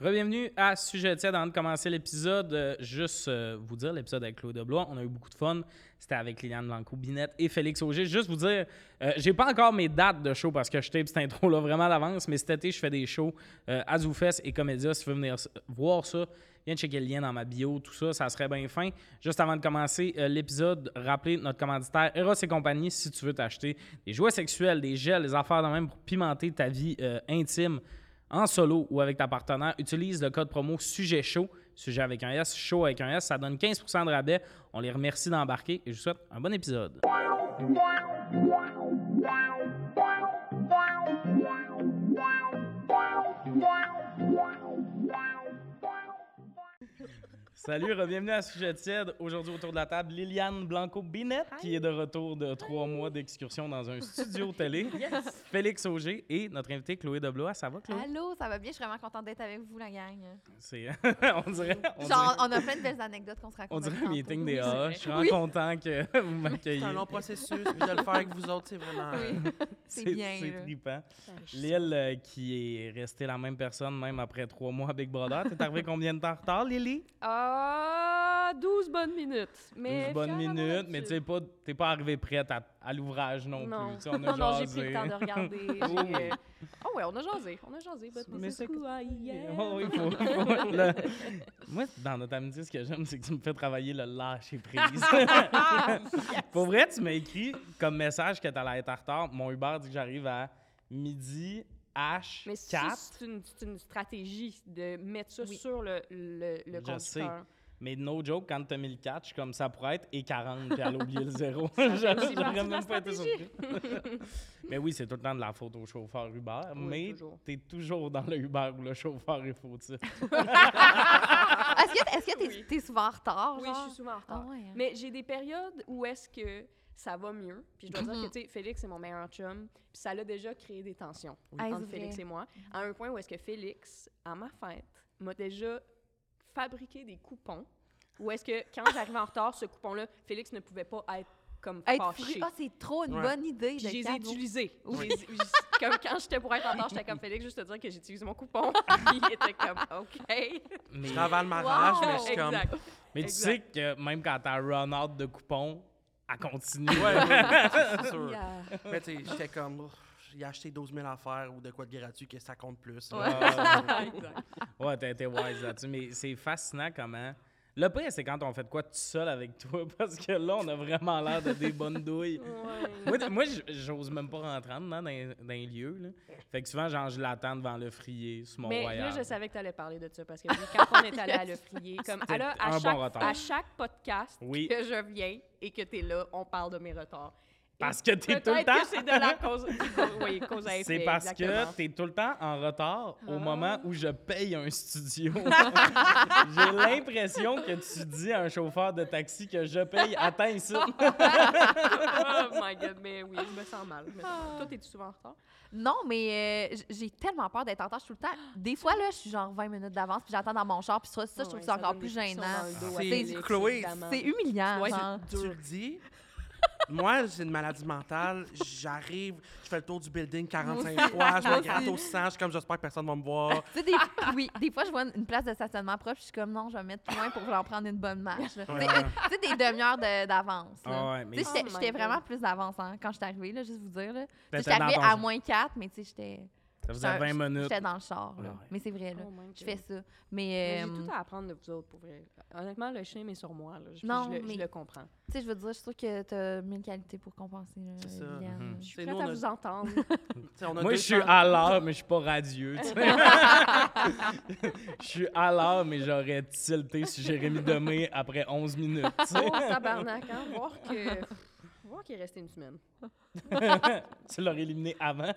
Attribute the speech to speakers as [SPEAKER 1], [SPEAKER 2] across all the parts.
[SPEAKER 1] Rebienvenue à Sujet tiède. Avant de commencer l'épisode, euh, juste euh, vous dire l'épisode avec Claude Blois. On a eu beaucoup de fun. C'était avec Liliane Blanco-Binette et Félix Auger. Juste vous dire, euh, j'ai pas encore mes dates de show parce que je tape cette intro-là vraiment d'avance, mais cet été, je fais des shows euh, à Zoufest et Comédia. Si vous voulez venir s- euh, voir ça, viens checker le lien dans ma bio, tout ça, ça serait bien fin. Juste avant de commencer euh, l'épisode, rappelez notre commanditaire Eros et compagnie si tu veux t'acheter des jouets sexuels, des gels, des affaires de même pour pimenter ta vie euh, intime en solo ou avec ta partenaire, utilise le code promo sujet chaud, sujet avec un S, chaud avec un S, ça donne 15% de rabais. On les remercie d'embarquer et je vous souhaite un bon épisode. Salut, bienvenue à Sujet tiède. Aujourd'hui autour de la table, Liliane Blanco-Binette qui est de retour de trois mois d'excursion dans un studio télé. Félix Auger et notre invité Chloé Deblois. Ça va, Chloé?
[SPEAKER 2] Allô, ça va bien? Je suis vraiment contente d'être avec vous, la gang.
[SPEAKER 1] C'est- on dirait... On
[SPEAKER 2] Genre,
[SPEAKER 1] dirait...
[SPEAKER 2] on a plein de belles anecdotes qu'on se raconte.
[SPEAKER 1] On dirait un
[SPEAKER 2] tantôt.
[SPEAKER 1] meeting des
[SPEAKER 2] Oui,
[SPEAKER 1] A.
[SPEAKER 2] c'est
[SPEAKER 1] Je suis
[SPEAKER 2] vrai.
[SPEAKER 1] vraiment content que vous m'accueillez.
[SPEAKER 3] C'est un long processus, mais de le faire avec vous autres, c'est vraiment.
[SPEAKER 2] Oui, oui. c'est bien,
[SPEAKER 1] C'est
[SPEAKER 2] là.
[SPEAKER 1] trippant.
[SPEAKER 2] J'ai
[SPEAKER 1] Lille, euh, qui est restée la même personne, même après trois mois à Big Brother. T'es arrivée combien de temps en retard, Lily?
[SPEAKER 4] Ah, 12 bonnes minutes.
[SPEAKER 1] 12
[SPEAKER 4] Mais
[SPEAKER 1] bonnes
[SPEAKER 4] fière à mon
[SPEAKER 1] minutes, mais tu
[SPEAKER 4] habitude.
[SPEAKER 1] sais pas, t'es pas arrivée prête à, à l'ouvrage non, plus. Tu sais, On a
[SPEAKER 4] non, non, j'ai
[SPEAKER 1] jasé.
[SPEAKER 4] pris le temps de regarder.
[SPEAKER 1] Oui.
[SPEAKER 4] j'ai, euh, Oh ouais, on a jasé, on a jasé. But
[SPEAKER 1] Mais
[SPEAKER 4] this
[SPEAKER 1] c'est-
[SPEAKER 4] is who I am.
[SPEAKER 1] Oh oui, faut- faut- le- Moi, dans notre amitié, ce que j'aime, c'est que tu me fais travailler le lâcher prise. Pour vrai, tu m'as écrit comme message que t'allais être en retard. Mon Uber dit que j'arrive à midi H4.
[SPEAKER 4] Mais ça, c'est une, c'est une stratégie de mettre ça
[SPEAKER 2] Oui.
[SPEAKER 4] sur le, le, le
[SPEAKER 1] Je sais.
[SPEAKER 4] conducteur.
[SPEAKER 1] Mais no joke, quand t'as mis le catch, je suis comme ça pourrait être et 40, puis elle a oublié le zéro.
[SPEAKER 4] aussi partie de la stratégie.
[SPEAKER 1] surpris. mais oui, c'est tout le temps de la faute au chauffeur Uber,
[SPEAKER 4] Oui,
[SPEAKER 1] mais
[SPEAKER 4] toujours.
[SPEAKER 1] t'es toujours dans le Uber où le chauffeur est fautif.
[SPEAKER 2] Est-ce que, est-ce que t'es,
[SPEAKER 4] Oui.
[SPEAKER 2] t'es souvent en retard?
[SPEAKER 4] Oui,
[SPEAKER 2] genre?
[SPEAKER 4] je suis souvent en retard.
[SPEAKER 2] Ah ouais, hein.
[SPEAKER 4] Mais j'ai des périodes où est-ce que ça va mieux. Puis je dois dire que, tu sais, Félix est mon meilleur chum. Puis ça l'a déjà créé des tensions
[SPEAKER 2] Ah, c'est
[SPEAKER 4] entre
[SPEAKER 2] vrai.
[SPEAKER 4] Félix et moi. À un point où est-ce que Félix, à ma fête, m'a déjà fabriqué des coupons. Où est-ce que quand j'arrivais en retard, ce coupon-là, Félix ne pouvait pas être comme
[SPEAKER 2] Être
[SPEAKER 4] fâché.
[SPEAKER 2] fri- Ah, c'est trop une
[SPEAKER 3] Ouais.
[SPEAKER 2] bonne idée.
[SPEAKER 4] Puis
[SPEAKER 2] de
[SPEAKER 4] je les ai
[SPEAKER 2] cadeau.
[SPEAKER 4] utilisés.
[SPEAKER 2] Oui.
[SPEAKER 4] Je les ai- je- comme quand j'étais pour être en retard, j'étais comme Félix, juste te dire que j'utilise mon coupon. Puis il était comme OK.
[SPEAKER 1] Mais,
[SPEAKER 3] Je suis avant le mariage,
[SPEAKER 2] Wow!
[SPEAKER 3] mais je suis comme.
[SPEAKER 4] Exact.
[SPEAKER 1] mais tu sais
[SPEAKER 4] exact.
[SPEAKER 1] que même quand t'as run out de coupons, elle continue.
[SPEAKER 3] Ouais, ouais, c'est sûr.
[SPEAKER 2] Yeah.
[SPEAKER 3] Mais tu sais, j'étais comme. oh, J'ai acheté 12 000 affaires ou de quoi de gratuit que ça compte plus. là. Euh,
[SPEAKER 1] Ah, ouais, ouais, t'as été wise là-dessus. Mais c'est fascinant comment. Le pire, c'est quand on fait de quoi tout seul avec toi, parce que là, on a vraiment l'air de des bonnes douilles. moi, t- moi, j- j'ose même pas rentrer en dedans dans les- dans les lieux. Là. Fait que souvent, genre, je l'attends devant le frier, sur mon
[SPEAKER 4] Mais
[SPEAKER 1] royal.
[SPEAKER 4] là, je savais que tu allais parler de ça parce que quand on est allé à Le Frier, comme
[SPEAKER 1] C'était
[SPEAKER 4] à, la- à
[SPEAKER 1] un bon
[SPEAKER 4] chaque,
[SPEAKER 1] retard.
[SPEAKER 4] à chaque podcast
[SPEAKER 1] Oui.
[SPEAKER 4] que je viens et que tu es là, on parle de mes retards. Et
[SPEAKER 1] Parce que t'es
[SPEAKER 4] peut-être
[SPEAKER 1] tout le temps-
[SPEAKER 4] que c'est de la cause, oui, cause à effet,
[SPEAKER 1] C'est parce
[SPEAKER 4] exactement.
[SPEAKER 1] que t'es tout le temps en retard au
[SPEAKER 4] Ah.
[SPEAKER 1] moment où je paye un studio. J'ai l'impression que tu dis à un chauffeur de taxi que je paye, attends ici.
[SPEAKER 4] oh my God, mais oui, je me sens mal. je me sens
[SPEAKER 2] Ah.
[SPEAKER 4] mal. Toi, t'es-tu souvent en retard?
[SPEAKER 2] Non, mais euh, j- j'ai tellement peur d'être en retard. Je suis tout le temps. Des fois, là, je suis genre 20 minutes d'avance, puis j'attends dans mon char, puis ça, ça, je trouve
[SPEAKER 4] Ouais,
[SPEAKER 2] ça encore
[SPEAKER 4] donne
[SPEAKER 2] plus
[SPEAKER 4] des frissons
[SPEAKER 2] gênant.
[SPEAKER 4] dans le dos à
[SPEAKER 3] C'est-
[SPEAKER 4] Félix,
[SPEAKER 3] Chloé,
[SPEAKER 4] évidemment.
[SPEAKER 2] C'est humiliant.
[SPEAKER 4] Ouais,
[SPEAKER 2] genre.
[SPEAKER 3] Tu le dis. Moi, j'ai une maladie mentale. J'arrive, je fais le tour du building 45 fois, je
[SPEAKER 2] Moi
[SPEAKER 3] me
[SPEAKER 2] aussi.
[SPEAKER 3] gratte au sang, je suis comme j'espère que personne va me voir.
[SPEAKER 2] Tu sais, des, oui, des fois, je vois une- une place de stationnement propre, je suis comme non, je vais me mettre plus loin pour vouloir prendre une bonne marche. là. Tu sais, tu sais, des demi-heures de- d'avance. là.
[SPEAKER 1] Ah ouais, mais
[SPEAKER 2] Tu sais,
[SPEAKER 4] Oh
[SPEAKER 2] j'étais-
[SPEAKER 4] my
[SPEAKER 2] j'étais
[SPEAKER 4] God.
[SPEAKER 2] vraiment plus d'avance hein, quand je suis arrivée, là, juste vous dire. là. Tu sais,
[SPEAKER 1] T'étais
[SPEAKER 2] J'étais arrivée
[SPEAKER 1] dans ton
[SPEAKER 2] à
[SPEAKER 1] char.
[SPEAKER 2] moins 4, mais tu sais, j'étais.
[SPEAKER 1] Ça
[SPEAKER 2] j'étais un-
[SPEAKER 1] faisait 20 minutes.
[SPEAKER 2] J'étais dans le char, là.
[SPEAKER 1] Ah ouais.
[SPEAKER 2] Mais c'est vrai, là.
[SPEAKER 4] Oh my
[SPEAKER 2] je fais
[SPEAKER 4] God.
[SPEAKER 2] ça.
[SPEAKER 4] Mais
[SPEAKER 2] Mais,
[SPEAKER 4] J'ai
[SPEAKER 2] euh,
[SPEAKER 4] tout à apprendre de vous autres, pour vrai. Honnêtement, le chien est sur moi. là. Je,
[SPEAKER 2] Non,
[SPEAKER 4] je le, je
[SPEAKER 2] mais-
[SPEAKER 4] le comprends.
[SPEAKER 2] tu sais, je veux dire, je suis sûre que t'as mille qualités pour compenser, là.
[SPEAKER 3] C'est ça.
[SPEAKER 2] Liliane,
[SPEAKER 1] Mhm.
[SPEAKER 2] là.
[SPEAKER 4] Je suis
[SPEAKER 3] C'est
[SPEAKER 4] prête
[SPEAKER 3] nous,
[SPEAKER 4] à
[SPEAKER 3] on a-
[SPEAKER 4] vous entendre.
[SPEAKER 3] Tu sais, on a
[SPEAKER 1] Moi, je
[SPEAKER 3] 200
[SPEAKER 1] suis à l'heure, mais je suis pas radieux. tu sais. Je suis à l'heure, mais j'aurais tilté si Jérémy Demé après 11 minutes. tu sais.
[SPEAKER 4] Oh, tabarnak, hein? Voir que... Voir qu'il est resté une semaine.
[SPEAKER 1] tu l'aurais éliminé avant.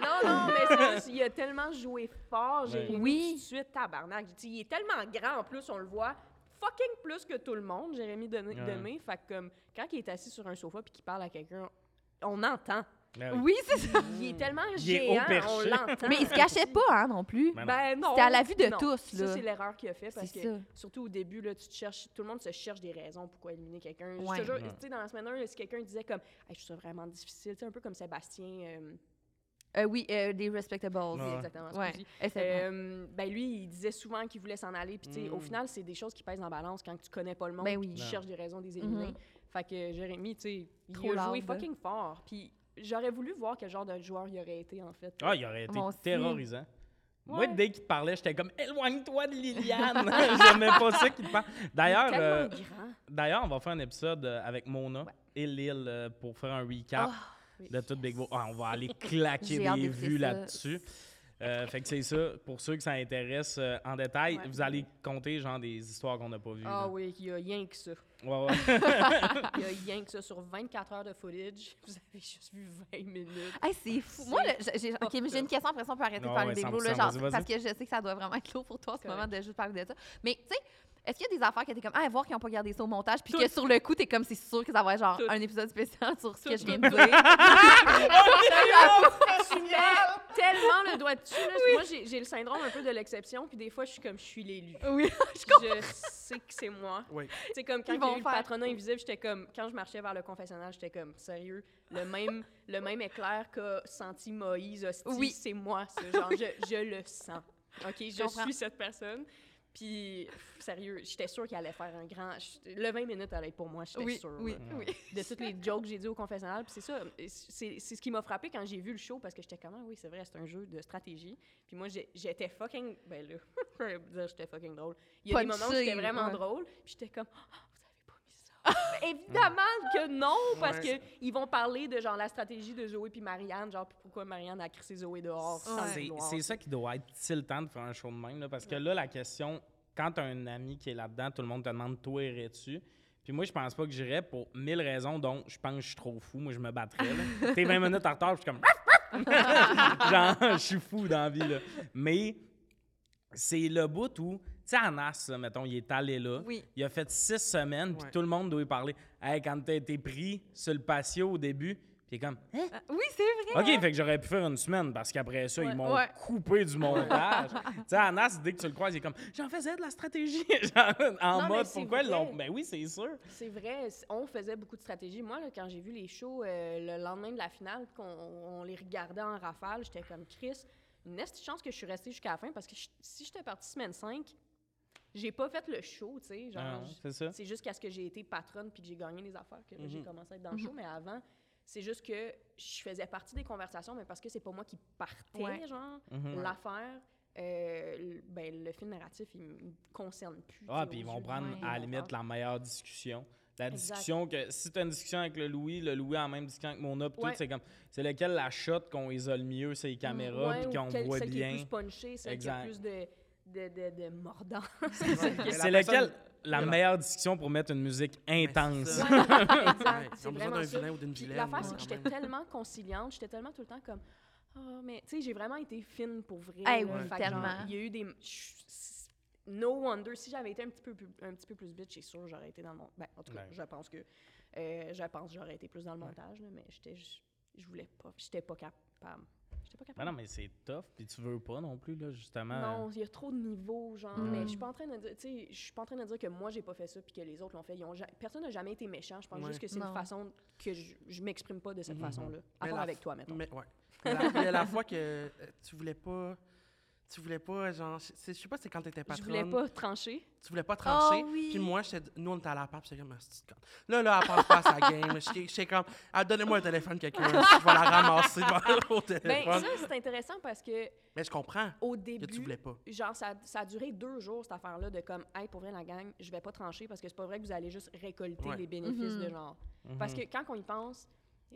[SPEAKER 4] Non, non, mais c'est juste, il a tellement joué fort,
[SPEAKER 1] Ouais.
[SPEAKER 4] Jérémy,
[SPEAKER 2] Oui.
[SPEAKER 4] tout de suite, tabarnak. J'ai dit, Il est tellement grand, en plus, on le voit fucking plus que tout le monde, Jérémy Demé.
[SPEAKER 1] Ouais.
[SPEAKER 4] Demé. Fait que, comme, quand il est assis sur un sofa puis qu'il parle à quelqu'un, on entend.
[SPEAKER 1] Ben oui.
[SPEAKER 2] Oui, c'est ça.
[SPEAKER 4] Il est tellement
[SPEAKER 1] Il est haut
[SPEAKER 4] géant, on
[SPEAKER 1] perché.
[SPEAKER 4] l'entend.
[SPEAKER 2] Mais il se cachait pas, hein, non plus.
[SPEAKER 1] Ben non.
[SPEAKER 4] Ben non.
[SPEAKER 2] C'était à la vue de
[SPEAKER 4] Non.
[SPEAKER 2] tous, là.
[SPEAKER 4] Ça, c'est l'erreur qu'il a fait parce
[SPEAKER 2] C'est
[SPEAKER 4] que,
[SPEAKER 2] ça.
[SPEAKER 4] surtout au début, là, tu te cherches, tout le monde se cherche des raisons pourquoi éliminer quelqu'un. Je
[SPEAKER 2] Ouais.
[SPEAKER 4] te jure,
[SPEAKER 1] Ouais.
[SPEAKER 4] tu sais, dans la semaine 1, si quelqu'un disait comme, Hey, je trouve ça vraiment difficile, tu sais, un peu comme Sébastien. euh,
[SPEAKER 2] Euh, oui, euh, des Respectables.
[SPEAKER 4] C'est
[SPEAKER 1] Ouais.
[SPEAKER 4] exactement ce
[SPEAKER 2] Ouais.
[SPEAKER 4] que je dis.
[SPEAKER 2] Et c'est-
[SPEAKER 4] Euh, ben lui, il disait souvent qu'il voulait s'en aller. Puis, tu sais, au
[SPEAKER 3] Mm.
[SPEAKER 4] final, c'est des choses qui pèsent en balance quand tu connais pas le monde.
[SPEAKER 2] Ben
[SPEAKER 4] puis
[SPEAKER 2] oui.
[SPEAKER 4] Tu
[SPEAKER 1] Non.
[SPEAKER 4] cherches des raisons de les éliminer. Fait que Jérémy, tu sais,
[SPEAKER 2] Trop
[SPEAKER 4] il a joué
[SPEAKER 2] loud.
[SPEAKER 4] fucking fort. Puis, j'aurais voulu voir quel genre de joueur il aurait été, en fait.
[SPEAKER 1] Ah, il aurait été
[SPEAKER 2] Moi aussi.
[SPEAKER 1] terrorisant. Moi,
[SPEAKER 4] Ouais.
[SPEAKER 1] dès qu'il te parlait, j'étais comme éloigne-toi de Liliane. J'aimais pas ça qu'il te parle. D'ailleurs, euh,
[SPEAKER 4] Tellement grand.
[SPEAKER 1] d'ailleurs, on va faire un épisode euh, avec Mona et Lil euh, pour faire un recap
[SPEAKER 4] Ah, oui.
[SPEAKER 1] de tout Big Brother. Ah, on va aller claquer
[SPEAKER 2] J'ai hâte
[SPEAKER 1] des
[SPEAKER 2] d'écouter
[SPEAKER 1] vues
[SPEAKER 2] ça.
[SPEAKER 1] là-dessus. Euh, fait que c'est ça. Pour ceux que ça intéresse euh, en détail,
[SPEAKER 4] Ouais.
[SPEAKER 1] vous allez compter genre des histoires qu'on n'a pas vues.
[SPEAKER 4] Ah
[SPEAKER 1] là.
[SPEAKER 4] oui, il y a rien que ça.
[SPEAKER 1] Ouais, ouais.
[SPEAKER 4] Il y a rien que ça. Sur 24 heures de footage, vous avez juste vu 20 minutes.
[SPEAKER 2] Hey, c'est fou. Moi, là, j'ai- j'ai ok, mais j'ai une question, après ça, on peut arrêter
[SPEAKER 1] Non,
[SPEAKER 2] de parler
[SPEAKER 1] ouais,
[SPEAKER 2] des bros, là,
[SPEAKER 1] 100%,
[SPEAKER 2] genre,
[SPEAKER 1] vas-y, vas-y.
[SPEAKER 2] parce que je sais que ça doit vraiment être lourd pour toi en ce
[SPEAKER 4] Correct.
[SPEAKER 2] moment de juste parler de ça. Mais, tu sais, est-ce qu'il y a des affaires que t'es comme, ah, à voir qu'ils n'ont pas gardé ça au montage, puis
[SPEAKER 4] Tout.
[SPEAKER 2] que sur le coup, t'es comme, c'est sûr que ça va être genre
[SPEAKER 4] Tout.
[SPEAKER 2] un épisode spécial sur ce
[SPEAKER 4] Tout,
[SPEAKER 2] que je viens
[SPEAKER 4] tout,
[SPEAKER 2] de dire.
[SPEAKER 4] Tellement le doigt dessus. Là, Moi, j'ai j'ai le syndrome un peu de l'exception. Puis, des fois, je suis comme, je suis l'élu.
[SPEAKER 2] Oui,
[SPEAKER 4] je sais que c'est moi.
[SPEAKER 3] Oui.
[SPEAKER 4] C'est comme quand
[SPEAKER 2] Ils
[SPEAKER 4] il y a
[SPEAKER 2] vont
[SPEAKER 4] eu le
[SPEAKER 2] faire-
[SPEAKER 4] patronat invisible, j'étais comme quand je marchais vers le confessionnal, j'étais comme sérieux, le même le même éclair qu'a senti Moïse, hostie,
[SPEAKER 2] Oui.
[SPEAKER 4] c'est moi, ce genre je, je le sens. OK, je
[SPEAKER 2] comprends.
[SPEAKER 4] suis cette personne. Puis pff, sérieux, j'étais sûre qu'il allait faire un grand je- le 20 minutes allait être pour moi, j'étais
[SPEAKER 2] oui,
[SPEAKER 4] sûre.
[SPEAKER 2] oui,
[SPEAKER 4] là,
[SPEAKER 2] oui.
[SPEAKER 4] De toutes les jokes que j'ai dit au confessionnal, puis c'est ça, c'est c'est ce qui m'a frappé quand j'ai vu le show parce que j'étais comme Ah oui, c'est vrai, c'est un jeu de stratégie. Puis moi j'ai- j'étais fucking ben là, je vais dire j'étais fucking drôle. Il y a des
[SPEAKER 2] Punché,
[SPEAKER 4] moments où j'étais vraiment
[SPEAKER 2] ouais.
[SPEAKER 4] drôle, puis j'étais comme Ah, vous avez pas mis ça. Mais Évidemment que non parce
[SPEAKER 3] Ouais.
[SPEAKER 4] que ils vont parler de genre la stratégie de Zoé puis Marianne, genre puis pourquoi Marianne a crissé Zoé dehors sans le
[SPEAKER 2] Ouais.
[SPEAKER 1] C'est-
[SPEAKER 4] vouloir.
[SPEAKER 1] C'est ça qui doit être tiltant de faire un show de même, là, parce que là, la question, quand t'as un ami qui est là-dedans, tout le monde te demande toi irais-tu? Puis moi, je pense pas que j'irais pour mille raisons, dont je pense que je suis trop fou, moi je me battrais. là. T'es 20 minutes en retard, puis je suis comme. Genre, je suis fou dans la vie, là. Mais c'est le bout où, tu sais, Anas, là, mettons, il est allé là.
[SPEAKER 2] Oui.
[SPEAKER 1] Il a fait six semaines, puis
[SPEAKER 3] Ouais.
[SPEAKER 1] tout le monde doit y parler. Hey, quand t'as été pris sur le patio au début, puis il est comme. hein?
[SPEAKER 2] Ah, Oui, c'est vrai.
[SPEAKER 1] OK, fait que j'aurais pu faire une semaine parce qu'après ça, ils m'ont
[SPEAKER 2] Ouais.
[SPEAKER 1] coupé du montage. tu sais, Anas, dès que tu le croises, il est comme J'en faisais de la stratégie. Genre, en
[SPEAKER 4] Non, mais
[SPEAKER 1] mode,
[SPEAKER 4] c'est
[SPEAKER 1] pourquoi ils l'ont.
[SPEAKER 4] vrai.
[SPEAKER 1] Ben oui, c'est sûr.
[SPEAKER 4] C'est vrai, c- on faisait beaucoup de stratégies. Moi, là, quand j'ai vu les shows euh, le lendemain de la finale, qu'on on les regardait en rafale, j'étais comme Chris, une est chance que je suis restée jusqu'à la fin parce que je- si j'étais partie semaine 5, j'ai pas fait le show, tu sais. genre,
[SPEAKER 1] Non,
[SPEAKER 4] j-
[SPEAKER 1] Ah, c'est ça.
[SPEAKER 4] C'est juste qu'à ce que j'ai été patronne puis que j'ai gagné les affaires que là, j'ai
[SPEAKER 3] Mhm.
[SPEAKER 4] commencé à être dans le show. Mais avant, c'est juste que je faisais partie des conversations, mais parce que c'est pas moi qui partais,
[SPEAKER 2] Ouais.
[SPEAKER 4] genre,
[SPEAKER 1] Mhm.
[SPEAKER 4] l'affaire. euh, l- ben, le film narratif, il me concerne plus. tu
[SPEAKER 1] Ah,
[SPEAKER 4] sais,
[SPEAKER 1] puis
[SPEAKER 4] aux
[SPEAKER 1] ils vont
[SPEAKER 4] yeux
[SPEAKER 1] prendre
[SPEAKER 4] du
[SPEAKER 1] à la
[SPEAKER 4] monteur.
[SPEAKER 1] limite la meilleure discussion. La
[SPEAKER 4] Exact.
[SPEAKER 1] discussion que si tu as une discussion avec le Louis, le Louis a la même discussion que Mona, puis
[SPEAKER 4] Ouais. Mm,
[SPEAKER 1] tout, c'est comme c'est lequel la shot qu'on isole mieux, c'est les caméras,
[SPEAKER 4] Ouais,
[SPEAKER 1] puis
[SPEAKER 4] ou
[SPEAKER 1] qu'on
[SPEAKER 4] quelle-
[SPEAKER 1] voit
[SPEAKER 4] celle qui est
[SPEAKER 1] bien.
[SPEAKER 4] plus punchée, celle
[SPEAKER 1] Exact.
[SPEAKER 4] qui est plus de, de, de, de mordant.
[SPEAKER 3] Mais la
[SPEAKER 1] C'est
[SPEAKER 3] personne-
[SPEAKER 1] lequel la meilleure discussion pour mettre une musique intense.
[SPEAKER 3] ça. Ouais,
[SPEAKER 4] exact,
[SPEAKER 3] ils
[SPEAKER 4] c'est
[SPEAKER 3] ont besoin
[SPEAKER 4] vraiment
[SPEAKER 3] d'un
[SPEAKER 4] ça.
[SPEAKER 3] vilain ou d'une
[SPEAKER 4] Puis
[SPEAKER 3] vilaine.
[SPEAKER 4] l'affaire,
[SPEAKER 3] là,
[SPEAKER 4] c'est que
[SPEAKER 3] quand
[SPEAKER 4] j'étais
[SPEAKER 3] même.
[SPEAKER 4] tellement conciliante, j'étais tellement tout le temps comme « Ah, mais tu sais, j'ai vraiment été fine pour vrai.
[SPEAKER 2] Hey,
[SPEAKER 4] là.
[SPEAKER 2] oui,
[SPEAKER 4] Fait que,
[SPEAKER 2] tellement.
[SPEAKER 4] genre, Il y a eu des... je- c'est- No wonder, si j'avais été un petit peu, plus- un petit peu plus bitch, c'est sûr j'aurais été dans le montage. Ben, en tout cas,
[SPEAKER 1] Ouais.
[SPEAKER 4] je pense que... euh, je pense que j'aurais été plus dans le montage, là, mais j'étais... ju- Je voulais pas... J'étais pas capable. J'étais pas
[SPEAKER 1] Ben
[SPEAKER 4] capable.
[SPEAKER 1] non, mais c'est tough, puis tu veux pas non plus, là, justement.
[SPEAKER 4] Non, il y a trop de niveaux, genre. Mais
[SPEAKER 2] Ouais.
[SPEAKER 4] je suis pas en train de dire, tu sais, je suis pas en train de dire que moi j'ai pas fait ça puis que les autres l'ont fait. Ils ont ja- Personne n'a jamais été méchant. Je pense
[SPEAKER 3] Ouais.
[SPEAKER 4] juste que c'est une
[SPEAKER 2] Non.
[SPEAKER 4] façon que je, je m'exprime pas de cette
[SPEAKER 1] Mhm.
[SPEAKER 4] façon-là. À
[SPEAKER 3] Mais
[SPEAKER 4] part
[SPEAKER 3] la
[SPEAKER 4] avec
[SPEAKER 3] f-
[SPEAKER 4] toi, maintenant.
[SPEAKER 3] Mais ouais. Mais la, mais la fois que euh, tu voulais pas. Tu voulais pas, genre, je sais je sais pas, c'est quand t'étais
[SPEAKER 4] Je
[SPEAKER 3] patronne.
[SPEAKER 4] voulais pas trancher.
[SPEAKER 3] Tu voulais pas trancher.
[SPEAKER 2] Oh oui.
[SPEAKER 3] Puis moi, j'étais- nous, on était à la pape, j'étais comme, Ah, c'est une conne. Là, là, elle pense pas à sa game. J'étais j'étais comme, ah, donnez-moi un téléphone, quelqu'un. je vais la ramasser devant au
[SPEAKER 4] Ben,
[SPEAKER 3] téléphone.
[SPEAKER 4] ça, c'est intéressant parce que
[SPEAKER 3] Mais je comprends
[SPEAKER 4] au
[SPEAKER 3] que
[SPEAKER 4] début.
[SPEAKER 3] tu voulais pas.
[SPEAKER 4] Genre, ça, ça a duré deux jours, cette affaire-là, de comme, hey, pour vrai, la gang, je vais pas trancher parce que c'est pas vrai que vous allez juste récolter
[SPEAKER 3] Ouais.
[SPEAKER 4] les bénéfices
[SPEAKER 2] Mhm.
[SPEAKER 4] de genre.
[SPEAKER 1] Mhm.
[SPEAKER 4] Parce que quand on y pense,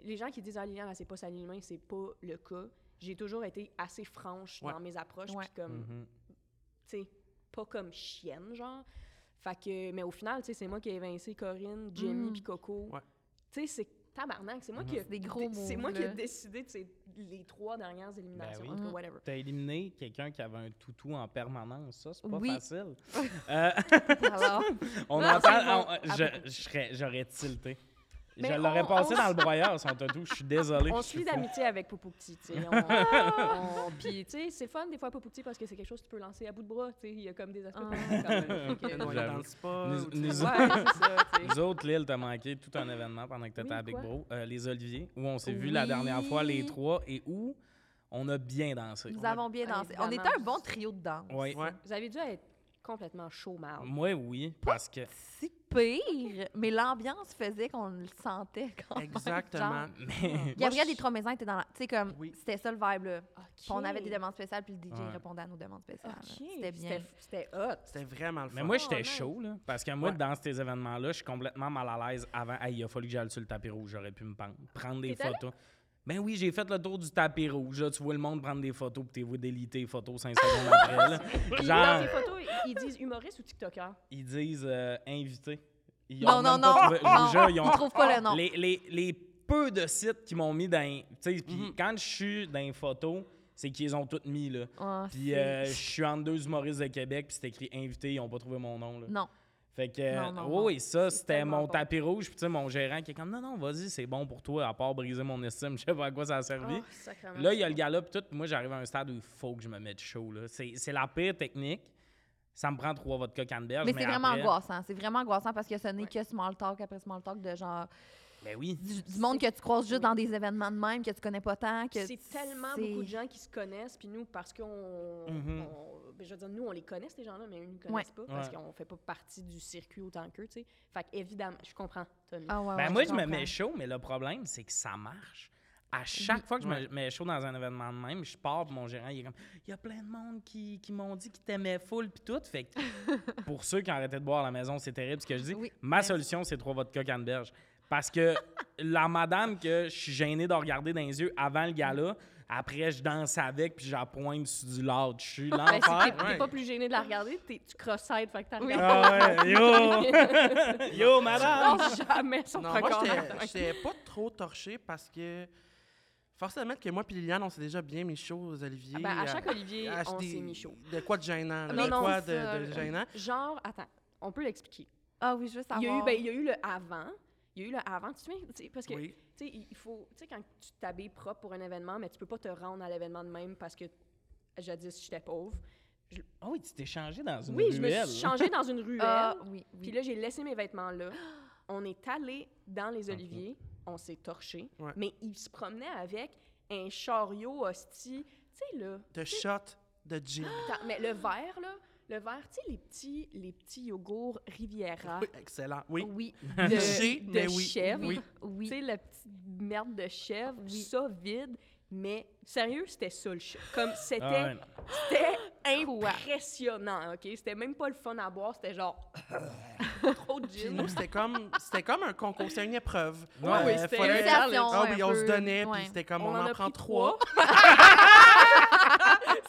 [SPEAKER 4] les gens qui disent Ah, Liliane, elle sait pas s'aligner l'humain, c'est pas le cas. J'ai toujours été assez franche
[SPEAKER 3] Ouais.
[SPEAKER 4] dans mes approches,
[SPEAKER 2] Ouais.
[SPEAKER 4] puis comme,
[SPEAKER 1] Mhm.
[SPEAKER 4] tu sais, pas comme chienne, genre. Fait que, mais au final, tu sais, c'est moi qui ai évincé Corinne, Jimmy,
[SPEAKER 2] Mm.
[SPEAKER 4] puis Coco.
[SPEAKER 3] Ouais.
[SPEAKER 4] Tu sais, c'est tabarnak, c'est moi qui. a-
[SPEAKER 2] C'est
[SPEAKER 1] Mm-hmm.
[SPEAKER 2] des gros mots.
[SPEAKER 4] C'est moi qui ai
[SPEAKER 2] là.
[SPEAKER 4] décidé de ces, les trois dernières éliminations,
[SPEAKER 1] Ben oui.
[SPEAKER 4] en tout cas,
[SPEAKER 2] Mm.
[SPEAKER 4] whatever.
[SPEAKER 1] T'as éliminé quelqu'un qui avait un toutou en permanence, ça, c'est pas
[SPEAKER 2] Oui.
[SPEAKER 1] facile. Euh,
[SPEAKER 2] Alors,
[SPEAKER 1] on
[SPEAKER 4] Non,
[SPEAKER 1] entend.
[SPEAKER 4] c'est bon.
[SPEAKER 1] on- euh, je- je serais- J'aurais tilté.
[SPEAKER 4] Mais
[SPEAKER 1] je l'aurais
[SPEAKER 4] on-
[SPEAKER 1] passé
[SPEAKER 4] on-
[SPEAKER 1] dans le broyeur, son toutou. Je suis désolé.
[SPEAKER 4] On
[SPEAKER 1] je
[SPEAKER 4] se
[SPEAKER 1] suis
[SPEAKER 4] lie
[SPEAKER 1] fou.
[SPEAKER 4] d'amitié avec Popo Petit, tu sais.
[SPEAKER 2] Ah!
[SPEAKER 4] on- on- Puis, tu sais, c'est le fun des fois Popo Petit parce que c'est quelque chose que tu peux lancer à bout de bras, tu sais. Il y a comme des aspects.
[SPEAKER 2] Ah.
[SPEAKER 4] comme ça, quand même. Fait que-
[SPEAKER 3] Nous, on
[SPEAKER 1] J'avoue.
[SPEAKER 3] dans le spa.
[SPEAKER 1] Nous-
[SPEAKER 3] ou tu-
[SPEAKER 1] nous-
[SPEAKER 4] Ouais, c'est ça, tu sais.
[SPEAKER 1] Nous autres, Lille, t'as manqué tout un événement pendant que t'étais
[SPEAKER 4] Oui,
[SPEAKER 1] à Big
[SPEAKER 4] quoi?
[SPEAKER 1] Bro, euh, les Oliviers, où on s'est vu la dernière fois, les
[SPEAKER 2] Oui.
[SPEAKER 1] trois, et où on a bien dansé.
[SPEAKER 2] Nous
[SPEAKER 3] a-
[SPEAKER 2] avons bien
[SPEAKER 4] Ah,
[SPEAKER 2] dansé. On
[SPEAKER 4] évidemment.
[SPEAKER 2] était un bon trio de danse.
[SPEAKER 1] Oui.
[SPEAKER 3] Ouais.
[SPEAKER 4] Vous avez dû être complètement chaud, mal.
[SPEAKER 1] Moi, oui, parce que.
[SPEAKER 2] Si pire, mais l'ambiance faisait qu'on le sentait quand même.
[SPEAKER 3] Exactement.
[SPEAKER 2] Genre,
[SPEAKER 1] Mais.
[SPEAKER 2] Gabriel
[SPEAKER 3] je-
[SPEAKER 2] des Tromézins était dans la. Tu sais, comme,
[SPEAKER 3] Oui.
[SPEAKER 2] c'était ça le vibe, là. Puis on avait des
[SPEAKER 4] demandes. Ah,
[SPEAKER 2] demandes spéciales, puis le DJ
[SPEAKER 1] Ouais.
[SPEAKER 2] répondait à nos demandes spéciales. là. C'était
[SPEAKER 4] C'était
[SPEAKER 2] bien.
[SPEAKER 4] C'était hot.
[SPEAKER 3] C'était vraiment le fun.
[SPEAKER 1] Mais moi,
[SPEAKER 4] Oh,
[SPEAKER 1] j'étais
[SPEAKER 4] nice.
[SPEAKER 1] chaud, là. Parce que moi,
[SPEAKER 3] Ouais.
[SPEAKER 1] dans ces événements-là, je suis complètement mal à l'aise avant. Hey, il a fallu que j'aille sur le tapis rouge. J'aurais pu me pendre, prendre des
[SPEAKER 4] T'es allé?
[SPEAKER 1] photos. Ben oui, j'ai fait le tour du tapis rouge. Là, tu vois le monde prendre des photos, puis t'es vous déliter les photos 5 secondes après. là.
[SPEAKER 4] Puis dans
[SPEAKER 1] Genre,
[SPEAKER 4] tes photos, ils- ils disent humoriste ou TikToker.
[SPEAKER 1] ils disent euh, invité. Ils
[SPEAKER 2] Non,
[SPEAKER 1] ont
[SPEAKER 2] non,
[SPEAKER 1] même
[SPEAKER 2] non.
[SPEAKER 1] pas trouvé- je vous jure, ils
[SPEAKER 2] non,
[SPEAKER 1] ont- Ah,
[SPEAKER 2] on trouve pas le nom.
[SPEAKER 1] Les, les- les peu de sites qui m'ont mis dans. Tu sais, puis quand je suis dans les photos, c'est qu'ils ont toutes mis, là.
[SPEAKER 2] Ah,
[SPEAKER 1] Puis
[SPEAKER 2] c'est-
[SPEAKER 1] euh, je suis entre deux humoristes de Québec, puis c'est écrit invité, ils n'ont pas trouvé mon nom, là.
[SPEAKER 2] Non.
[SPEAKER 1] Fait que, euh,
[SPEAKER 2] Non, non,
[SPEAKER 1] oui,
[SPEAKER 2] non.
[SPEAKER 1] oui, ça,
[SPEAKER 4] C'est
[SPEAKER 1] c'était
[SPEAKER 4] tellement
[SPEAKER 1] mon
[SPEAKER 4] bon.
[SPEAKER 1] tapis rouge. Puis, tu sais, mon gérant qui est comme, non, non, vas-y, c'est bon pour toi, à part briser mon estime, je sais pas à quoi ça a servi.
[SPEAKER 4] Oh, sacrément.
[SPEAKER 1] là, il y a le gala, puis tout. Puis moi, j'arrive à un stade où il faut que je me mette chaud, là. C'est c'est la pire technique. Ça me prend trois vodka canneberge.
[SPEAKER 2] Mais c'est vraiment
[SPEAKER 1] après-
[SPEAKER 2] angoissant. C'est vraiment angoissant parce que ce n'est que small talk après small talk de genre
[SPEAKER 1] Ben oui.
[SPEAKER 2] du, du monde que tu croises juste dans des événements de même que tu connais pas tant. que
[SPEAKER 4] C'est tellement
[SPEAKER 2] c'est-
[SPEAKER 4] beaucoup de gens qui se connaissent, puis nous, parce qu'on.
[SPEAKER 1] Mhm.
[SPEAKER 4] on- ben, je veux dire, nous, on les connaît, ces gens-là, mais eux, ils nous connaissent pas, parce
[SPEAKER 1] Ouais.
[SPEAKER 4] qu'on fait pas partie du circuit autant qu'eux, tu sais. Fait qu'évidemment, je comprends, Tommy.
[SPEAKER 2] Ah ouais, ouais,
[SPEAKER 1] Ben moi, je me
[SPEAKER 2] comprends.
[SPEAKER 1] mets chaud, mais le problème, c'est que ça marche. À chaque fois que je me mets chaud dans un événement de même, je pars, puis mon gérant, il est comme « Il y a plein de monde qui, qui m'ont dit qu'ils t'aimaient full, puis tout. » Fait que pour ceux qui ont arrêté de boire à la maison, c'est terrible ce que je dis.
[SPEAKER 2] Oui,
[SPEAKER 1] Ma solution, c'est trois vodka canneberge. Parce que la madame que je suis gêné de regarder dans les yeux avant le gala, après, je danse avec, puis j'appointe sur du lard. Je suis
[SPEAKER 4] Ben, si
[SPEAKER 1] l'enfer.
[SPEAKER 4] t'es- t'es
[SPEAKER 3] ouais.
[SPEAKER 4] pas plus gêné de la regarder, t'es- tu cross-eyed, fait que t'as
[SPEAKER 2] Oui.
[SPEAKER 1] Ah ouais, yo! yo, madame!
[SPEAKER 4] jamais son
[SPEAKER 3] Ah. Non, moi,
[SPEAKER 4] record.
[SPEAKER 3] j'étais- j'étais pas trop torché parce que. Force à admettre que moi et Liliane, on s'est déjà bien mis chaud aux Olivier.
[SPEAKER 4] Ah ben, à chaque
[SPEAKER 3] euh,
[SPEAKER 4] Olivier,
[SPEAKER 3] à
[SPEAKER 4] on
[SPEAKER 3] acheter
[SPEAKER 4] s'est mis chaud.
[SPEAKER 3] De quoi de gênant? là,
[SPEAKER 4] Non,
[SPEAKER 3] de
[SPEAKER 4] non,
[SPEAKER 3] quoi
[SPEAKER 2] c'est ça,
[SPEAKER 3] de, de
[SPEAKER 2] là.
[SPEAKER 3] gênant?
[SPEAKER 4] Genre, attends, on peut l'expliquer.
[SPEAKER 2] Ah oui, je veux savoir.
[SPEAKER 4] Il y a eu, ben, il y a eu le avant. Il y a eu le avant. Tu te souviens? tu sais, Parce que,
[SPEAKER 3] Oui.
[SPEAKER 4] tu sais, il il faut. Tu sais, quand tu t'habilles propre pour un événement, mais tu peux pas te rendre à l'événement de même parce que jadis, j'étais pauvre.
[SPEAKER 1] Oh, oui, tu t'es changé dans une
[SPEAKER 4] Oui, je me
[SPEAKER 1] ruelle.
[SPEAKER 3] hein.
[SPEAKER 4] suis changée dans une ruelle.
[SPEAKER 2] Ah oui, oui.
[SPEAKER 4] Puis là, j'ai laissé mes vêtements là. On est allé dans les oliviers. On s'est torché.
[SPEAKER 3] Ouais.
[SPEAKER 4] Mais il se promenait avec un chariot hostie. Tu sais, là.
[SPEAKER 3] De shot de gin.
[SPEAKER 4] t'as- Mais le verre, là. Le verre, tu sais, les petits, les petits yogourts Riviera.
[SPEAKER 3] Oui, excellent. Oui.
[SPEAKER 2] Oui,
[SPEAKER 4] de,
[SPEAKER 3] J'ai,
[SPEAKER 4] de
[SPEAKER 3] mais oui,
[SPEAKER 4] chèvre.
[SPEAKER 3] oui.
[SPEAKER 4] Tu sais,
[SPEAKER 2] oui.
[SPEAKER 4] la petite merde de chèvre,
[SPEAKER 2] Oui.
[SPEAKER 4] ça vide. Mais sérieux, c'était ça le chèvre. Comme c'était
[SPEAKER 1] Ah ouais.
[SPEAKER 4] c'était
[SPEAKER 2] Ah,
[SPEAKER 1] Ah,
[SPEAKER 4] impressionnant, OK? C'était même pas le fun à boire, c'était genre trop de
[SPEAKER 3] Puis
[SPEAKER 4] gin.
[SPEAKER 3] nous, c'était comme, c'était comme un concours, c'était une épreuve. Euh,
[SPEAKER 1] Ouais, oui,
[SPEAKER 4] c'était-
[SPEAKER 3] fallait-
[SPEAKER 4] Exact.
[SPEAKER 3] Ah oui, on se donnait,
[SPEAKER 2] Ouais.
[SPEAKER 3] puis c'était comme,
[SPEAKER 4] On
[SPEAKER 3] on,
[SPEAKER 4] en
[SPEAKER 3] en,
[SPEAKER 4] a
[SPEAKER 3] prend
[SPEAKER 4] pris
[SPEAKER 3] trois.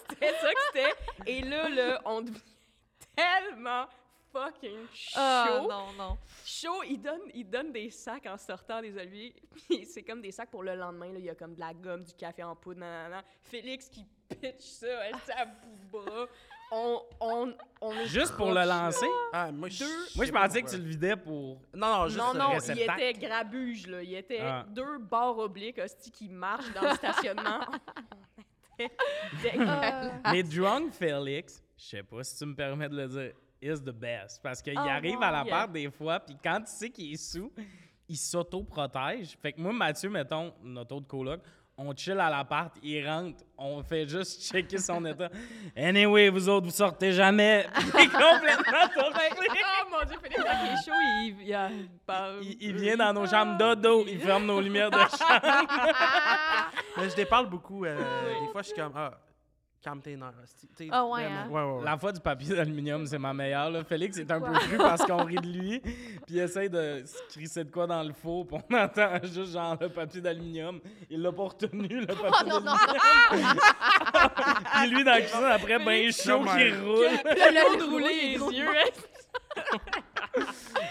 [SPEAKER 4] C'était ça que c'était. Et là, là, on devient tellement fucking chaud.
[SPEAKER 2] Ah non, non.
[SPEAKER 4] Chaud, il donne, il donne des sacs en sortant des oliviers. Puis c'est comme des sacs pour le lendemain. Là. Il y a comme de la gomme, du café en poudre, nanana. Félix qui pitch ça, elle s'est à bout de bras. On, on, on est
[SPEAKER 1] Juste pour le
[SPEAKER 4] croche, là.
[SPEAKER 1] lancer.
[SPEAKER 3] Ah, moi, je je
[SPEAKER 1] Oh, Moi,
[SPEAKER 3] sais
[SPEAKER 1] je
[SPEAKER 3] pas
[SPEAKER 1] pensais que tu
[SPEAKER 3] pourquoi.
[SPEAKER 1] le vidais pour.
[SPEAKER 3] Non, non, juste
[SPEAKER 4] Non,
[SPEAKER 3] le
[SPEAKER 4] non, il
[SPEAKER 1] réceptacle.
[SPEAKER 4] était grabuge, là. Il était
[SPEAKER 1] Ah.
[SPEAKER 4] deux barres obliques, hostie, qui marchent dans le stationnement. on était
[SPEAKER 2] Euh,
[SPEAKER 4] dégueulasse.
[SPEAKER 1] Mais Drunk Felix, je sais pas si tu me permets de le dire, is the best. Parce qu'il
[SPEAKER 4] Oh,
[SPEAKER 1] arrive
[SPEAKER 4] wow.
[SPEAKER 1] à la
[SPEAKER 4] Yeah.
[SPEAKER 1] part des fois, puis quand tu sais qu'il est sous, il s'auto-protège. Fait que moi, Mathieu, mettons, notre autre coloc, on chill à l'appart, il rentre, on fait juste checker son état. Anyway, vous autres, vous sortez jamais. Il est complètement tombé.
[SPEAKER 4] oh mon Dieu, Félix, quand il est chaud, il, il, Ah. a- bah,
[SPEAKER 1] Il, il vient dans nos chambres dodo, il ferme nos lumières de chambre.
[SPEAKER 3] Mais je déparle beaucoup. euh, des fois, je suis comme, ah, calme tes nerfs. hostie. Tu sais,
[SPEAKER 2] Ah ouais,
[SPEAKER 3] vraiment.
[SPEAKER 2] hein?
[SPEAKER 3] ouais, ouais, ouais.
[SPEAKER 1] La fois du papier d'aluminium, c'est ma meilleure. Là. Félix est un peu cru parce qu'on rit de lui, puis il essaie de se crisser de quoi dans le four, puis on entend juste genre le papier d'aluminium. Il l'a pas retenu, le papier
[SPEAKER 2] non, non,
[SPEAKER 1] d'aluminium. puis lui, dans la cuisine, après, ben chaud
[SPEAKER 3] Non,
[SPEAKER 1] qui
[SPEAKER 3] mais-
[SPEAKER 1] roule.
[SPEAKER 4] Il
[SPEAKER 2] Le
[SPEAKER 4] a
[SPEAKER 2] rouler
[SPEAKER 4] roulé
[SPEAKER 2] les
[SPEAKER 4] les yeux.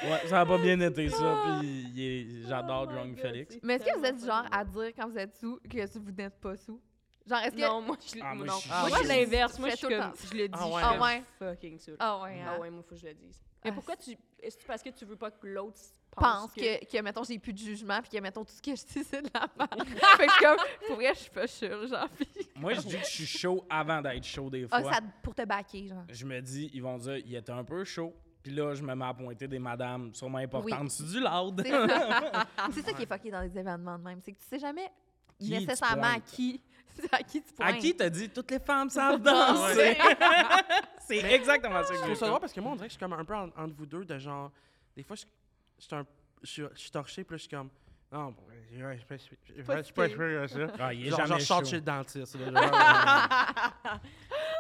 [SPEAKER 1] Ouais, ça a pas bien été ça, puis il est- j'adore
[SPEAKER 4] Oh my
[SPEAKER 1] Drunk
[SPEAKER 4] God,
[SPEAKER 1] Félix.
[SPEAKER 4] c'est
[SPEAKER 2] Mais est-ce que vous
[SPEAKER 4] tellement
[SPEAKER 2] êtes du genre
[SPEAKER 4] funny.
[SPEAKER 2] à dire quand vous êtes sous que si vous n'êtes pas sous? Genre, est-ce que.
[SPEAKER 4] Non, moi, je
[SPEAKER 1] Ah, moi,
[SPEAKER 4] non.
[SPEAKER 1] je suis-
[SPEAKER 4] Moi,
[SPEAKER 3] ah,
[SPEAKER 4] je
[SPEAKER 3] je-
[SPEAKER 4] l'inverse. Moi,
[SPEAKER 2] je
[SPEAKER 4] je,
[SPEAKER 2] fais
[SPEAKER 4] suis
[SPEAKER 2] tout le
[SPEAKER 4] comme-
[SPEAKER 2] temps.
[SPEAKER 4] je le dis.
[SPEAKER 3] Ah ouais.
[SPEAKER 4] je suis
[SPEAKER 2] Ah ouais.
[SPEAKER 4] fucking sûre.
[SPEAKER 2] Ah ouais, hein?
[SPEAKER 4] Ah ouais, moi, faut que je le dise.
[SPEAKER 2] Ah,
[SPEAKER 4] Mais pourquoi tu. Est-ce que parce que tu veux pas que l'autre pense,
[SPEAKER 2] pense que, que, mettons, j'ai plus de jugement, puis que, mettons, tout ce que je dis, c'est de la merde. fait que, comme, pour vrai, je suis pas sûre, genre. puis-
[SPEAKER 1] Moi, je dis que je suis chaud avant d'être chaud des fois.
[SPEAKER 2] Ah, ça, pour te baquer, genre.
[SPEAKER 1] Je me dis, ils vont dire, il était un peu chaud. Puis là, je me mets à pointer des madames sûrement importantes. C'est du loud.
[SPEAKER 2] C'est ça. C'est ça qui est fucké dans les événements de même. C'est que tu sais jamais.
[SPEAKER 1] qui tu
[SPEAKER 2] nécessairement à
[SPEAKER 1] pointes?
[SPEAKER 2] qui, à qui tu
[SPEAKER 1] À
[SPEAKER 2] pointes.
[SPEAKER 1] qui t'as dit toutes les femmes savent danser? C'est exactement ça
[SPEAKER 3] Ben, Je
[SPEAKER 1] que
[SPEAKER 3] trouve
[SPEAKER 1] j'ai
[SPEAKER 3] ça
[SPEAKER 1] fait.
[SPEAKER 3] drôle parce que moi, on dirait que je suis comme un peu en- entre vous deux, de genre. Des fois, je je suis un- je suis je suis torché, puis là, je suis comme. Non, bon, je je- je- je- je- je- je- je- je- je- je- je- je- je- je- je- je suis pas sûr ça.
[SPEAKER 1] Ah, il est
[SPEAKER 3] Genre, genre,
[SPEAKER 1] jamais
[SPEAKER 3] je sors de
[SPEAKER 1] chaud.
[SPEAKER 3] chez le dentiste. là, genre,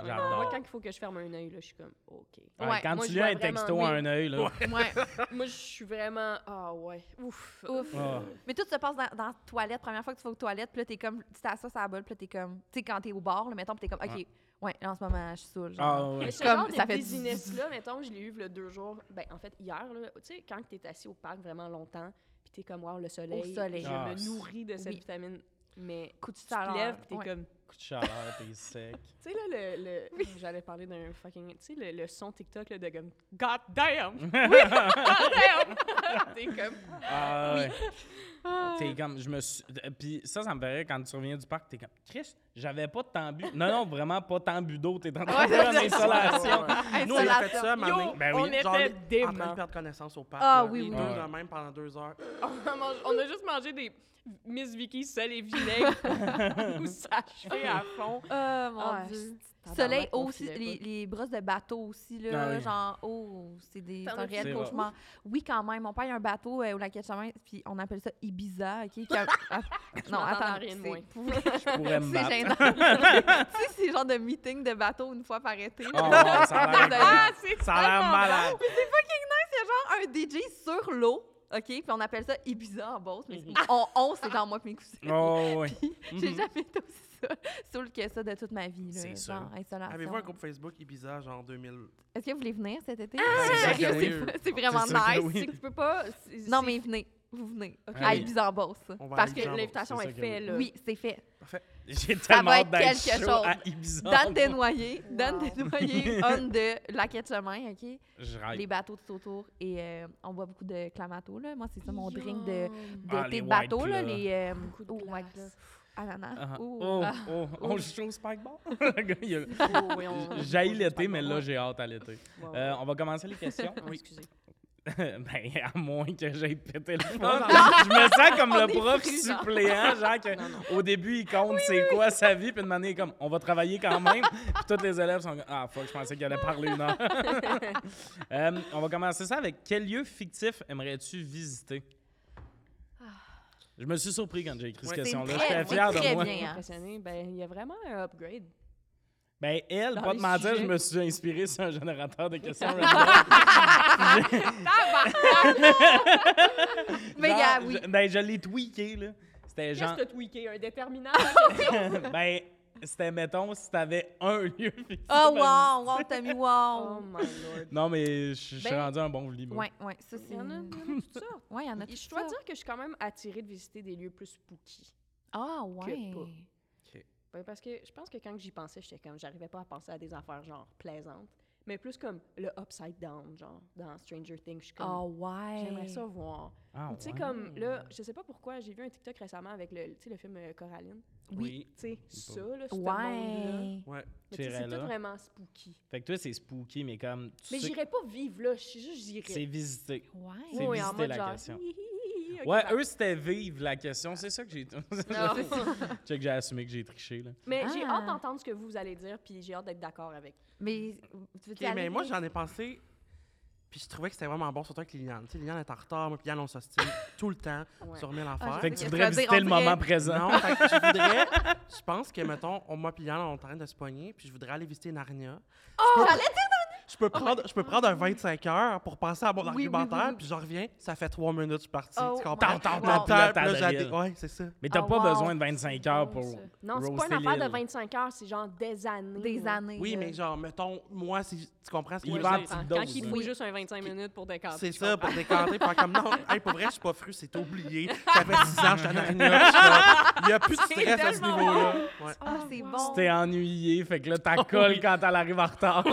[SPEAKER 4] Ouais, non,
[SPEAKER 1] J'adore.
[SPEAKER 4] Moi, quand il faut que je ferme un œil, là, je suis comme, OK.
[SPEAKER 1] Ouais,
[SPEAKER 2] Ouais,
[SPEAKER 1] quand
[SPEAKER 4] moi,
[SPEAKER 1] tu
[SPEAKER 4] je
[SPEAKER 1] lis
[SPEAKER 4] vois
[SPEAKER 1] un texto
[SPEAKER 4] vraiment,
[SPEAKER 1] à
[SPEAKER 4] oui.
[SPEAKER 1] un œil, là.
[SPEAKER 2] Ouais.
[SPEAKER 4] moi, je suis vraiment, ah ouais, ouf.
[SPEAKER 2] Ouf.
[SPEAKER 1] Ah.
[SPEAKER 2] Mais tout se passe dans, dans la toilette. Première fois que tu vas aux toilettes, puis là, t'es comme, tu t'assois sur la boule, puis là, t'es comme, tu sais, quand t'es au bord, là, mettons, puis t'es comme, OK, ouais, là, en ce moment, je suis saoul.
[SPEAKER 1] Ah,
[SPEAKER 2] genre.
[SPEAKER 1] ouais.
[SPEAKER 4] Mais ce
[SPEAKER 2] Comme,
[SPEAKER 4] genre
[SPEAKER 2] ça
[SPEAKER 4] de
[SPEAKER 2] fait
[SPEAKER 4] business-là, mettons, je l'ai eu le deux jours, ben en fait, hier, là, tu sais, quand t'es assis au parc vraiment longtemps, puis t'es comme, wow, le soleil,
[SPEAKER 2] soleil.
[SPEAKER 4] je
[SPEAKER 1] Ah,
[SPEAKER 4] me
[SPEAKER 1] c'est-
[SPEAKER 4] nourris de cette
[SPEAKER 2] oui.
[SPEAKER 4] vitamine, mais
[SPEAKER 2] Coup de
[SPEAKER 4] tu te
[SPEAKER 2] chaleur.
[SPEAKER 4] lèves, puis t'es
[SPEAKER 2] Ouais.
[SPEAKER 4] comme,
[SPEAKER 1] Coup de chaleur, t'es sec.
[SPEAKER 4] Tu sais, là, le. le- J'allais parler d'un fucking. Tu sais, le, le son TikTok, là, de comme. God damn! Oui! God damn! T'es comme.
[SPEAKER 1] Ah, ouais.
[SPEAKER 2] Ah,
[SPEAKER 1] T'es comme, je me suis. euh, Puis ça, ça me paraît quand tu reviens du parc, t'es comme, Chris, j'avais pas tant bu. Non, non, vraiment pas tant bu d'eau, t'es en train de faire une insolation.
[SPEAKER 2] Ah,
[SPEAKER 3] ouais. Nous, on a fait ça, à un moment
[SPEAKER 4] Yo,
[SPEAKER 3] donné.
[SPEAKER 1] Ben oui.
[SPEAKER 4] on
[SPEAKER 3] Genre,
[SPEAKER 4] était
[SPEAKER 3] en train de
[SPEAKER 4] dément.
[SPEAKER 3] perdre connaissance au parc.
[SPEAKER 2] Ah,
[SPEAKER 3] là,
[SPEAKER 2] oui,
[SPEAKER 3] les
[SPEAKER 2] oui.
[SPEAKER 3] deux
[SPEAKER 1] Ouais.
[SPEAKER 3] de même pendant deux heures.
[SPEAKER 4] On a, mangé- on a juste mangé des Miss Vicky sel et vinaigre ou sachets à fond.
[SPEAKER 2] Oh mon
[SPEAKER 4] Ah,
[SPEAKER 2] Dieu.
[SPEAKER 4] c'est-
[SPEAKER 2] Soleil
[SPEAKER 4] tabarnak, on
[SPEAKER 2] aussi,
[SPEAKER 4] filait
[SPEAKER 2] les, les brosses de bateau aussi, là,
[SPEAKER 1] Ah oui.
[SPEAKER 2] genre, oh, c'est des
[SPEAKER 4] T'en
[SPEAKER 2] c'est un
[SPEAKER 4] as
[SPEAKER 1] plus
[SPEAKER 2] réel
[SPEAKER 1] de
[SPEAKER 2] cauchemar. Oui, quand même, mon père, il a un bateau euh, au lac Etchemin, puis on appelle ça Ibiza, OK? qui a- Ah, non,
[SPEAKER 4] m'attends à
[SPEAKER 2] attends,
[SPEAKER 4] rien de
[SPEAKER 2] c'est-
[SPEAKER 4] moins.
[SPEAKER 1] Je pourrais me
[SPEAKER 2] C'est
[SPEAKER 1] battre.
[SPEAKER 2] gênant. tu sais, c'est genre de meeting de bateau une fois par été.
[SPEAKER 1] Oh, ouais, ça a l'air
[SPEAKER 2] Désolée.
[SPEAKER 1] malade.
[SPEAKER 4] Ah, c'est
[SPEAKER 1] Ça a l'air
[SPEAKER 4] tellement
[SPEAKER 1] malade.
[SPEAKER 2] C'est genre un DJ sur l'eau, OK? Puis on appelle ça Ibiza en boss. Mais on, on, c'est dans moi et mes cousins.
[SPEAKER 1] Oh, oui.
[SPEAKER 2] J'ai
[SPEAKER 1] Mhm.
[SPEAKER 2] jamais été aussi seule, seule que ça de toute ma vie. là,
[SPEAKER 1] C'est
[SPEAKER 2] genre, insolation.
[SPEAKER 3] Avez-vous un groupe Facebook Ibiza, genre 2000?
[SPEAKER 2] Est-ce que vous voulez venir cet été?
[SPEAKER 1] Ah,
[SPEAKER 2] Ah,
[SPEAKER 1] C'est sûr
[SPEAKER 2] Sérieux,
[SPEAKER 1] que
[SPEAKER 2] c'est-
[SPEAKER 3] oui.
[SPEAKER 2] c'est vraiment
[SPEAKER 1] C'est sûr que
[SPEAKER 2] nice.
[SPEAKER 1] oui.
[SPEAKER 4] C'est que tu peux pas. c'est-
[SPEAKER 2] Non,
[SPEAKER 4] c'est-
[SPEAKER 2] mais venez. Vous venez. OK?
[SPEAKER 1] Ok.
[SPEAKER 2] À Ibiza en boss.
[SPEAKER 3] On va
[SPEAKER 2] Parce
[SPEAKER 3] aller
[SPEAKER 4] Que
[SPEAKER 2] que.
[SPEAKER 3] genre-
[SPEAKER 4] l'invitation
[SPEAKER 1] C'est
[SPEAKER 4] est
[SPEAKER 1] ça que-
[SPEAKER 4] faite, là.
[SPEAKER 2] Oui, c'est fait.
[SPEAKER 1] J'ai
[SPEAKER 2] Ça
[SPEAKER 1] tellement
[SPEAKER 2] va
[SPEAKER 1] hâte
[SPEAKER 2] être
[SPEAKER 1] d'être
[SPEAKER 2] quelque
[SPEAKER 1] chaud à
[SPEAKER 2] chose.
[SPEAKER 1] Ibiza.
[SPEAKER 2] Dan Desnoyers, Dan
[SPEAKER 4] Wow.
[SPEAKER 2] Desnoyers, homme de la quête chemin, OK?
[SPEAKER 1] Je rêve.
[SPEAKER 2] Les bateaux tout autour et euh, on boit beaucoup de clamato, là. Moi, c'est ça mon drink de,
[SPEAKER 4] Yum.
[SPEAKER 2] de
[SPEAKER 1] Ah, les
[SPEAKER 2] thé de
[SPEAKER 1] white
[SPEAKER 2] bateau, là.
[SPEAKER 1] plats.
[SPEAKER 2] Les. euh,
[SPEAKER 4] Beaucoup de
[SPEAKER 2] oh,
[SPEAKER 4] glace.
[SPEAKER 2] white plats. Ananas.
[SPEAKER 1] Ah,
[SPEAKER 2] Ouh.
[SPEAKER 1] oh,
[SPEAKER 2] Ah.
[SPEAKER 1] oh, on joue au spikeball? Le gars, il a-
[SPEAKER 4] Oh, oui, on-
[SPEAKER 1] J'haïs
[SPEAKER 4] on-
[SPEAKER 1] l'été, mais là,
[SPEAKER 4] Ouais,
[SPEAKER 1] j'ai hâte à l'été.
[SPEAKER 4] ouais, ouais.
[SPEAKER 1] Euh, on va commencer les questions.
[SPEAKER 4] Ah, Excusez.
[SPEAKER 1] ben, à moins que j'aille péter le
[SPEAKER 3] Non,
[SPEAKER 1] fun.
[SPEAKER 3] non,
[SPEAKER 1] Je me sens comme
[SPEAKER 2] On
[SPEAKER 1] le
[SPEAKER 2] est
[SPEAKER 1] prof
[SPEAKER 2] prudent.
[SPEAKER 1] suppléant, genre, que
[SPEAKER 4] Non, non.
[SPEAKER 1] au début, il compte c'est quoi sa vie, puis une manière, comme, on va travailler quand même. puis tous les élèves sont comme, ah, fuck, je pensais qu'il allait parler une heure. Euh, on va commencer ça avec quel lieu fictif aimerais-tu visiter? Je me suis surpris quand j'ai écrit
[SPEAKER 3] Ouais.
[SPEAKER 1] cette
[SPEAKER 3] C'est
[SPEAKER 1] question-là.
[SPEAKER 2] très-
[SPEAKER 1] J'étais
[SPEAKER 2] oui,
[SPEAKER 1] fier de
[SPEAKER 2] très
[SPEAKER 1] moi.
[SPEAKER 2] bien. hein.
[SPEAKER 4] impressionné. Ben, il y a vraiment un upgrade.
[SPEAKER 1] Ben, elle,
[SPEAKER 4] Dans
[SPEAKER 1] pas de
[SPEAKER 4] les
[SPEAKER 1] mentir, je
[SPEAKER 4] sujets.
[SPEAKER 1] me suis inspiré sur un générateur de questions.
[SPEAKER 2] Mais il y a, oui.
[SPEAKER 1] Je, ben, je l'ai tweaké, là. C'était
[SPEAKER 4] Qu'est-ce
[SPEAKER 1] genre.
[SPEAKER 4] que t'as tweaké? Un déterminant? Oh
[SPEAKER 1] ben, c'était, mettons, si t'avais un lieu fictif.
[SPEAKER 2] Oh, wow, wow, t'as mis
[SPEAKER 4] oh
[SPEAKER 2] wow.
[SPEAKER 4] my lord.
[SPEAKER 1] Non, mais je je suis
[SPEAKER 2] Ben,
[SPEAKER 1] rendu un bon vlog.
[SPEAKER 2] Ouais, ouais, ça,
[SPEAKER 4] Il
[SPEAKER 2] c'est.
[SPEAKER 4] y en a, il y en a toutes sortes.
[SPEAKER 2] Ouais, il y en Mm. a
[SPEAKER 4] Et
[SPEAKER 2] tout
[SPEAKER 4] Je dois
[SPEAKER 2] ça.
[SPEAKER 4] dire que je suis quand même attirée de visiter des lieux plus spooky.
[SPEAKER 2] Ah, ouais.
[SPEAKER 4] pas. Ben, parce que je pense que quand j'y pensais, j'étais comme, j'arrivais pas à penser à des affaires genre plaisantes, mais plus comme le upside down, genre dans Stranger Things. Je suis
[SPEAKER 2] Ah,
[SPEAKER 4] comme,
[SPEAKER 2] ouais.
[SPEAKER 4] j'aimerais ça voir.
[SPEAKER 1] Ah,
[SPEAKER 4] Ou tu sais,
[SPEAKER 1] ouais.
[SPEAKER 4] comme là, je sais pas pourquoi, j'ai vu un TikTok récemment avec le, tu sais, le film euh, Coraline.
[SPEAKER 2] Oui.
[SPEAKER 4] Tu sais,
[SPEAKER 1] J'ai
[SPEAKER 4] ça, là, ce monde-là.
[SPEAKER 2] Ouais.
[SPEAKER 3] Ouais.
[SPEAKER 4] Mais tu sais,
[SPEAKER 1] J'irais
[SPEAKER 4] c'est
[SPEAKER 1] là.
[SPEAKER 4] tout vraiment spooky.
[SPEAKER 1] Fait que toi, c'est spooky, mais comme. Tu
[SPEAKER 4] Mais
[SPEAKER 1] sais,
[SPEAKER 4] j'irais pas vivre là, je sais juste
[SPEAKER 1] que
[SPEAKER 4] j'irais.
[SPEAKER 1] c'est visité.
[SPEAKER 2] Ouais.
[SPEAKER 1] c'est
[SPEAKER 4] Oui,
[SPEAKER 1] visiter
[SPEAKER 4] en mode
[SPEAKER 1] la
[SPEAKER 4] genre,
[SPEAKER 1] question.
[SPEAKER 4] hi, hi, hi, ok,
[SPEAKER 1] ouais,
[SPEAKER 4] bye.
[SPEAKER 1] eux, c'était vivre la question. C'est ça que j'ai. Check, j'ai assumé que j'ai triché, là.
[SPEAKER 4] Mais j'ai
[SPEAKER 2] Ah.
[SPEAKER 4] hâte d'entendre ce que vous allez dire, puis j'ai hâte d'être d'accord avec.
[SPEAKER 2] Mais tu veux
[SPEAKER 3] OK, mais moi, j'en ai pensé. Puis je trouvais que c'était vraiment bon, surtout avec Liliane. Tu sais, Liliane est en retard, moi, puis Liliane, on s'ostine tout le temps
[SPEAKER 4] Ouais.
[SPEAKER 3] sur mille
[SPEAKER 2] Ah,
[SPEAKER 3] affaires.
[SPEAKER 1] Fait que tu
[SPEAKER 2] Qu'est-ce
[SPEAKER 1] voudrais
[SPEAKER 2] que ça veut dire,
[SPEAKER 1] visiter le
[SPEAKER 2] on dirait?
[SPEAKER 1] moment présent.
[SPEAKER 3] Non, fait que je voudrais. Je pense que, mettons, on- moi puis Yann, on est en train de se pogner, puis je voudrais aller visiter Narnia.
[SPEAKER 2] Oh, j'allais
[SPEAKER 3] Je peux prendre, je peux prendre un 25 heures pour penser à mon
[SPEAKER 2] Oui, oui, oui,
[SPEAKER 3] argumentaire,
[SPEAKER 2] oui.
[SPEAKER 3] puis je reviens, ça fait 3 minutes, je suis parti.
[SPEAKER 2] Oh
[SPEAKER 3] tu
[SPEAKER 2] my
[SPEAKER 3] comprends?
[SPEAKER 2] God. Tant, tant,
[SPEAKER 3] Le
[SPEAKER 2] tant,
[SPEAKER 1] le
[SPEAKER 3] temps,
[SPEAKER 1] temps
[SPEAKER 3] puis là,
[SPEAKER 1] d'arriver.
[SPEAKER 3] j'adé- Ouais, c'est ça.
[SPEAKER 1] Mais t'as
[SPEAKER 2] Ah,
[SPEAKER 1] pas
[SPEAKER 2] wow.
[SPEAKER 1] besoin de 25 heures
[SPEAKER 4] Bon,
[SPEAKER 1] pour.
[SPEAKER 4] ça. Non, c'est pas une
[SPEAKER 1] roaster
[SPEAKER 4] affaire de
[SPEAKER 1] l'île.
[SPEAKER 4] 25 heures, c'est genre des années.
[SPEAKER 2] des
[SPEAKER 4] là.
[SPEAKER 2] années.
[SPEAKER 3] Oui,
[SPEAKER 2] là.
[SPEAKER 3] mais genre, mettons, moi, si tu comprends ce que
[SPEAKER 1] Il
[SPEAKER 3] je veux
[SPEAKER 1] va en
[SPEAKER 3] dire.
[SPEAKER 1] petite
[SPEAKER 4] Quand- Quand
[SPEAKER 1] dose,
[SPEAKER 4] il
[SPEAKER 1] hein.
[SPEAKER 4] faut
[SPEAKER 1] Oui.
[SPEAKER 4] juste un 25 minutes pour décanter.
[SPEAKER 3] C'est
[SPEAKER 4] je
[SPEAKER 3] ça,
[SPEAKER 4] comprends.
[SPEAKER 3] pour décanter, faire comme non. Hey, pour vrai, je suis pas fru, c'est oublié. Ça fait 6 ans que je suis à Narnia. puis je suis comme, Il n'y a plus de
[SPEAKER 4] C'est
[SPEAKER 3] stress à ce
[SPEAKER 4] tellement
[SPEAKER 3] niveau-là. Ouais.
[SPEAKER 2] Ah, c'est
[SPEAKER 4] wow.
[SPEAKER 2] bon.
[SPEAKER 1] T'es ennuyé, fait que là, t'as colle quand elle arrive en retard.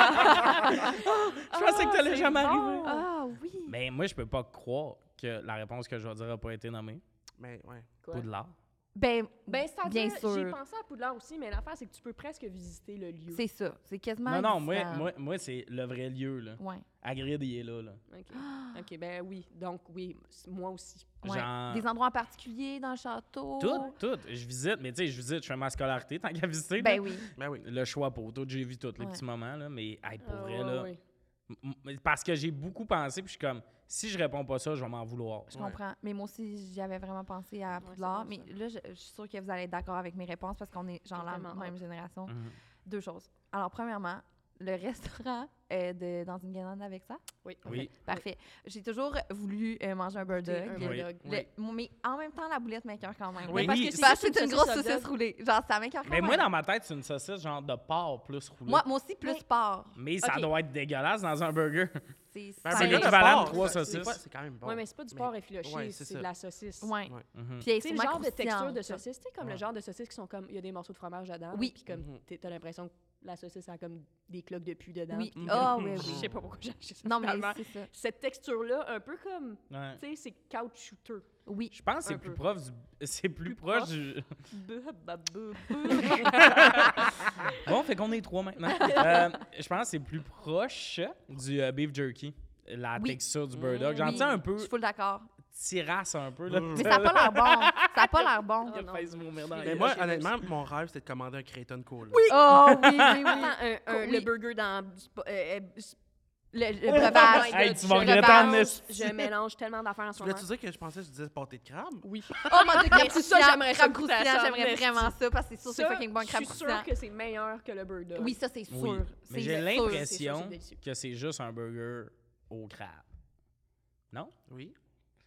[SPEAKER 1] Je pensais que t'allais
[SPEAKER 4] c'est
[SPEAKER 1] jamais
[SPEAKER 4] bon.
[SPEAKER 1] arriver.
[SPEAKER 2] Ah, oui.
[SPEAKER 1] Mais moi, je peux pas croire que la réponse que je vais dire a pas été nommée.
[SPEAKER 3] Mais ouais.
[SPEAKER 4] Quoi?
[SPEAKER 1] Poudlard.
[SPEAKER 2] Ben,
[SPEAKER 4] Ben,
[SPEAKER 2] bien
[SPEAKER 4] c'est-à-dire, j'ai
[SPEAKER 2] sûr.
[SPEAKER 4] pensé à Poudlard aussi, mais l'affaire, c'est que tu peux presque visiter le lieu.
[SPEAKER 2] C'est ça. C'est quasiment.
[SPEAKER 1] Non, non, moi,
[SPEAKER 2] existable.
[SPEAKER 1] moi, moi c'est le vrai lieu, là.
[SPEAKER 2] Ouais.
[SPEAKER 1] Hagrid, il est là, là.
[SPEAKER 4] OK. OK, ben oui. Donc, oui, c- moi aussi.
[SPEAKER 2] ouais.
[SPEAKER 1] Genre-
[SPEAKER 2] Des endroits en particulier dans le château.
[SPEAKER 1] Tout, tout. Je visite, mais tu sais, je visite, je fais ma scolarité tant qu'à visiter.
[SPEAKER 2] Ben
[SPEAKER 1] là.
[SPEAKER 2] oui.
[SPEAKER 3] Ben oui.
[SPEAKER 1] Le choix pour tout, j'ai vu tous les
[SPEAKER 2] Ouais.
[SPEAKER 1] petits moments, là, mais hey, pour
[SPEAKER 4] Ah,
[SPEAKER 1] vrai,
[SPEAKER 4] ouais,
[SPEAKER 1] là.
[SPEAKER 4] ouais.
[SPEAKER 1] m- m- Parce que j'ai beaucoup pensé, puis je suis comme, si je réponds pas ça, je vais m'en vouloir.
[SPEAKER 2] Je
[SPEAKER 3] Ouais.
[SPEAKER 2] comprends. Mais moi aussi, j'y avais vraiment pensé à
[SPEAKER 4] c'est
[SPEAKER 2] Poudlard.
[SPEAKER 4] bon, ça.
[SPEAKER 2] mais là, je, je suis sûre que vous allez être d'accord avec mes réponses parce qu'on est genre la
[SPEAKER 4] Totalement
[SPEAKER 2] même
[SPEAKER 4] hâte.
[SPEAKER 2] génération.
[SPEAKER 1] Mhm.
[SPEAKER 2] Deux choses. Alors, premièrement, le restaurant euh, de Dans une guirlande avec ça.
[SPEAKER 4] Oui.
[SPEAKER 1] Oui.
[SPEAKER 2] Parfait. J'ai toujours voulu euh, manger un
[SPEAKER 4] Goûter
[SPEAKER 2] burger.
[SPEAKER 4] un
[SPEAKER 1] Oui.
[SPEAKER 4] bulldog.
[SPEAKER 2] Le- Mais en même temps, la boulette m'écœure quand même.
[SPEAKER 1] Oui.
[SPEAKER 2] parce
[SPEAKER 1] Oui.
[SPEAKER 2] que
[SPEAKER 4] C'est
[SPEAKER 2] c'est
[SPEAKER 4] juste
[SPEAKER 2] c'est
[SPEAKER 4] une
[SPEAKER 2] une grosse
[SPEAKER 4] saucisse hot
[SPEAKER 2] saucisse
[SPEAKER 4] dog.
[SPEAKER 2] roulée. Genre, ça m'écœure quand
[SPEAKER 1] Mais
[SPEAKER 2] même.
[SPEAKER 1] moi, dans ma tête, c'est une saucisse genre de porc plus roulée.
[SPEAKER 2] moi, moi aussi, plus
[SPEAKER 4] Mais-
[SPEAKER 2] porc.
[SPEAKER 1] Mais ça
[SPEAKER 4] Ok.
[SPEAKER 1] doit être dégueulasse dans un burger.
[SPEAKER 2] C'est
[SPEAKER 3] Ben, un
[SPEAKER 1] C'est
[SPEAKER 3] burger de
[SPEAKER 1] l'équivalent de
[SPEAKER 3] porc,
[SPEAKER 1] trois
[SPEAKER 3] ça, c'est
[SPEAKER 1] saucisses.
[SPEAKER 3] pas- C'est quand même bon.
[SPEAKER 4] Oui, mais c'est pas du
[SPEAKER 3] Mais-
[SPEAKER 4] porc effiloché,
[SPEAKER 3] ouais, c'est
[SPEAKER 4] c'est
[SPEAKER 3] ça.
[SPEAKER 4] de la saucisse.
[SPEAKER 2] Ouais.
[SPEAKER 3] Ouais.
[SPEAKER 1] Mhm.
[SPEAKER 2] Puis elle est
[SPEAKER 4] Tu sais, le
[SPEAKER 2] sûrement
[SPEAKER 4] genre de texture de
[SPEAKER 2] croustillante, ça.
[SPEAKER 4] saucisse, tu sais, comme
[SPEAKER 1] Ouais.
[SPEAKER 4] le genre de saucisse qui sont comme, il y a des morceaux de fromage dedans.
[SPEAKER 2] Oui.
[SPEAKER 4] Puis comme,
[SPEAKER 3] Mhm.
[SPEAKER 4] t'es- t'as l'impression que la saucisse a comme des cloques de pus dedans.
[SPEAKER 2] Oui.
[SPEAKER 4] puis-
[SPEAKER 2] Ah, oui,
[SPEAKER 4] Je
[SPEAKER 2] oui.
[SPEAKER 4] sais pas pourquoi j'ai acheté ça.
[SPEAKER 2] Non, mais
[SPEAKER 4] finalement.
[SPEAKER 2] c'est ça.
[SPEAKER 4] Cette texture-là, un peu comme,
[SPEAKER 1] Ouais.
[SPEAKER 4] tu sais, c'est caoutchouteux.
[SPEAKER 2] Oui.
[SPEAKER 1] Je pense que c'est
[SPEAKER 4] Un
[SPEAKER 1] plus
[SPEAKER 4] peu.
[SPEAKER 1] proche du. C'est plus
[SPEAKER 4] Plus
[SPEAKER 1] proche
[SPEAKER 4] proche.
[SPEAKER 1] du.
[SPEAKER 4] Buh, bah, buh, buh.
[SPEAKER 1] Bon, fait qu'on est trois maintenant. Euh, je pense que c'est plus proche du euh, beef jerky. La
[SPEAKER 2] Oui.
[SPEAKER 1] texture du burdock. J'en
[SPEAKER 2] Mm, Oui.
[SPEAKER 1] tiens un peu,
[SPEAKER 2] Je suis full d'accord.
[SPEAKER 1] tirasse un peu. Là.
[SPEAKER 2] Mais ça n'a pas l'air bon. Ça n'a pas l'air bon.
[SPEAKER 4] Oh,
[SPEAKER 1] Il a
[SPEAKER 4] non.
[SPEAKER 1] failli se vomir dans la
[SPEAKER 3] Mais
[SPEAKER 1] gueule.
[SPEAKER 3] moi,
[SPEAKER 4] Chez
[SPEAKER 3] honnêtement, mon rêve, c'était de commander un Creighton Cola.
[SPEAKER 2] Oh oui, oui, oui.
[SPEAKER 4] Ah. Attends, un- un-
[SPEAKER 2] Oui.
[SPEAKER 4] le burger dans... euh, euh,
[SPEAKER 2] Le, le
[SPEAKER 1] Oh my
[SPEAKER 2] breuvage.
[SPEAKER 1] God. Hey, tu
[SPEAKER 4] je
[SPEAKER 1] vas
[SPEAKER 4] mélange-
[SPEAKER 1] regretter en esti.
[SPEAKER 4] Je mélange tellement d'affaires en ce
[SPEAKER 3] Tu
[SPEAKER 4] moment.
[SPEAKER 3] voulais-tu dire que je pensais que je disais pâté de crabe?
[SPEAKER 4] Oui.
[SPEAKER 2] Oh mon dieu, crabe
[SPEAKER 4] Merci, ça,
[SPEAKER 2] croustillant,
[SPEAKER 4] j'aimerais ça
[SPEAKER 2] crabe
[SPEAKER 4] goûter à ça,
[SPEAKER 2] croustillant, J'aimerais
[SPEAKER 4] merci.
[SPEAKER 2] vraiment ça parce que c'est sûr c'est
[SPEAKER 4] Ça,
[SPEAKER 2] fucking bon, crabe
[SPEAKER 4] Je suis sûre
[SPEAKER 2] croustillant.
[SPEAKER 4] que c'est meilleur que le burger.
[SPEAKER 2] Oui, ça c'est
[SPEAKER 1] Oui.
[SPEAKER 2] sûr.
[SPEAKER 1] Mais
[SPEAKER 2] C'est
[SPEAKER 1] j'ai
[SPEAKER 2] sûr.
[SPEAKER 1] l'impression
[SPEAKER 4] c'est délicieux.
[SPEAKER 1] que c'est juste un burger au crabe.
[SPEAKER 3] Oui.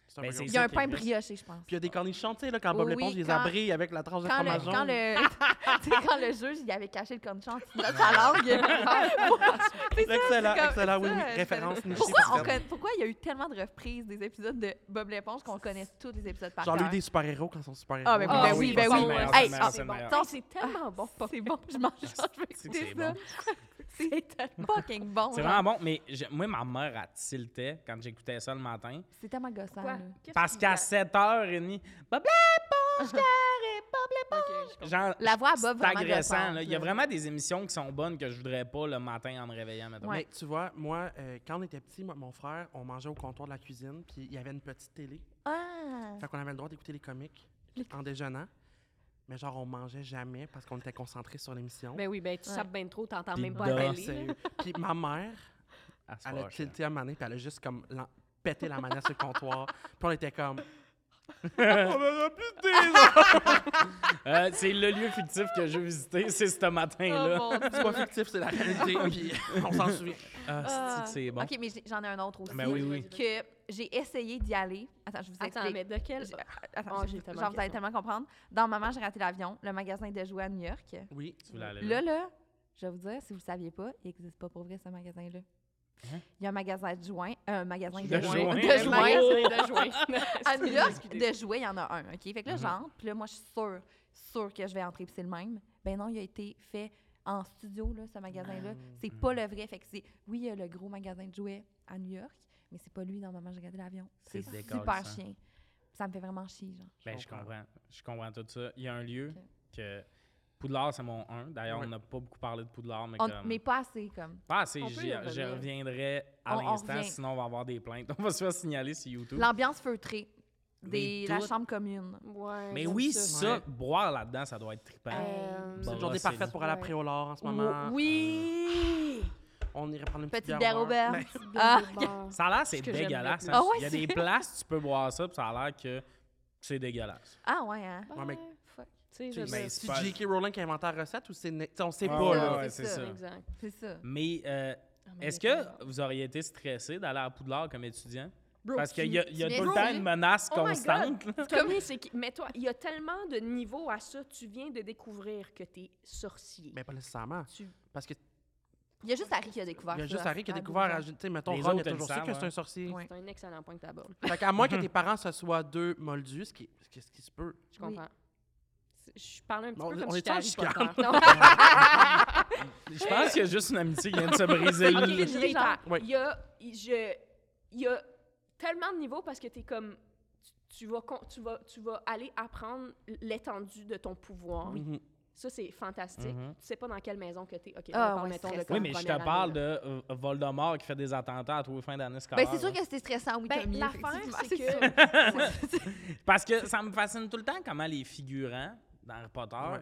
[SPEAKER 3] C'est un
[SPEAKER 1] Ben, c'est
[SPEAKER 3] burger.
[SPEAKER 2] Il y a
[SPEAKER 1] ça
[SPEAKER 2] un
[SPEAKER 1] qui
[SPEAKER 2] pain
[SPEAKER 1] est le best.
[SPEAKER 2] brioché, je pense.
[SPEAKER 3] Puis il y a des cornichons, tu sais, là, quand Bob
[SPEAKER 2] Oui,
[SPEAKER 3] l'éponge, les
[SPEAKER 2] quand-
[SPEAKER 3] abris avec la tranche de
[SPEAKER 2] Quand
[SPEAKER 3] fromage
[SPEAKER 2] le, quand
[SPEAKER 3] jaune.
[SPEAKER 2] le, tu sais, quand le juge, il avait caché le cornichon en dessous de sa
[SPEAKER 1] Ah.
[SPEAKER 2] langue. C'est ça, c'est
[SPEAKER 3] Excellent,
[SPEAKER 2] comme-
[SPEAKER 3] excellent, oui,
[SPEAKER 2] ça,
[SPEAKER 3] oui.
[SPEAKER 2] c'est-
[SPEAKER 3] Référence nichée.
[SPEAKER 2] Pourquoi, on
[SPEAKER 3] parfaite.
[SPEAKER 2] conna- pourquoi il y a eu tellement de reprises des épisodes de Bob l'éponge qu'on connaît tous les épisodes par
[SPEAKER 3] Genre, lui,
[SPEAKER 2] cœur?
[SPEAKER 3] des super-héros quand ils sont super-héros.
[SPEAKER 2] Ah, ben oui,
[SPEAKER 4] Ah
[SPEAKER 2] ben oui, ben
[SPEAKER 4] ça,
[SPEAKER 2] oui.
[SPEAKER 4] c'est le meilleur,
[SPEAKER 2] Hey,
[SPEAKER 1] ça,
[SPEAKER 2] ah,
[SPEAKER 1] c'est le meilleur.
[SPEAKER 2] tant-
[SPEAKER 4] C'est tellement bon.
[SPEAKER 2] C'est bon, je mange ça,
[SPEAKER 1] C'est
[SPEAKER 2] je vais
[SPEAKER 1] que
[SPEAKER 2] écouter
[SPEAKER 1] c'est
[SPEAKER 2] ça.
[SPEAKER 1] bon.
[SPEAKER 2] C'est fucking bon.
[SPEAKER 1] C'est
[SPEAKER 2] genre.
[SPEAKER 1] vraiment bon, mais j'ai- moi, ma mère, elle tiltait quand j'écoutais ça le matin.
[SPEAKER 2] C'est tellement gossant.
[SPEAKER 4] Quoi?
[SPEAKER 2] là.
[SPEAKER 4] Qu'est-ce
[SPEAKER 1] Parce
[SPEAKER 4] qu'il
[SPEAKER 1] qu'à
[SPEAKER 4] a-
[SPEAKER 1] 7h30, Bob
[SPEAKER 4] Ok, je comprends.
[SPEAKER 1] Genre,
[SPEAKER 2] La voix à Bob,
[SPEAKER 1] c'est
[SPEAKER 2] Ah bah, vraiment
[SPEAKER 1] agressant.
[SPEAKER 2] gossante,
[SPEAKER 1] là. Il y a
[SPEAKER 2] là.
[SPEAKER 1] vraiment des émissions qui sont bonnes que je voudrais pas le matin en me réveillant. mettons.
[SPEAKER 2] Ouais.
[SPEAKER 1] Mais
[SPEAKER 3] Mais tu vois, moi, euh, quand on était petit, moi, mon frère, on mangeait au comptoir de la cuisine, puis il y avait une petite télé.
[SPEAKER 2] Ah!
[SPEAKER 3] Fait qu'on avait le droit d'écouter les comiques
[SPEAKER 2] Les
[SPEAKER 3] en déjeunant. Mais genre, on mangeait jamais parce qu'on était concentrés sur l'émission.
[SPEAKER 4] Ben oui, ben tu
[SPEAKER 2] Ouais.
[SPEAKER 4] sapes bien trop, t'entends
[SPEAKER 1] Puis
[SPEAKER 4] même pas
[SPEAKER 1] dans-
[SPEAKER 4] la
[SPEAKER 3] Ah,
[SPEAKER 4] télé, là.
[SPEAKER 3] sérieux. Puis ma mère,
[SPEAKER 1] elle se
[SPEAKER 3] elle a
[SPEAKER 1] fâche,
[SPEAKER 3] tilté à un moment donné, puis elle a juste comme lan- pété la manette sur le comptoir. Puis on était comme.
[SPEAKER 1] Ah, là. Euh, c'est le lieu fictif que j'ai visité, c'est ce matin-là.
[SPEAKER 2] Oh, mon Dieu.
[SPEAKER 3] C'est pas fictif, c'est la réalité. Puis on s'en souvient.
[SPEAKER 1] Ah, c'est-tu que c'est bon.
[SPEAKER 2] OK, mais j'ai- j'en ai un autre aussi.
[SPEAKER 1] Ben oui, oui.
[SPEAKER 2] Que j'ai essayé d'y aller. Attends, je vous explique.
[SPEAKER 4] Attends, mais de quel...
[SPEAKER 2] J'ai- Ah, Attends,
[SPEAKER 4] Oh,
[SPEAKER 2] j'ai-
[SPEAKER 4] j'ai tellement
[SPEAKER 2] genre,
[SPEAKER 4] de
[SPEAKER 2] vous allez
[SPEAKER 4] questions.
[SPEAKER 2] tellement comprendre. Dans Maman, j'ai raté l'avion, le magasin de jouets à New York.
[SPEAKER 3] Oui.
[SPEAKER 1] Tu voulais aller là.
[SPEAKER 2] Là, là, je vais vous dire, si vous ne le saviez pas, il n'existe pas pour vrai, ce magasin-là.
[SPEAKER 1] Hein?
[SPEAKER 2] Il y a un magasin de joints, euh, un magasin de,
[SPEAKER 1] De
[SPEAKER 2] joints,
[SPEAKER 1] joints.
[SPEAKER 2] de
[SPEAKER 1] De
[SPEAKER 2] joints.
[SPEAKER 4] de joint.
[SPEAKER 2] à New York,
[SPEAKER 4] Excusez.
[SPEAKER 2] de jouets, il y en a un, OK? Fait que là,
[SPEAKER 1] Mhm.
[SPEAKER 2] j'entre, puis là, moi, je suis sûre, sûre que je vais entrer, puis c'est le même. Ben non, il a été fait en studio, là, ce magasin-là. C'est pas le vrai. Fait que c'est, oui, il y a le gros magasin de jouets à New York, mais c'est pas lui, dans Maman, j'ai regardé l'avion.
[SPEAKER 1] C'est
[SPEAKER 2] C'est
[SPEAKER 1] décalissant.
[SPEAKER 2] super chien. Ça me fait vraiment chier, genre.
[SPEAKER 1] Ben, je
[SPEAKER 3] Je comprends.
[SPEAKER 1] comprends. Je comprends tout ça. Il y a un lieu
[SPEAKER 2] Ok.
[SPEAKER 1] que. Poudlard, c'est mon 1. D'ailleurs,
[SPEAKER 3] Ouais.
[SPEAKER 1] on n'a pas beaucoup parlé de Poudlard, mais
[SPEAKER 2] On-
[SPEAKER 1] comme.
[SPEAKER 2] mais pas assez, comme.
[SPEAKER 1] Ah, c'est,
[SPEAKER 4] On peut
[SPEAKER 1] j'y
[SPEAKER 4] y
[SPEAKER 1] j'y
[SPEAKER 4] revenir.
[SPEAKER 1] reviendrai à
[SPEAKER 2] On- on
[SPEAKER 1] l'instant,
[SPEAKER 2] revient.
[SPEAKER 1] sinon on va avoir des plaintes. On va se faire signaler sur YouTube.
[SPEAKER 2] L'ambiance feutrée
[SPEAKER 1] Mais
[SPEAKER 2] des, la
[SPEAKER 1] tout-
[SPEAKER 2] chambre commune.
[SPEAKER 4] Ouais,
[SPEAKER 1] Mais
[SPEAKER 4] j'aime
[SPEAKER 1] oui,
[SPEAKER 4] ça.
[SPEAKER 1] ça, boire là-dedans, ça doit être trippant.
[SPEAKER 2] Euh,
[SPEAKER 4] Euh,
[SPEAKER 1] Bon,
[SPEAKER 3] C'est une journée
[SPEAKER 1] là, c'est-
[SPEAKER 3] parfaite pour aller à
[SPEAKER 4] Ouais.
[SPEAKER 3] Préolard en ce
[SPEAKER 4] ou-
[SPEAKER 3] moment. Euh,
[SPEAKER 4] Oui!
[SPEAKER 3] On irait prendre une petite,
[SPEAKER 2] Petite
[SPEAKER 3] bière
[SPEAKER 2] bière
[SPEAKER 3] au
[SPEAKER 2] au
[SPEAKER 3] beurre.
[SPEAKER 2] beurre.
[SPEAKER 3] Ben,
[SPEAKER 2] Ah,
[SPEAKER 1] Ça a l'air, c'est
[SPEAKER 4] Ce que j'aime le
[SPEAKER 1] dégueulasse.
[SPEAKER 4] plus.
[SPEAKER 1] hein.
[SPEAKER 2] Ah ouais,
[SPEAKER 1] Il y a
[SPEAKER 2] c'est
[SPEAKER 1] des places, tu peux boire ça, puis ça a l'air que c'est dégueulasse.
[SPEAKER 2] Ah ouais, hein?
[SPEAKER 3] Ouais, mais-
[SPEAKER 2] Fuck.
[SPEAKER 4] Tu sais, je
[SPEAKER 3] tu
[SPEAKER 4] veux
[SPEAKER 1] mais
[SPEAKER 4] dire,
[SPEAKER 1] c'est
[SPEAKER 3] c'est
[SPEAKER 1] pas-
[SPEAKER 3] J.K. Rowling qui a inventé la recette ou c'est. né- t'sais, On sait
[SPEAKER 1] Ah,
[SPEAKER 3] pas,
[SPEAKER 2] ouais,
[SPEAKER 3] là.
[SPEAKER 2] ouais, c'est ça.
[SPEAKER 4] Exact.
[SPEAKER 2] C'est ça.
[SPEAKER 1] Mais euh,
[SPEAKER 4] Ah, mais
[SPEAKER 1] est-ce
[SPEAKER 4] il y a
[SPEAKER 1] que vous auriez été stressé d'aller à Poudlard comme étudiant?
[SPEAKER 4] Bro,
[SPEAKER 1] Parce qu'il y a, il y a
[SPEAKER 2] tu
[SPEAKER 1] tout le
[SPEAKER 2] viens-
[SPEAKER 1] temps
[SPEAKER 2] Bro,
[SPEAKER 1] une menace
[SPEAKER 4] Oh my
[SPEAKER 1] constante. là.
[SPEAKER 4] Comme, c'est qui- mais toi, il y a tellement de niveaux à ça. Tu viens de découvrir que t'es sorcier.
[SPEAKER 3] Mais pas nécessairement.
[SPEAKER 4] Tu-
[SPEAKER 3] Parce que
[SPEAKER 2] Il y a juste Harry qui a découvert
[SPEAKER 3] Il y a
[SPEAKER 2] ça. Ah,
[SPEAKER 3] juste Harry qui a
[SPEAKER 2] à
[SPEAKER 3] découvert, à-
[SPEAKER 2] douze ans.
[SPEAKER 3] tu sais, mettons,
[SPEAKER 1] Les
[SPEAKER 3] Ron, il a
[SPEAKER 1] autres, ils
[SPEAKER 3] toujours
[SPEAKER 1] le
[SPEAKER 3] su que
[SPEAKER 1] savent,
[SPEAKER 3] c'est
[SPEAKER 1] hein.
[SPEAKER 3] un sorcier.
[SPEAKER 2] Ouais.
[SPEAKER 4] C'est un excellent point que t'abordes.
[SPEAKER 3] Fait qu'à moins que tes parents, ce soit deux moldus, ce qui, ce qui- ce qui se peut.
[SPEAKER 4] Je comprends. C'est- Je parlais un petit
[SPEAKER 3] Bon,
[SPEAKER 4] peu
[SPEAKER 3] on
[SPEAKER 4] comme
[SPEAKER 3] est
[SPEAKER 4] si j'étais
[SPEAKER 3] en
[SPEAKER 4] Harry
[SPEAKER 3] chicane.
[SPEAKER 4] Potter. Non.
[SPEAKER 1] Je pense qu'il y a juste une amitié qui vient de se briser. là.
[SPEAKER 4] Ok, je vais y faire.
[SPEAKER 3] Oui.
[SPEAKER 4] Il y a, il- je- il y a tellement de niveaux parce que t'es comme... tu- tu vas, con- tu vas, tu vas aller apprendre l'étendue de ton pouvoir.
[SPEAKER 3] Mhm.
[SPEAKER 4] Ça, c'est fantastique.
[SPEAKER 1] Mhm.
[SPEAKER 4] Tu sais pas dans quelle maison que t'es. OK,
[SPEAKER 2] Ah,
[SPEAKER 4] là, on parle,
[SPEAKER 2] ouais,
[SPEAKER 4] mettons, de
[SPEAKER 2] stressant.
[SPEAKER 1] Oui,
[SPEAKER 4] comme
[SPEAKER 1] mais je
[SPEAKER 4] première
[SPEAKER 1] te parle
[SPEAKER 4] année,
[SPEAKER 1] de euh, Voldemort qui fait des attentats à tous les fins d'année scolaire.
[SPEAKER 2] Ben, c'est sûr
[SPEAKER 1] là.
[SPEAKER 2] que c'est stressant, oui,
[SPEAKER 4] Ben,
[SPEAKER 2] Tommy,
[SPEAKER 4] l'affaire,
[SPEAKER 2] effectivement,
[SPEAKER 4] c'est que-
[SPEAKER 2] sûr. C'est-
[SPEAKER 1] Parce que ça me fascine tout le temps comment les figurants dans Harry Potter,
[SPEAKER 3] Ouais.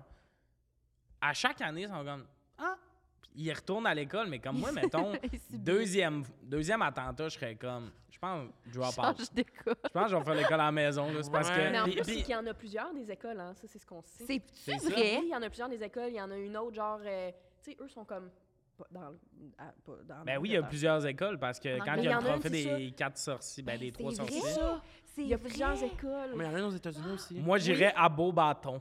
[SPEAKER 1] à chaque année, ils sont comme Ah! Puis Ils retournent à l'école, mais comme Ah, moi, mettons,
[SPEAKER 2] Il subit.
[SPEAKER 1] deuxième, deuxième attentat, je serais comme Je pense drop out.
[SPEAKER 2] Change de cas.
[SPEAKER 1] Je pense que je vais faire l'école à la maison. là, C'est parce
[SPEAKER 3] Ouais.
[SPEAKER 1] que.
[SPEAKER 4] Mais en
[SPEAKER 1] puis-
[SPEAKER 4] plus,
[SPEAKER 1] puis-
[SPEAKER 4] c'est qu'il y en a plusieurs des écoles, hein. Ça, c'est ce qu'on sait.
[SPEAKER 2] C'est
[SPEAKER 1] C'est ça.
[SPEAKER 4] Oui,
[SPEAKER 2] vrai.
[SPEAKER 4] il y en a plusieurs des écoles. Il y en a une autre, genre... euh, tu sais, eux sont comme... pas Dans, le- à- pas dans
[SPEAKER 1] Ben oui, il y a plusieurs écoles parce que
[SPEAKER 2] Non,
[SPEAKER 1] quand
[SPEAKER 4] mais
[SPEAKER 1] il y a
[SPEAKER 4] il y
[SPEAKER 1] le
[SPEAKER 4] en a une,
[SPEAKER 1] trophée
[SPEAKER 4] c'est
[SPEAKER 1] des quatre sorciers, ben des
[SPEAKER 2] C'est
[SPEAKER 1] trois sorciers.
[SPEAKER 2] vrai.
[SPEAKER 4] Ça,
[SPEAKER 2] C'est
[SPEAKER 4] Il y a
[SPEAKER 2] vrai.
[SPEAKER 4] plusieurs écoles.
[SPEAKER 3] Mais il y en a une aux États-Unis aussi.
[SPEAKER 1] Moi, j'irais à Beau Bâton.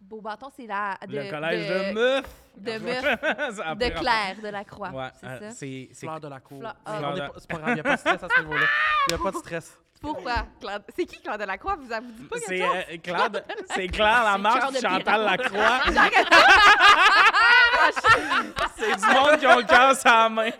[SPEAKER 2] Beau bâton, c'est la. De,
[SPEAKER 1] le collège de,
[SPEAKER 2] de,
[SPEAKER 1] meufs.
[SPEAKER 2] de
[SPEAKER 1] Ça a pris
[SPEAKER 2] de Claire de la Croix.
[SPEAKER 1] rapport. Ouais,
[SPEAKER 2] c'est
[SPEAKER 1] euh,
[SPEAKER 2] ça.
[SPEAKER 1] c'est c'est-
[SPEAKER 3] Fleur de la cour.
[SPEAKER 2] Fleur-
[SPEAKER 3] Mais
[SPEAKER 2] ah.
[SPEAKER 3] on est pas- C'est pas grave, il n'y a pas de stress à ce niveau-là. Il n'y a pas de stress.
[SPEAKER 2] Pourquoi? Claire- C'est qui Claire de la Croix? Vous avez dit pas quelque
[SPEAKER 1] C'est
[SPEAKER 2] chose?
[SPEAKER 1] euh, Claire, de- c'est Claire Lamarche,
[SPEAKER 4] C'est Claire de
[SPEAKER 1] Chantal Lacroix. c'est du monde qui ont le cœur sur la main.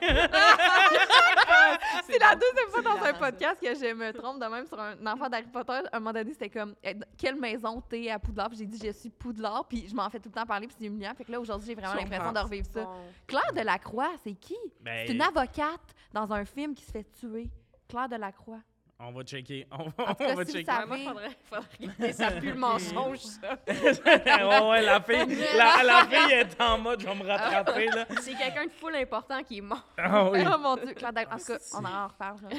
[SPEAKER 2] C'est la deuxième fois dans un
[SPEAKER 4] hilarant, ça.
[SPEAKER 2] podcast que je me trompe de même sur un enfant d'Harry Potter. À un moment donné, c'était comme Eh, quelle maison t'es à Poudlard? Puis j'ai dit je suis Poudlard, puis je m'en fais tout le temps parler, puis c'est humiliant. Fait que là, aujourd'hui, j'ai vraiment
[SPEAKER 3] Je
[SPEAKER 2] l'impression de
[SPEAKER 3] comprends.
[SPEAKER 2] revivre ça.
[SPEAKER 4] Bon.
[SPEAKER 2] Claire Delacroix, c'est qui?
[SPEAKER 1] Ben,
[SPEAKER 2] C'est une avocate dans un film qui se fait tuer. Claire Delacroix.
[SPEAKER 1] on va checker. On, va-
[SPEAKER 2] En tout
[SPEAKER 1] on
[SPEAKER 2] cas,
[SPEAKER 1] va
[SPEAKER 2] si vous
[SPEAKER 1] checker.
[SPEAKER 2] savez-
[SPEAKER 4] Ouais, moi, faudrait, faudrait regarder ça pue le mensonge, ça.
[SPEAKER 1] ouais, ouais, la fille, la, la fille est en mode, je vais me rattraper. Là.
[SPEAKER 4] C'est quelqu'un de full important qui est mort.
[SPEAKER 1] Ah oui.
[SPEAKER 2] Oh mon Dieu, Claire Delacroix. En tout cas,
[SPEAKER 1] c'est-
[SPEAKER 2] on en reparle. genre.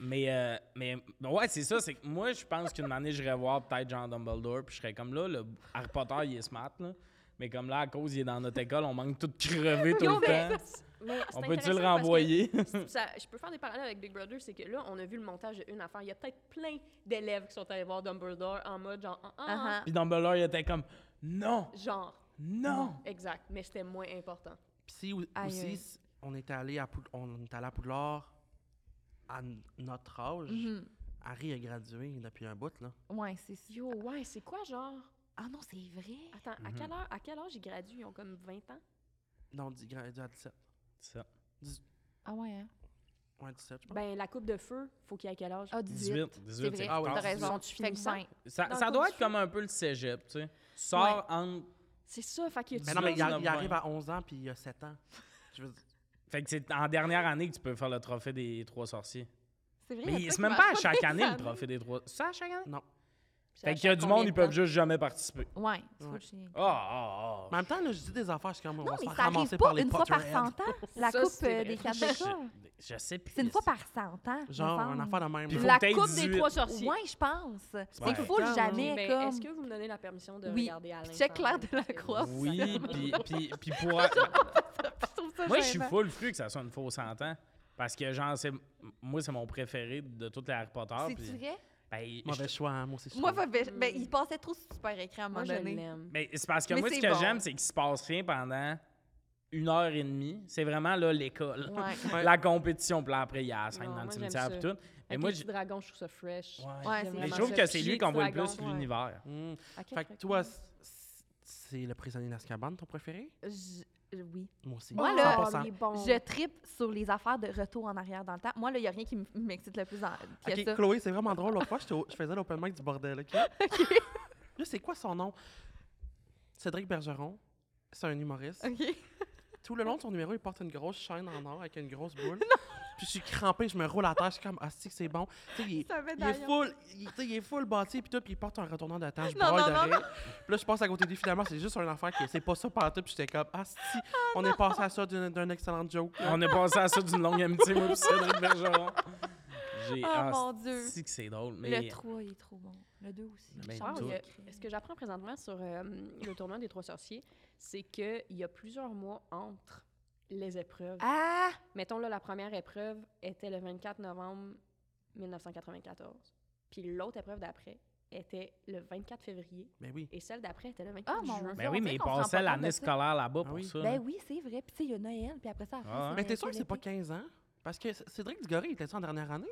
[SPEAKER 1] Mais, euh, mais mais ouais, c'est ça. C'est que moi, je pense qu'une année, j'irais voir peut-être Jean Dumbledore, puis je serais comme là, le Harry Potter, il est smart, là. Mais comme là, à cause, il est dans notre école, on manque tout de crever tout
[SPEAKER 4] Non,
[SPEAKER 1] le
[SPEAKER 4] mais-
[SPEAKER 1] temps.
[SPEAKER 4] Mais c'est
[SPEAKER 1] On peut-tu le
[SPEAKER 4] intéressant parce que
[SPEAKER 1] renvoyer?
[SPEAKER 4] ça- je peux faire des parallèles avec Big Brother, c'est que là, on a vu le montage d'une affaire. Il y a peut-être plein d'élèves qui sont allés voir Dumbledore en mode genre, ah, ah,
[SPEAKER 2] Ah,
[SPEAKER 1] Puis Dumbledore, il était comme non,
[SPEAKER 4] ah. genre,
[SPEAKER 1] non.
[SPEAKER 4] exact, mais c'était moins important.
[SPEAKER 3] Puis si ou-
[SPEAKER 2] Aïe,
[SPEAKER 3] aussi,
[SPEAKER 2] aïe.
[SPEAKER 3] s- on est allé à, Poud- on est allé à Poudlard à n- notre âge,
[SPEAKER 2] Mhm.
[SPEAKER 3] Harry a gradué depuis un bout, là.
[SPEAKER 2] ah. Ouais, c'est sûr.
[SPEAKER 4] Yo, ouais, c'est quoi genre?
[SPEAKER 2] Ah non, c'est vrai.
[SPEAKER 4] Attends, à
[SPEAKER 1] Mhm.
[SPEAKER 4] quelle heure, à quelle âge ils graduent? Ils ont comme 20 ans?
[SPEAKER 3] Non, il a gradué à 17.
[SPEAKER 1] Ça.
[SPEAKER 2] Ah ouais, hein?
[SPEAKER 3] Ouais, 17, je pense.
[SPEAKER 4] Ben, la coupe de feu, faut qu'il y ait à quel âge?
[SPEAKER 2] Ah, 18.
[SPEAKER 1] 18,
[SPEAKER 2] C'est
[SPEAKER 1] 18,
[SPEAKER 2] vrai,
[SPEAKER 1] c'est
[SPEAKER 3] Ah ouais,
[SPEAKER 2] t'as
[SPEAKER 3] c'est
[SPEAKER 2] raison.
[SPEAKER 4] Sont-tu
[SPEAKER 2] Fait que
[SPEAKER 4] finissants?
[SPEAKER 2] vingt.
[SPEAKER 1] Ça,
[SPEAKER 4] Dans
[SPEAKER 1] ça
[SPEAKER 4] le
[SPEAKER 1] doit
[SPEAKER 4] cours
[SPEAKER 1] être
[SPEAKER 4] du
[SPEAKER 1] comme un peu le cégep, tu sais. Tu Sors entre.
[SPEAKER 4] C'est ça, fait qu'il y a
[SPEAKER 3] Mais
[SPEAKER 1] Ben
[SPEAKER 4] du
[SPEAKER 3] non, mais il, a-
[SPEAKER 1] dix-neuf,
[SPEAKER 3] il arrive
[SPEAKER 1] vingt.
[SPEAKER 3] à 11 ans, puis il a 7 ans. Je veux dire,
[SPEAKER 1] Fait que c'est en dernière année que tu peux faire le trophée des trois sorciers.
[SPEAKER 2] C'est vrai. il y
[SPEAKER 1] Mais
[SPEAKER 2] a
[SPEAKER 1] c'est
[SPEAKER 2] ça qui
[SPEAKER 1] même
[SPEAKER 2] marche
[SPEAKER 1] pas à chaque
[SPEAKER 2] des
[SPEAKER 1] année le
[SPEAKER 2] années.
[SPEAKER 1] trophée des trois. C'est ça à chaque année?
[SPEAKER 3] non.
[SPEAKER 1] Fait qu'il y a du monde, ils peuvent juste jamais participer.
[SPEAKER 2] Ouais, tu
[SPEAKER 3] Ouais.
[SPEAKER 2] fous le chien.
[SPEAKER 1] Oh, oh,
[SPEAKER 3] Mais en même temps, là, je dis des affaires, c'est comme on
[SPEAKER 2] Non,
[SPEAKER 3] va se
[SPEAKER 2] mais
[SPEAKER 3] faire
[SPEAKER 2] ça arrive
[SPEAKER 3] ramasser par
[SPEAKER 2] pas
[SPEAKER 3] les
[SPEAKER 2] une fois par
[SPEAKER 3] Potterheads.
[SPEAKER 2] 100 ans, la
[SPEAKER 4] Ça,
[SPEAKER 2] coupe
[SPEAKER 4] c'est
[SPEAKER 2] euh,
[SPEAKER 4] vrai.
[SPEAKER 2] des cartes
[SPEAKER 1] Je,
[SPEAKER 2] de corps.
[SPEAKER 1] je sais plus.
[SPEAKER 2] C'est une fois par 100 ans.
[SPEAKER 3] Genre,
[SPEAKER 2] me
[SPEAKER 3] un affaire de même.
[SPEAKER 1] Puis
[SPEAKER 3] là.
[SPEAKER 1] faut
[SPEAKER 4] La
[SPEAKER 1] que t'aies
[SPEAKER 4] coupe des
[SPEAKER 1] 18.
[SPEAKER 4] trois sorciers.
[SPEAKER 2] Ouais, je pense.
[SPEAKER 1] Ouais.
[SPEAKER 2] C'est full
[SPEAKER 3] Ouais.
[SPEAKER 2] jamais
[SPEAKER 4] Ben,
[SPEAKER 2] comme.
[SPEAKER 4] Est-ce que vous me donnez la permission de
[SPEAKER 2] Oui.
[SPEAKER 4] regarder Alain?
[SPEAKER 2] check
[SPEAKER 4] quand même?
[SPEAKER 2] Claire Delacroix.
[SPEAKER 4] Parce que-
[SPEAKER 1] Oui, puis- puis puis pour.
[SPEAKER 2] Je trouve ça
[SPEAKER 1] Moi, je suis
[SPEAKER 2] gênant.
[SPEAKER 1] full fru que ça soit une fausse ans. Parce que, genre, c'est, moi, c'est mon préféré de toutes les Harry Potter. puis-
[SPEAKER 2] C'est-tu vrai?
[SPEAKER 1] ben, je-
[SPEAKER 3] Mauvais choix, hein, moi aussi. Ah, je
[SPEAKER 2] Moi,
[SPEAKER 3] trouve.
[SPEAKER 2] ben, ben, il passait trop sur super écran à un
[SPEAKER 4] Moi,
[SPEAKER 2] moment
[SPEAKER 4] je
[SPEAKER 2] donné.
[SPEAKER 4] l'aime.
[SPEAKER 1] ben, c'est parce que
[SPEAKER 2] Mais
[SPEAKER 1] moi, ce
[SPEAKER 2] c'est
[SPEAKER 1] que
[SPEAKER 2] bon.
[SPEAKER 1] j'aime, c'est qu'il se passe rien pendant une heure et demie. C'est vraiment, là, l'école.
[SPEAKER 2] Ouais.
[SPEAKER 3] Ouais.
[SPEAKER 1] la compétition, puis là, après, il y a la scène
[SPEAKER 4] Non,
[SPEAKER 1] dans le
[SPEAKER 4] moi, j'aime
[SPEAKER 1] cimetière,
[SPEAKER 4] ça.
[SPEAKER 1] puis tout. Mais
[SPEAKER 4] Avec
[SPEAKER 1] moi,
[SPEAKER 4] les
[SPEAKER 1] je-
[SPEAKER 4] petits dragons, je trouve ça fresh.
[SPEAKER 1] Ouais.
[SPEAKER 2] Ouais,
[SPEAKER 4] J'aime
[SPEAKER 1] Mais je
[SPEAKER 4] vraiment
[SPEAKER 1] trouve
[SPEAKER 4] ça.
[SPEAKER 1] que c'est
[SPEAKER 4] Puis
[SPEAKER 1] lui
[SPEAKER 4] les
[SPEAKER 1] qu'on voit le
[SPEAKER 4] dragons,
[SPEAKER 1] plus
[SPEAKER 4] ouais.
[SPEAKER 1] l'univers.
[SPEAKER 3] Mm. Fait
[SPEAKER 4] À quel
[SPEAKER 3] que
[SPEAKER 4] fréquent?
[SPEAKER 3] toi, c- c'est le prisonnier d'Azkaban, ton préféré?
[SPEAKER 2] Je- euh, Oui.
[SPEAKER 3] Moi aussi.
[SPEAKER 2] Moi,
[SPEAKER 4] Oh,
[SPEAKER 2] là,
[SPEAKER 3] 100%.
[SPEAKER 4] il est bon.
[SPEAKER 2] Je tripe sur les affaires de retour en arrière dans le temps. Moi, là, il n'y a rien qui m- m'excite le plus dans... que
[SPEAKER 3] Ok,
[SPEAKER 2] ça.
[SPEAKER 3] Chloé, c'est vraiment drôle. L'autre fois, j'étais au- je faisais l'open mic du bordel, OK? Là, c'est quoi son nom? Cédric Bergeron. C'est un humoriste.
[SPEAKER 2] OK.
[SPEAKER 3] Tout le long de son numéro, il porte une grosse chaîne en or avec une grosse boule. Puis je suis crampé, je me roule à terre, je suis comme, ah, c'est que c'est bon. Tu sais, il, est-
[SPEAKER 2] Ça fait
[SPEAKER 3] il est
[SPEAKER 2] d'ailleurs.
[SPEAKER 3] full, il, tu sais, il est full bâti, puis tout, puis il porte un retournant de temps, je
[SPEAKER 2] Non,
[SPEAKER 3] broille
[SPEAKER 2] non,
[SPEAKER 3] de
[SPEAKER 2] non,
[SPEAKER 3] rire. Puis là, je passe à côté de lui, finalement, c'est juste un enfant qui c'est pas ça par tout, puis j'étais comme, ah, si, on est passé à ça d'une- d'un excellent joke. là.
[SPEAKER 1] On est passé à ça d'une longue amitié, moi, puis Cédric Bergeron. J'ai, ah,
[SPEAKER 2] Oh,
[SPEAKER 3] Ah,
[SPEAKER 2] mon Dieu.
[SPEAKER 1] c'est que c'est drôle. Mais
[SPEAKER 2] Le 3, il est trop bon. Le 2 aussi.
[SPEAKER 1] Mais
[SPEAKER 4] Charles,
[SPEAKER 1] tout.
[SPEAKER 4] il y a- ce que j'apprends présentement sur euh, le tournoi des Trois Sorciers, c'est qu'il y a plusieurs mois entre les épreuves.
[SPEAKER 2] Ah!
[SPEAKER 4] Mettons, là, la première épreuve était le 24 novembre 1994. Puis l'autre épreuve d'après était le 24 février.
[SPEAKER 3] Ben oui.
[SPEAKER 4] Et celle d'après était le
[SPEAKER 2] Ah,
[SPEAKER 4] 24
[SPEAKER 2] mon
[SPEAKER 4] juin.
[SPEAKER 2] Dieu.
[SPEAKER 1] Ben
[SPEAKER 2] On
[SPEAKER 1] oui,
[SPEAKER 2] dirait
[SPEAKER 1] mais il
[SPEAKER 2] qu'on s'en
[SPEAKER 1] passait
[SPEAKER 2] rend pas compte
[SPEAKER 1] l'année
[SPEAKER 2] de ça.
[SPEAKER 1] scolaire là-bas pour
[SPEAKER 3] Ah oui.
[SPEAKER 1] ça. là.
[SPEAKER 2] Ben oui, c'est vrai. Puis tu sais, il y a Noël, puis après ça, à la fin,
[SPEAKER 1] Ah ouais.
[SPEAKER 2] c'est
[SPEAKER 3] Mais t'es
[SPEAKER 2] le-
[SPEAKER 3] sûr que c'est pas
[SPEAKER 2] l'été.
[SPEAKER 3] 15 ans? Parce que C- Cédric Digoré, il était en dernière année?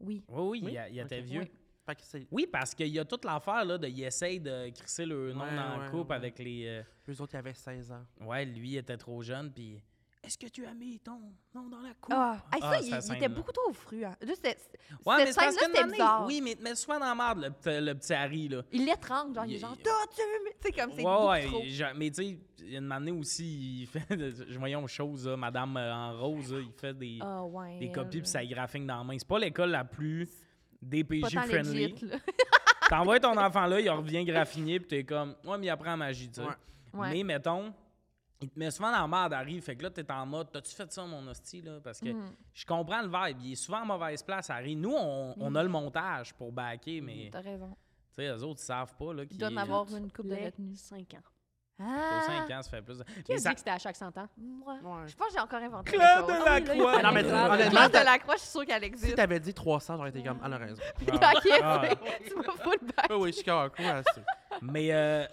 [SPEAKER 2] Oui.
[SPEAKER 1] Oui, oui,
[SPEAKER 3] Oui?
[SPEAKER 1] il, a- il était
[SPEAKER 3] Ok.
[SPEAKER 1] vieux.
[SPEAKER 3] Oui. Fait que c'est.
[SPEAKER 1] Oui, parce qu'il y a toute l'affaire là, de il essaye de crisser le nom
[SPEAKER 3] Ouais,
[SPEAKER 1] dans la
[SPEAKER 3] ouais,
[SPEAKER 1] coupe
[SPEAKER 3] ouais.
[SPEAKER 1] avec les. euh,
[SPEAKER 3] Eux autres, ils avaient 16 ans.
[SPEAKER 1] ouais, lui il était trop jeune, puis. Est-ce que tu as mis ton nom dans la coupe?
[SPEAKER 2] Ah, hey,
[SPEAKER 1] Ah,
[SPEAKER 2] ça, il,
[SPEAKER 1] cette
[SPEAKER 2] il était
[SPEAKER 1] scène-là.
[SPEAKER 2] beaucoup trop fru. Hein. Juste, cette
[SPEAKER 1] Ouais, mais c'est parce
[SPEAKER 2] cette scène-là,
[SPEAKER 1] qu'une
[SPEAKER 2] c'était
[SPEAKER 1] année-
[SPEAKER 2] bizarre.
[SPEAKER 1] Oui, mais, mais sois dans la marde, le, petit- le petit Harry, là.
[SPEAKER 2] Il l'étrangle, genre, il est
[SPEAKER 1] Il-
[SPEAKER 2] genre, t'as tué, mais- tu sais, comme c'est beaucoup
[SPEAKER 1] ouais,
[SPEAKER 2] trop.
[SPEAKER 1] ouais, je- mais tu sais, il y a une année aussi, il fait, je voyais une chose, là, Madame euh, en rose, là, il fait des,
[SPEAKER 2] Ah, ouais.
[SPEAKER 1] des copies
[SPEAKER 2] elle,
[SPEAKER 1] puis ça graphine dans la main. C'est pas l'école la plus DPJ
[SPEAKER 2] Pas tant
[SPEAKER 1] friendly.
[SPEAKER 2] legit, là.
[SPEAKER 1] T'envoies ton enfant là, il revient graffiner puis t'es comme, ouais, mais il apprend la magie, tu sais.
[SPEAKER 3] Ouais.
[SPEAKER 2] Ouais.
[SPEAKER 1] Mais mettons, il te met souvent dans la merde, Harry. Fait que là, t'es en mode, t'as-tu fait ça, mon hostie, là? Parce que
[SPEAKER 2] Mhm.
[SPEAKER 1] je comprends le vibe. Il est souvent en mauvaise place, Harry. Nous, on,
[SPEAKER 2] Mm.
[SPEAKER 1] on a le montage pour backer, mais
[SPEAKER 2] T'as raison.
[SPEAKER 1] tu sais, eux autres, ils savent pas, là.
[SPEAKER 2] Mm. Il
[SPEAKER 1] qu'il
[SPEAKER 2] doit en
[SPEAKER 1] est-
[SPEAKER 2] avoir une coupe de
[SPEAKER 4] Les
[SPEAKER 2] retenue.
[SPEAKER 4] 5 ans.
[SPEAKER 1] Aux
[SPEAKER 2] Ah!
[SPEAKER 1] 5 ans, euh, ça fait plus. de-
[SPEAKER 4] Qui a
[SPEAKER 1] Mais
[SPEAKER 4] dit
[SPEAKER 1] ça-
[SPEAKER 4] que c'était à chaque 100 ans?
[SPEAKER 2] Moi.
[SPEAKER 3] Ouais.
[SPEAKER 2] Je pense que j'ai encore inventé
[SPEAKER 1] Claude
[SPEAKER 2] quelque chose.
[SPEAKER 1] de la Croix.
[SPEAKER 3] Non, mais honnêtement,
[SPEAKER 2] Claude
[SPEAKER 3] t'as-
[SPEAKER 2] de la Croix, je suis sûre qu'elle
[SPEAKER 3] Si
[SPEAKER 2] existe.
[SPEAKER 3] t'avais dit 300, j'aurais été comme, elle a raison.
[SPEAKER 2] Puis
[SPEAKER 1] Ah.
[SPEAKER 2] ok,
[SPEAKER 1] Ah.
[SPEAKER 2] c'est- tu m'as full back.
[SPEAKER 3] Oui, oui, je suis correct. ouais, c'est-
[SPEAKER 1] mais euh,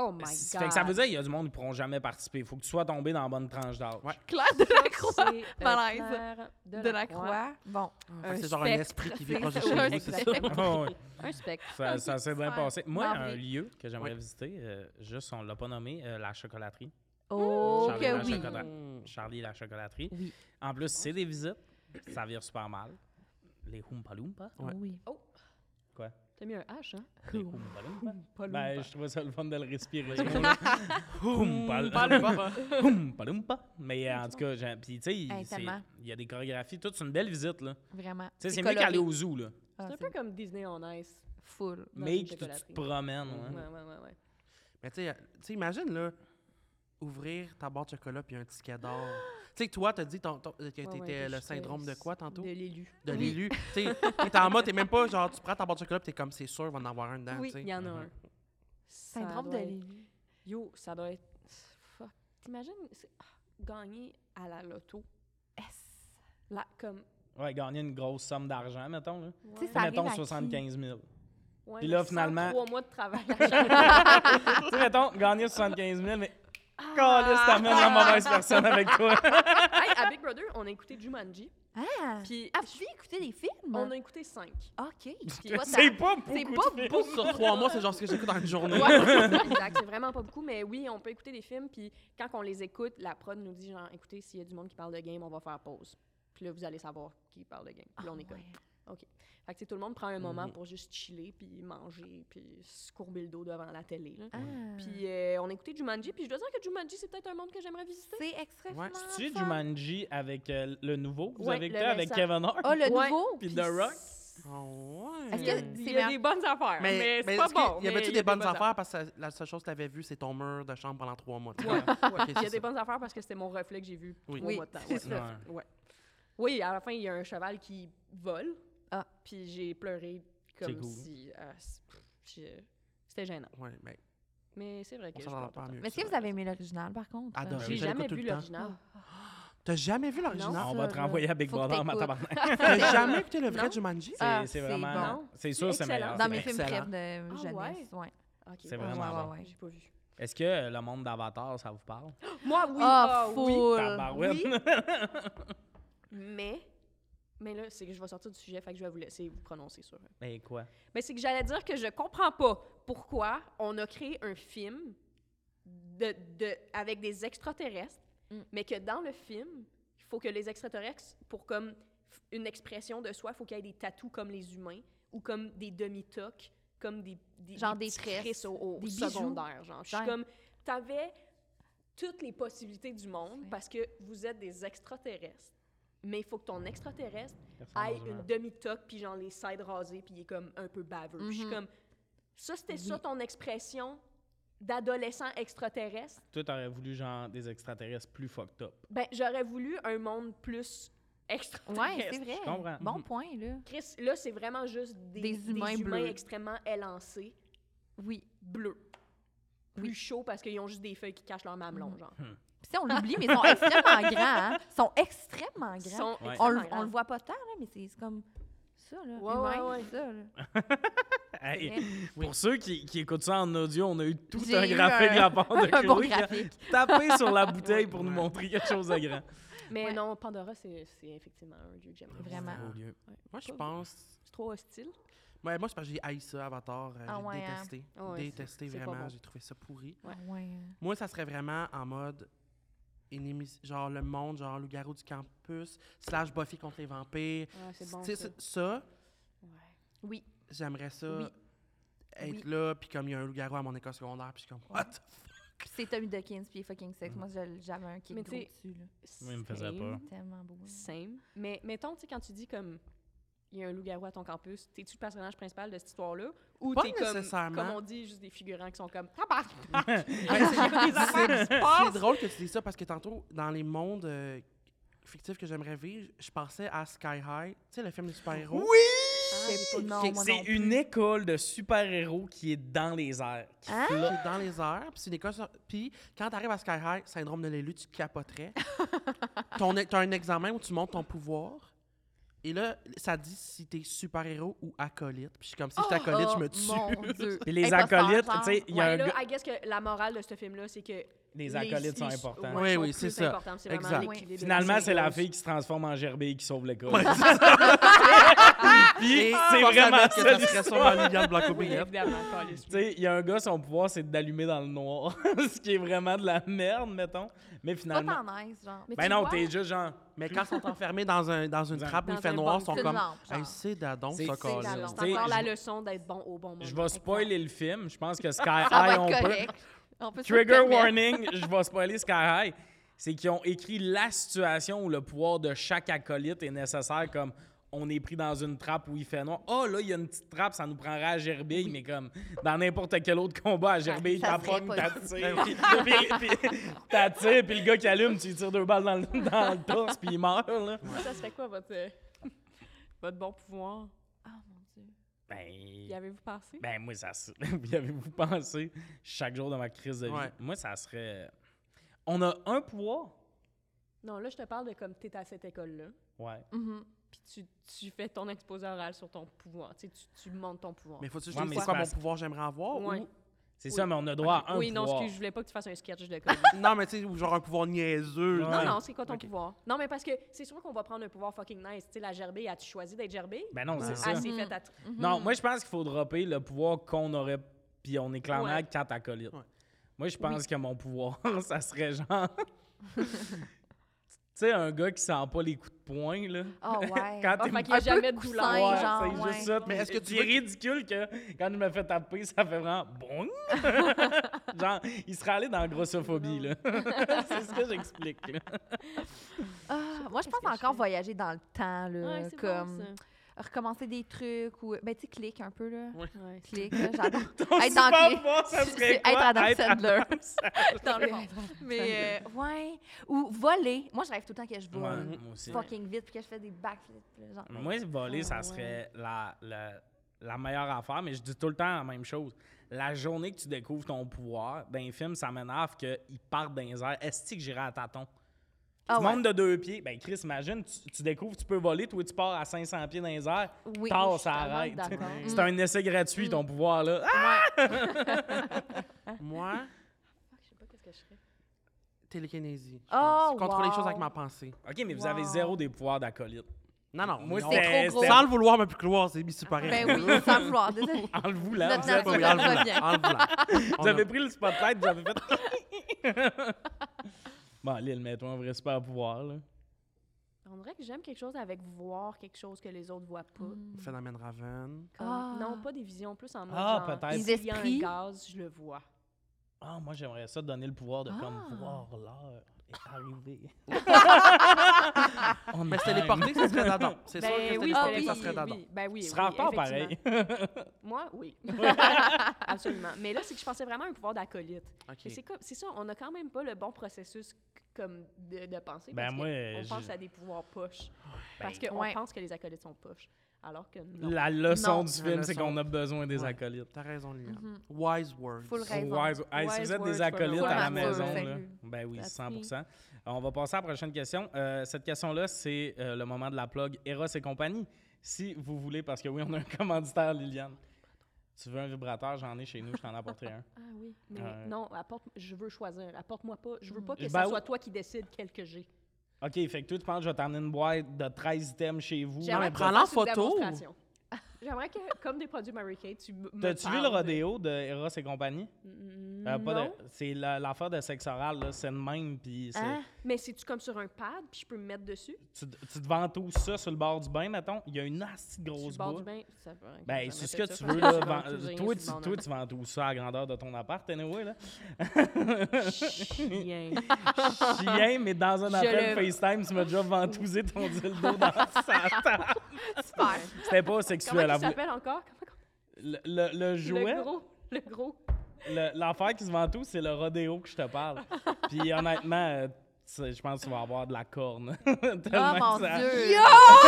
[SPEAKER 4] Oh my god.
[SPEAKER 1] c- fait que ça veut dire qu'il y a du monde qui pourront jamais participer. Il faut que tu sois tombé dans la bonne tranche d'âge.
[SPEAKER 3] Ouais.
[SPEAKER 2] Claude de la
[SPEAKER 4] C'est,
[SPEAKER 2] Croix.
[SPEAKER 4] euh,
[SPEAKER 2] Malaise.
[SPEAKER 4] Claire de, Mm.
[SPEAKER 2] De la Croix. Bon.
[SPEAKER 3] Fait que
[SPEAKER 4] Un
[SPEAKER 3] C'est genre un esprit
[SPEAKER 4] spectre.
[SPEAKER 3] qui vit proche de
[SPEAKER 2] C'est
[SPEAKER 3] chez
[SPEAKER 2] ça,
[SPEAKER 3] vous, c'est ça.
[SPEAKER 2] exact.
[SPEAKER 1] Ah ouais.
[SPEAKER 4] Un spectre.
[SPEAKER 1] Ça, ça s'est bien
[SPEAKER 2] Ouais.
[SPEAKER 1] passé. Moi, un
[SPEAKER 2] Marbré.
[SPEAKER 1] lieu que j'aimerais
[SPEAKER 3] Ouais.
[SPEAKER 1] visiter, euh, juste, on l'a pas nommé, euh, la chocolaterie.
[SPEAKER 2] Oh,
[SPEAKER 1] Charlie
[SPEAKER 2] que
[SPEAKER 1] la
[SPEAKER 2] oui.
[SPEAKER 1] chocolaterie.
[SPEAKER 3] Mm.
[SPEAKER 1] Charlie la chocolaterie.
[SPEAKER 2] Oui.
[SPEAKER 1] En plus, c'est des visites. Ça vire super mal. Les Hoompa Loompa.
[SPEAKER 3] Ouais.
[SPEAKER 2] Oui.
[SPEAKER 1] Quoi?
[SPEAKER 4] T'as mis un H, hein?
[SPEAKER 1] Les Hoompa Loompa.
[SPEAKER 2] Pas
[SPEAKER 1] Ben, je trouvais ça le fun de le respirer. Hoompa
[SPEAKER 3] Hum, pas le
[SPEAKER 1] Loompa.
[SPEAKER 3] bon.
[SPEAKER 1] Hoompa Loompa. Mais euh, en tout cas, j'ai- puis tu sais, il
[SPEAKER 2] Hey,
[SPEAKER 1] c'est-
[SPEAKER 2] tellement.
[SPEAKER 1] il y a des chorégraphies. Tout, c'est une belle visite, là.
[SPEAKER 2] Vraiment.
[SPEAKER 1] Tu sais, c'est mieux
[SPEAKER 2] coloré.
[SPEAKER 1] qu'aller au zoo, là.
[SPEAKER 2] Ah,
[SPEAKER 4] C'est un
[SPEAKER 2] c'est
[SPEAKER 4] peu comme Disney on Ice.
[SPEAKER 2] full.
[SPEAKER 4] Dans
[SPEAKER 1] Mais
[SPEAKER 4] une
[SPEAKER 1] que tu- tu te
[SPEAKER 4] chocolaterie.
[SPEAKER 1] promènes, hein.
[SPEAKER 4] Ouais,
[SPEAKER 3] Hein?
[SPEAKER 1] ouais.
[SPEAKER 4] ouais, ouais. ouais.
[SPEAKER 3] Mais tu sais, tu sais, imagine, là, ouvrir ta boîte de chocolat puis un ticket d'or. tu sais, toi, t'as dit ton, ton- que
[SPEAKER 4] Ouais,
[SPEAKER 3] t'étais
[SPEAKER 4] ouais, que je
[SPEAKER 3] le
[SPEAKER 4] fais
[SPEAKER 3] syndrome de quoi tantôt?
[SPEAKER 4] De l'élu.
[SPEAKER 3] De l'élu. Tu sais, t'es en mode, t'es même pas genre, tu prends ta boîte de chocolat puis t'es comme, c'est sûr, il va en avoir un dedans.
[SPEAKER 4] Oui,
[SPEAKER 3] tu sais.
[SPEAKER 4] il y en a
[SPEAKER 3] Mhm.
[SPEAKER 4] un. Ça
[SPEAKER 2] Syndrome de
[SPEAKER 4] doit être-
[SPEAKER 2] Lily.
[SPEAKER 4] Yo, ça doit être. Fuck. T'imagines c'est- ah, gagner à la loto?
[SPEAKER 2] S.
[SPEAKER 4] Là, comme.
[SPEAKER 1] Ouais, gagner une grosse somme d'argent, mettons, là.
[SPEAKER 2] Tu sais,
[SPEAKER 4] Ouais.
[SPEAKER 2] Ça arrive
[SPEAKER 1] mettons
[SPEAKER 2] à qui?
[SPEAKER 1] 75 000.
[SPEAKER 4] Ouais,
[SPEAKER 1] Puis là,
[SPEAKER 4] mais sans
[SPEAKER 1] finalement-
[SPEAKER 4] Trois mois de travail à chaque-
[SPEAKER 1] Ah, tu sais, mettons, gagner 75 000, mais. Calisse, t'amènes la mauvaise personne avec toi.
[SPEAKER 4] Hey, à Big Brother, on a écouté Jumanji.
[SPEAKER 2] Ah!
[SPEAKER 4] Puis
[SPEAKER 2] Ah, tu viens écouter des films?
[SPEAKER 4] on a écouté cinq.
[SPEAKER 2] OK.
[SPEAKER 4] Toi,
[SPEAKER 1] c'est pas beaucoup.
[SPEAKER 2] C'est
[SPEAKER 1] de
[SPEAKER 2] pas
[SPEAKER 1] films.
[SPEAKER 2] beaucoup.
[SPEAKER 3] Sur trois mois, c'est genre ce que j'écoute dans une journée.
[SPEAKER 4] Ouais, c'est ça, exact, c'est vraiment pas beaucoup, mais oui, on peut écouter des films, puis quand on les écoute, la prod nous dit genre, écoutez, s'il y a du monde qui parle de game, on va faire pause. Puis là, vous allez savoir qui parle de game. Puis
[SPEAKER 2] Ah,
[SPEAKER 4] là, on est comme. Fait que tu sais, tout le monde prend un moment
[SPEAKER 3] Mhm.
[SPEAKER 4] pour juste chiller, puis manger, puis se courber le dos devant la télé. là.
[SPEAKER 2] Ah.
[SPEAKER 4] Puis euh, on a écouté Jumanji, puis je dois dire que Jumanji, c'est peut-être un monde que j'aimerais visiter.
[SPEAKER 2] C'est extrêmement
[SPEAKER 3] Ouais.
[SPEAKER 1] Tu sais,
[SPEAKER 2] fun.
[SPEAKER 1] Jumanji avec euh, le nouveau, que vous
[SPEAKER 4] Ouais,
[SPEAKER 1] avez
[SPEAKER 4] le
[SPEAKER 1] écouté avec
[SPEAKER 4] récent.
[SPEAKER 1] Kevin Hart.
[SPEAKER 2] Ah, le
[SPEAKER 4] Ouais.
[SPEAKER 2] nouveau?
[SPEAKER 1] Puis The Rock.
[SPEAKER 3] Oh, ouais.
[SPEAKER 2] Est-ce que c'est
[SPEAKER 4] Il y a
[SPEAKER 2] meilleur?
[SPEAKER 4] des bonnes affaires, Ah, mais,
[SPEAKER 3] Mais,
[SPEAKER 4] c'est
[SPEAKER 3] mais
[SPEAKER 4] pas
[SPEAKER 3] est-ce que-
[SPEAKER 4] bon.
[SPEAKER 3] y
[SPEAKER 4] mais
[SPEAKER 3] avait-tu
[SPEAKER 4] il
[SPEAKER 3] des bonnes
[SPEAKER 4] bonnes
[SPEAKER 3] affaires? Parce que la seule chose que t'avais vue, c'est ton mur de chambre pendant trois mois. tu sais.
[SPEAKER 4] Ouais, ouais.
[SPEAKER 3] Ok,
[SPEAKER 4] Il y a
[SPEAKER 3] c'est
[SPEAKER 4] des
[SPEAKER 3] ça.
[SPEAKER 4] bonnes affaires parce que c'était mon reflet que j'ai vu
[SPEAKER 3] Oui.
[SPEAKER 4] trois
[SPEAKER 2] Oui,
[SPEAKER 4] mois de temps.
[SPEAKER 2] c'est
[SPEAKER 4] ouais.
[SPEAKER 2] ça.
[SPEAKER 1] Ouais.
[SPEAKER 4] Ouais. Oui, à la fin, il y a un cheval qui vole.
[SPEAKER 2] Ah.
[SPEAKER 4] Puis j'ai pleuré comme
[SPEAKER 1] cool.
[SPEAKER 4] si. ah, c'est- pff, j'ai- C'était gênant.
[SPEAKER 3] Ouais, mais
[SPEAKER 4] Mais c'est vrai que.
[SPEAKER 3] on
[SPEAKER 4] je
[SPEAKER 3] s'en
[SPEAKER 4] parle
[SPEAKER 3] entend
[SPEAKER 4] tout
[SPEAKER 3] mieux.
[SPEAKER 4] le temps.
[SPEAKER 2] Mais est-ce que vous avez aimé l'original, par
[SPEAKER 1] Ah,
[SPEAKER 2] contre? Ah,
[SPEAKER 3] Adoré.
[SPEAKER 4] J'ai
[SPEAKER 3] Je
[SPEAKER 4] jamais
[SPEAKER 3] l'écoute tout
[SPEAKER 4] vu
[SPEAKER 3] le temps.
[SPEAKER 4] l'original.
[SPEAKER 3] T'as jamais vu l'original?
[SPEAKER 1] On
[SPEAKER 4] Non.
[SPEAKER 1] va
[SPEAKER 4] Ça,
[SPEAKER 1] te
[SPEAKER 4] là,
[SPEAKER 1] renvoyer à Big
[SPEAKER 2] faut que
[SPEAKER 1] Brother, ma
[SPEAKER 2] t'écoutes.
[SPEAKER 1] tabarnak.
[SPEAKER 3] T'as jamais écouté le vrai
[SPEAKER 4] Non.
[SPEAKER 3] Jumanji?
[SPEAKER 1] C'est-
[SPEAKER 2] Ah,
[SPEAKER 1] C'est
[SPEAKER 2] c'est
[SPEAKER 1] vraiment.
[SPEAKER 2] bon.
[SPEAKER 1] C'est sûr, c'est
[SPEAKER 4] Excellent.
[SPEAKER 1] meilleur.
[SPEAKER 4] Ah,
[SPEAKER 2] Dans
[SPEAKER 1] Mais
[SPEAKER 2] mes films
[SPEAKER 3] excellent.
[SPEAKER 2] crèves de
[SPEAKER 4] Ah,
[SPEAKER 2] jeunesse, ouais.
[SPEAKER 4] Ok.
[SPEAKER 1] C'est
[SPEAKER 4] Ah,
[SPEAKER 1] vraiment
[SPEAKER 4] ouais,
[SPEAKER 1] bon.
[SPEAKER 4] ouais, J'ai pas vu.
[SPEAKER 1] Est-ce que euh, le monde d'Avatar, ça vous parle?
[SPEAKER 4] Moi, oui.
[SPEAKER 2] Ah,
[SPEAKER 4] ah, oui.
[SPEAKER 2] full!
[SPEAKER 1] Tabarouette.
[SPEAKER 2] Oui.
[SPEAKER 4] Mais. Mais là, c'est que je vais sortir du sujet, fait que je vais vous laisser vous prononcer sur. euh,
[SPEAKER 1] Mais quoi?
[SPEAKER 4] Mais c'est que j'allais dire que je comprends pas pourquoi on a créé un film de, de- avec des extraterrestres,
[SPEAKER 2] Mm.
[SPEAKER 4] mais que dans le film, il faut que les extraterrestres, pour comme f- une expression de soi, il faut qu'il y ait des tatous comme les humains ou comme des demi-tocs, comme des, des,
[SPEAKER 2] Genre des
[SPEAKER 4] petits
[SPEAKER 2] tresses,
[SPEAKER 4] crisses au, au
[SPEAKER 2] des bijoux.
[SPEAKER 4] secondaire. Genre. Je suis
[SPEAKER 2] Ouais.
[SPEAKER 4] comme, t'avais toutes les possibilités du monde
[SPEAKER 2] Ouais.
[SPEAKER 4] parce que vous êtes des extraterrestres, mais il faut que ton extraterrestre
[SPEAKER 1] Personne
[SPEAKER 4] aille
[SPEAKER 1] dans
[SPEAKER 4] une
[SPEAKER 1] une-
[SPEAKER 4] demi-toque, puis genre les sides rasés, puis il est comme un peu baveux. Puis je suis
[SPEAKER 2] Mhm.
[SPEAKER 4] comme, ça, c'était
[SPEAKER 2] Oui.
[SPEAKER 4] ça ton expression d'adolescent extraterrestre?
[SPEAKER 1] Toi, t'aurais voulu genre des extraterrestres plus fucked up.
[SPEAKER 4] Ben, j'aurais voulu un monde plus extraterrestre.
[SPEAKER 2] Ouais, c'est vrai.
[SPEAKER 1] comprends.
[SPEAKER 2] Bon point, là.
[SPEAKER 4] Chris, là, c'est vraiment juste des,
[SPEAKER 2] Des
[SPEAKER 4] des
[SPEAKER 2] humains
[SPEAKER 4] humains,
[SPEAKER 2] bleus.
[SPEAKER 4] extrêmement élancés,
[SPEAKER 2] Oui.
[SPEAKER 4] bleus. Plus chauds parce qu'ils ont juste des feuilles qui cachent leur mamelon,
[SPEAKER 2] Mhm.
[SPEAKER 4] genre.
[SPEAKER 2] Puis ça, on l'oublie, mais ils sont extrêmement grands, hein. Ils sont extrêmement
[SPEAKER 4] Ils
[SPEAKER 2] grands.
[SPEAKER 4] sont
[SPEAKER 1] Ouais.
[SPEAKER 2] On,
[SPEAKER 4] extrêmement
[SPEAKER 2] le- on
[SPEAKER 4] grands.
[SPEAKER 2] le voit pas tant, là, mais c'est c'est comme ça, là.
[SPEAKER 4] Ouais,
[SPEAKER 2] humain,
[SPEAKER 4] ouais, ouais.
[SPEAKER 2] ça, là.
[SPEAKER 1] Hey,
[SPEAKER 2] vrai.
[SPEAKER 1] Pour ceux qui, qui écoutent ça en audio, on a eu tout
[SPEAKER 2] J'ai
[SPEAKER 1] un
[SPEAKER 2] eu
[SPEAKER 1] graphique
[SPEAKER 2] un-
[SPEAKER 1] rapport de
[SPEAKER 2] un bon
[SPEAKER 1] Chloé qui a
[SPEAKER 2] graphique.
[SPEAKER 1] tapé sur la bouteille pour nous
[SPEAKER 3] Ouais.
[SPEAKER 1] montrer quelque chose de grand.
[SPEAKER 4] Mais
[SPEAKER 2] Ouais.
[SPEAKER 4] non, Pandora, c'est c'est effectivement un lieu que j'aimerais.
[SPEAKER 2] Vraiment.
[SPEAKER 4] visiter.
[SPEAKER 3] Ah.
[SPEAKER 4] Ouais.
[SPEAKER 3] Moi, je pense.
[SPEAKER 4] C'est trop hostile.
[SPEAKER 3] Ouais, moi, c'est parce que j'ai haï ça, Avatar. euh,
[SPEAKER 2] Ah
[SPEAKER 3] j'ai
[SPEAKER 2] ouais, hein?
[SPEAKER 3] détesté.
[SPEAKER 4] Ah ouais, c'est-
[SPEAKER 3] détesté,
[SPEAKER 4] c'est pas
[SPEAKER 3] vraiment.
[SPEAKER 4] bon.
[SPEAKER 3] J'ai trouvé ça pourri.
[SPEAKER 4] Ouais.
[SPEAKER 2] Ah, ouais, hein.
[SPEAKER 3] Moi, ça serait vraiment en mode Ennemis, genre Le Monde, genre Loup-garou du campus, slash Buffy contre les vampires.
[SPEAKER 4] Ouais, c'est
[SPEAKER 3] Tu
[SPEAKER 4] bon.
[SPEAKER 3] sais,
[SPEAKER 4] ça.
[SPEAKER 3] ça, ça,
[SPEAKER 4] Ouais.
[SPEAKER 2] Oui.
[SPEAKER 3] j'aimerais ça
[SPEAKER 2] Oui.
[SPEAKER 3] être
[SPEAKER 2] Oui.
[SPEAKER 3] là, puis comme il y a un loup-garou à mon école secondaire, puis je suis comme, what?
[SPEAKER 2] Puis c'est Tommy Dawkins, puis il est fucking sex. Moi, je- j'avais un qui est
[SPEAKER 4] Mais
[SPEAKER 2] gros
[SPEAKER 4] tu sais-
[SPEAKER 2] dessus, là.
[SPEAKER 1] Oui, il me faisait peur.
[SPEAKER 2] Tellement beau. là.
[SPEAKER 4] Same. Mais mettons, tu sais, quand tu dis comme il y a un loup-garou à ton campus, t'es-tu le personnage principal de cette histoire-là? Ou
[SPEAKER 3] Pas
[SPEAKER 4] t'es comme,
[SPEAKER 3] nécessairement.
[SPEAKER 4] comme on dit, juste des figurants qui sont comme Ah, tabarnak!
[SPEAKER 3] Ben, c'est-
[SPEAKER 4] des affaires qui se
[SPEAKER 3] C'est
[SPEAKER 4] passent!
[SPEAKER 3] drôle que tu dis ça parce que tantôt, dans les mondes euh, fictifs que j'aimerais vivre, je pensais à Sky High, tu sais, le film des super-héros.
[SPEAKER 4] Ah, j'ai pas-
[SPEAKER 2] Non,
[SPEAKER 3] c'est-
[SPEAKER 2] moi
[SPEAKER 1] C'est
[SPEAKER 2] non plus.
[SPEAKER 1] une école de super-héros qui est dans les airs. qui
[SPEAKER 2] Hein?
[SPEAKER 1] flotte.
[SPEAKER 3] qui est dans les airs, puis c'est une école. sur- Puis quand t'arrives à Sky High, syndrome de l'élu, tu capoterais. Ton é- T'as un examen où tu montes ton pouvoir. Et là, ça dit si t'es super-héros ou acolyte. Puis je suis comme, si je suis acolyte, je me tue.
[SPEAKER 2] Oh, Mon Dieu.
[SPEAKER 1] Puis les
[SPEAKER 2] Imposteur,
[SPEAKER 1] acolytes,
[SPEAKER 2] genre.
[SPEAKER 1] tu sais, il y a
[SPEAKER 4] Ouais,
[SPEAKER 1] un
[SPEAKER 4] là,
[SPEAKER 1] gars-
[SPEAKER 4] I guess que la morale de ce film-là, c'est que.
[SPEAKER 1] les acolytes sont importants.
[SPEAKER 3] ouais. Oui, oui, c'est ça. Exact.
[SPEAKER 1] Finalement, c'est la fille qui se transforme en gerbille qui sauve l'école. Puis c'est
[SPEAKER 3] Pensez à
[SPEAKER 1] vraiment
[SPEAKER 3] mettre
[SPEAKER 1] ça
[SPEAKER 3] que ça serait
[SPEAKER 1] l'histoire.
[SPEAKER 3] sûrement Liliane Blanco-Briand.
[SPEAKER 1] Tu sais, il y a un gars, son pouvoir, c'est d'allumer dans le noir, ce qui est vraiment de la merde, mettons. Mais
[SPEAKER 2] Pas
[SPEAKER 1] finalement...
[SPEAKER 2] tant nice, genre.
[SPEAKER 1] Ben non, t'es juste genre...
[SPEAKER 3] Mais quand ils sont enfermés dans, un, dans une
[SPEAKER 1] Dans-
[SPEAKER 3] trappe où il
[SPEAKER 4] dans
[SPEAKER 3] fait
[SPEAKER 4] un
[SPEAKER 3] noir, ils sont
[SPEAKER 2] bunker.
[SPEAKER 3] comme,
[SPEAKER 2] C'est une lampe,
[SPEAKER 3] hey, c'est dadon,
[SPEAKER 1] C'est-
[SPEAKER 3] ça,
[SPEAKER 1] c'est
[SPEAKER 3] Colin.
[SPEAKER 1] dadon.
[SPEAKER 4] C'est
[SPEAKER 1] T'sais,
[SPEAKER 4] encore la
[SPEAKER 1] je-
[SPEAKER 4] leçon d'être bon au bon moment.
[SPEAKER 1] Je vais spoiler le film. Je pense que Sky High,
[SPEAKER 2] Ça va être
[SPEAKER 1] on peut...
[SPEAKER 2] Ah, correct. On peut se le
[SPEAKER 1] Trigger
[SPEAKER 2] permettre.
[SPEAKER 1] warning, je vais spoiler Sky High. C'est qu'ils ont écrit la situation où le pouvoir de chaque acolyte est nécessaire, comme on est pris dans une trappe où il fait noir. Oh là, il y a une petite trappe, ça nous prendrait à Gerbil, mais comme dans n'importe quel autre combat à Gerbil,
[SPEAKER 2] ça
[SPEAKER 1] t'as
[SPEAKER 2] serait
[SPEAKER 1] pognes,
[SPEAKER 2] pas
[SPEAKER 1] t'attires. puis- puis- puis- T'attires, puis le gars qui allume, tu lui tires deux balles dans le, dans le torse, puis il meurt. Là.
[SPEAKER 4] Ça serait quoi votre, euh, votre bon pouvoir?
[SPEAKER 2] Ah, mon Dieu.
[SPEAKER 4] Y
[SPEAKER 1] Ben,
[SPEAKER 4] avez-vous pensé?
[SPEAKER 1] ben, moi, ça se- Vous y avez-vous pensé chaque jour dans ma crise de vie?
[SPEAKER 3] Ouais.
[SPEAKER 1] Moi, ça serait. On a un pouvoir.
[SPEAKER 4] Non, là, je te parle de comme t'es à cette école-là,
[SPEAKER 1] Ouais.
[SPEAKER 2] Mhm.
[SPEAKER 4] puis tu, tu fais ton exposé oral sur ton pouvoir. Tu, sais, tu, tu montes ton pouvoir.
[SPEAKER 3] Mais faut-tu que je
[SPEAKER 1] Ouais,
[SPEAKER 3] dise
[SPEAKER 1] mais
[SPEAKER 3] c'est
[SPEAKER 1] c'est
[SPEAKER 3] quoi mon
[SPEAKER 1] parce-
[SPEAKER 3] pouvoir j'aimerais avoir? ou-
[SPEAKER 4] Ouais.
[SPEAKER 1] C'est
[SPEAKER 4] Oui.
[SPEAKER 1] ça, mais on a droit à un
[SPEAKER 4] oui, non,
[SPEAKER 1] pouvoir.
[SPEAKER 4] excuse, je voulais pas que tu fasses un sketch de comme.
[SPEAKER 3] Non, mais tu sais, ou genre un pouvoir niaiseux.
[SPEAKER 1] Ouais.
[SPEAKER 4] Non, non, c'est quoi ton
[SPEAKER 3] Ok.
[SPEAKER 4] pouvoir? Non, mais parce que c'est sûr qu'on va prendre un pouvoir fucking nice. Tu sais, la gerbée, as-tu choisi d'être gerbée?
[SPEAKER 1] Ben non, c'est
[SPEAKER 3] Ah,
[SPEAKER 1] ça.
[SPEAKER 4] Ah, c'est fait à tr-
[SPEAKER 1] Non, moi, je pense qu'il faut dropper le pouvoir qu'on aurait, puis on est clairement
[SPEAKER 4] Ouais.
[SPEAKER 1] quatre acolytes.
[SPEAKER 3] Ouais.
[SPEAKER 1] Moi, je pense que mon pouvoir, ça serait genre... tu sais, un gars qui sent pas les coups de poing, là.
[SPEAKER 2] Ah, ouais.
[SPEAKER 1] Quand
[SPEAKER 4] Ah,
[SPEAKER 1] t'es
[SPEAKER 4] fait qu'il y a
[SPEAKER 2] Un peu
[SPEAKER 4] jamais de
[SPEAKER 2] coussin,
[SPEAKER 4] douleur.
[SPEAKER 1] Ouais,
[SPEAKER 2] Ouais, genre,
[SPEAKER 1] c'est
[SPEAKER 2] ouais.
[SPEAKER 1] juste ça.
[SPEAKER 3] Mais est-ce que tu
[SPEAKER 1] C'est
[SPEAKER 3] veux-
[SPEAKER 1] ridicule que quand il me fait taper, ça fait vraiment bon. Genre, il serait allé dans la grossophobie, là. c'est ce que j'explique. là.
[SPEAKER 2] Ah, moi, je
[SPEAKER 4] qu'est-ce
[SPEAKER 2] pense
[SPEAKER 4] que je
[SPEAKER 2] encore
[SPEAKER 4] fais.
[SPEAKER 2] voyager dans le temps, là,
[SPEAKER 4] Ouais, c'est
[SPEAKER 2] comme
[SPEAKER 4] bon,
[SPEAKER 2] recommencer des trucs ou ben tu sais, clique un peu là,
[SPEAKER 4] ça. Ouais.
[SPEAKER 2] clique, là, j'adore.
[SPEAKER 1] Ton
[SPEAKER 2] Être dans
[SPEAKER 1] super
[SPEAKER 2] les-
[SPEAKER 1] pouvoir, ça serait
[SPEAKER 2] C'est
[SPEAKER 1] quoi?
[SPEAKER 2] être Adam Sandler.
[SPEAKER 1] Adam Sandler.
[SPEAKER 2] dans le fond. Mais euh, ouais, ou voler. Moi, je rêve tout le temps que je
[SPEAKER 1] Ouais,
[SPEAKER 2] vole
[SPEAKER 1] moi aussi.
[SPEAKER 2] fucking vite puis que je fais des backflips là,
[SPEAKER 3] Ah
[SPEAKER 2] genre.
[SPEAKER 1] Moi, voler, ça
[SPEAKER 2] Ah
[SPEAKER 4] ouais.
[SPEAKER 1] serait la, la, la meilleure affaire, mais je dis tout le temps la même chose. La journée que tu découvres ton pouvoir, dans les films, ça m'énerve qu'ils partent dans les airs. Est-ce que j'irai à tâtons?
[SPEAKER 2] Ah
[SPEAKER 1] tu
[SPEAKER 2] ouais.
[SPEAKER 1] montes de deux pieds. Ben, Chris, imagine, tu, tu découvres, tu peux voler, toi, tu pars à 500 pieds dans les airs.
[SPEAKER 2] Oui,
[SPEAKER 1] tard,
[SPEAKER 2] je suis
[SPEAKER 1] ça
[SPEAKER 2] tellement
[SPEAKER 1] arrête.
[SPEAKER 2] d'accord.
[SPEAKER 1] C'est un essai gratuit,
[SPEAKER 2] Mm.
[SPEAKER 1] ton pouvoir, là. Ah!
[SPEAKER 3] Moi,
[SPEAKER 4] Je sais pas qu'est-ce que je ferais.
[SPEAKER 3] télékinésie. je
[SPEAKER 2] Oh,
[SPEAKER 3] pense. Contrôler les
[SPEAKER 2] wow.
[SPEAKER 3] choses avec ma pensée.
[SPEAKER 1] OK, mais vous avez
[SPEAKER 2] Wow.
[SPEAKER 1] zéro des pouvoirs d'acolyte.
[SPEAKER 3] Non, non.
[SPEAKER 1] Moi,
[SPEAKER 3] non.
[SPEAKER 1] c'était-
[SPEAKER 2] trop gros.
[SPEAKER 1] c'était-
[SPEAKER 3] Sans le vouloir, mais plus couloir, c'est mis super
[SPEAKER 2] Ben oui, sans le vouloir. désolé.
[SPEAKER 1] Enlevez-vous, là.
[SPEAKER 2] Notre
[SPEAKER 1] Vous avez-
[SPEAKER 2] nature.
[SPEAKER 3] oui,
[SPEAKER 2] Ça
[SPEAKER 3] enlevons-la,
[SPEAKER 2] revient.
[SPEAKER 3] enlevons-la. On
[SPEAKER 1] Vous
[SPEAKER 3] a-
[SPEAKER 1] avez pris le spotlight, vous avez fait. bon, Lille, mets-toi un vrai super pouvoir, là.
[SPEAKER 4] On dirait que j'aime quelque chose avec voir quelque chose que les autres voient pas.
[SPEAKER 2] Oh
[SPEAKER 3] Phénomène Raven.
[SPEAKER 4] Comme-
[SPEAKER 2] Ah.
[SPEAKER 4] Non, pas des visions, plus en mode.
[SPEAKER 1] Ah,
[SPEAKER 4] genre,
[SPEAKER 1] peut-être.
[SPEAKER 4] s'il y a
[SPEAKER 2] Les esprits.
[SPEAKER 4] un gaz, je le vois.
[SPEAKER 1] Ah, moi, j'aimerais ça donner le pouvoir de
[SPEAKER 2] Ah.
[SPEAKER 1] comme voir l'heure est arrivée. On
[SPEAKER 3] Mais
[SPEAKER 1] est
[SPEAKER 3] se téléporter, ça serait dadon. C'est sûr que se
[SPEAKER 4] Ben oui,
[SPEAKER 3] téléporter,
[SPEAKER 2] oui,
[SPEAKER 3] ça serait dadon.
[SPEAKER 4] oui, Ben oui,
[SPEAKER 1] Tu
[SPEAKER 4] oui,
[SPEAKER 1] seras encore
[SPEAKER 4] effectivement.
[SPEAKER 1] pareil.
[SPEAKER 4] Moi, oui. Absolument. Mais là, c'est que je pensais vraiment à un pouvoir d'acolyte. Mais c'est
[SPEAKER 3] OK.
[SPEAKER 4] comme- C'est ça, on n'a quand même pas le bon processus c- comme de, de pensée.
[SPEAKER 1] Ben
[SPEAKER 4] parce que
[SPEAKER 1] moi,
[SPEAKER 4] on
[SPEAKER 1] je-
[SPEAKER 4] pense à des pouvoirs poches.
[SPEAKER 1] Ben,
[SPEAKER 4] Parce qu'on
[SPEAKER 2] Ouais.
[SPEAKER 4] pense que les acolytes sont poches. Alors que non.
[SPEAKER 1] La leçon
[SPEAKER 2] Non.
[SPEAKER 1] du
[SPEAKER 3] La
[SPEAKER 1] film, c'est
[SPEAKER 3] leçon.
[SPEAKER 1] qu'on a besoin des
[SPEAKER 3] Ouais.
[SPEAKER 1] acolytes.
[SPEAKER 3] T'as raison, Liliane.
[SPEAKER 4] Mhm.
[SPEAKER 3] Wise words. Oh,
[SPEAKER 2] Full
[SPEAKER 1] Hey,
[SPEAKER 2] raison.
[SPEAKER 1] si vous êtes
[SPEAKER 4] Wise
[SPEAKER 1] des
[SPEAKER 4] words
[SPEAKER 1] acolytes
[SPEAKER 4] for the
[SPEAKER 1] à la
[SPEAKER 2] wise.
[SPEAKER 1] maison,
[SPEAKER 2] Ouais,
[SPEAKER 1] là,
[SPEAKER 2] salut.
[SPEAKER 1] ben oui,
[SPEAKER 4] That's
[SPEAKER 1] 100 On va passer à la prochaine question. Euh, cette question-là, c'est euh, le moment de la plug Eros et compagnie. Si vous voulez, parce que oui, on a un commanditaire, Liliane. Tu veux un vibrateur? J'en ai chez nous, je t'en apporterai un.
[SPEAKER 4] Ah oui. Mais
[SPEAKER 1] Ouais.
[SPEAKER 4] non, apporte, je veux choisir. Apporte-moi pas. Je veux pas que
[SPEAKER 1] Euh. Ben
[SPEAKER 4] ça
[SPEAKER 1] oui.
[SPEAKER 4] soit toi qui décide quel que j'ai.
[SPEAKER 1] OK, fait que toi, tu penses que je vais t'amener une boîte de 13 items chez vous.
[SPEAKER 4] J'aimerais
[SPEAKER 3] mais
[SPEAKER 4] qu'on
[SPEAKER 3] prends-la en
[SPEAKER 4] fasse une
[SPEAKER 3] photo.
[SPEAKER 4] démonstration. J'aimerais que, comme des produits Mary Kay, tu m- me
[SPEAKER 1] T'as-tu vu le
[SPEAKER 4] parles de-
[SPEAKER 1] rodéo de Eros et compagnie?
[SPEAKER 4] Mm,
[SPEAKER 1] Euh, pas de-
[SPEAKER 4] non.
[SPEAKER 1] C'est la- l'affaire de sexe oral, là, c'est de même, puis c'est-
[SPEAKER 2] Hein?
[SPEAKER 4] Mais c'est-tu comme sur un pad, puis je peux me mettre dessus?
[SPEAKER 1] tu, tu te vends tout ça sur le bord du bain, mettons, il y a une assez
[SPEAKER 4] Sur
[SPEAKER 1] grosse
[SPEAKER 4] le bord du
[SPEAKER 1] boule.
[SPEAKER 4] bain? Ça va, hein,
[SPEAKER 1] Ben,
[SPEAKER 4] jamais
[SPEAKER 1] c'est ce que
[SPEAKER 4] fait
[SPEAKER 1] tu
[SPEAKER 4] ça,
[SPEAKER 1] veux,
[SPEAKER 4] parce
[SPEAKER 1] là.
[SPEAKER 4] que
[SPEAKER 1] vend-
[SPEAKER 4] je mange rien
[SPEAKER 1] toi,
[SPEAKER 4] sur
[SPEAKER 1] tu,
[SPEAKER 4] le bord
[SPEAKER 1] toi, tu vends tout ça à la grandeur de ton appart, anyway, là.
[SPEAKER 4] d'un- Chien.
[SPEAKER 1] Chien, mais dans un
[SPEAKER 2] Je
[SPEAKER 1] appel
[SPEAKER 2] le-
[SPEAKER 1] FaceTime, tu m'as déjà ventousé ton dildo dans sa table.
[SPEAKER 2] Super.
[SPEAKER 1] C'était pas
[SPEAKER 4] Comment
[SPEAKER 1] sexuel,
[SPEAKER 4] il
[SPEAKER 1] avouez.
[SPEAKER 4] s'appelle encore? Comment-
[SPEAKER 1] Le, le, le jouet,
[SPEAKER 4] Le gros. Le gros.
[SPEAKER 1] le- l'affaire qui se vend tout, c'est le rodéo que je te parle. Puis honnêtement, euh, c'est- je pense que tu vas avoir de la corne.
[SPEAKER 2] Oh
[SPEAKER 1] Tellement
[SPEAKER 2] mon
[SPEAKER 1] que ça-
[SPEAKER 2] Dieu!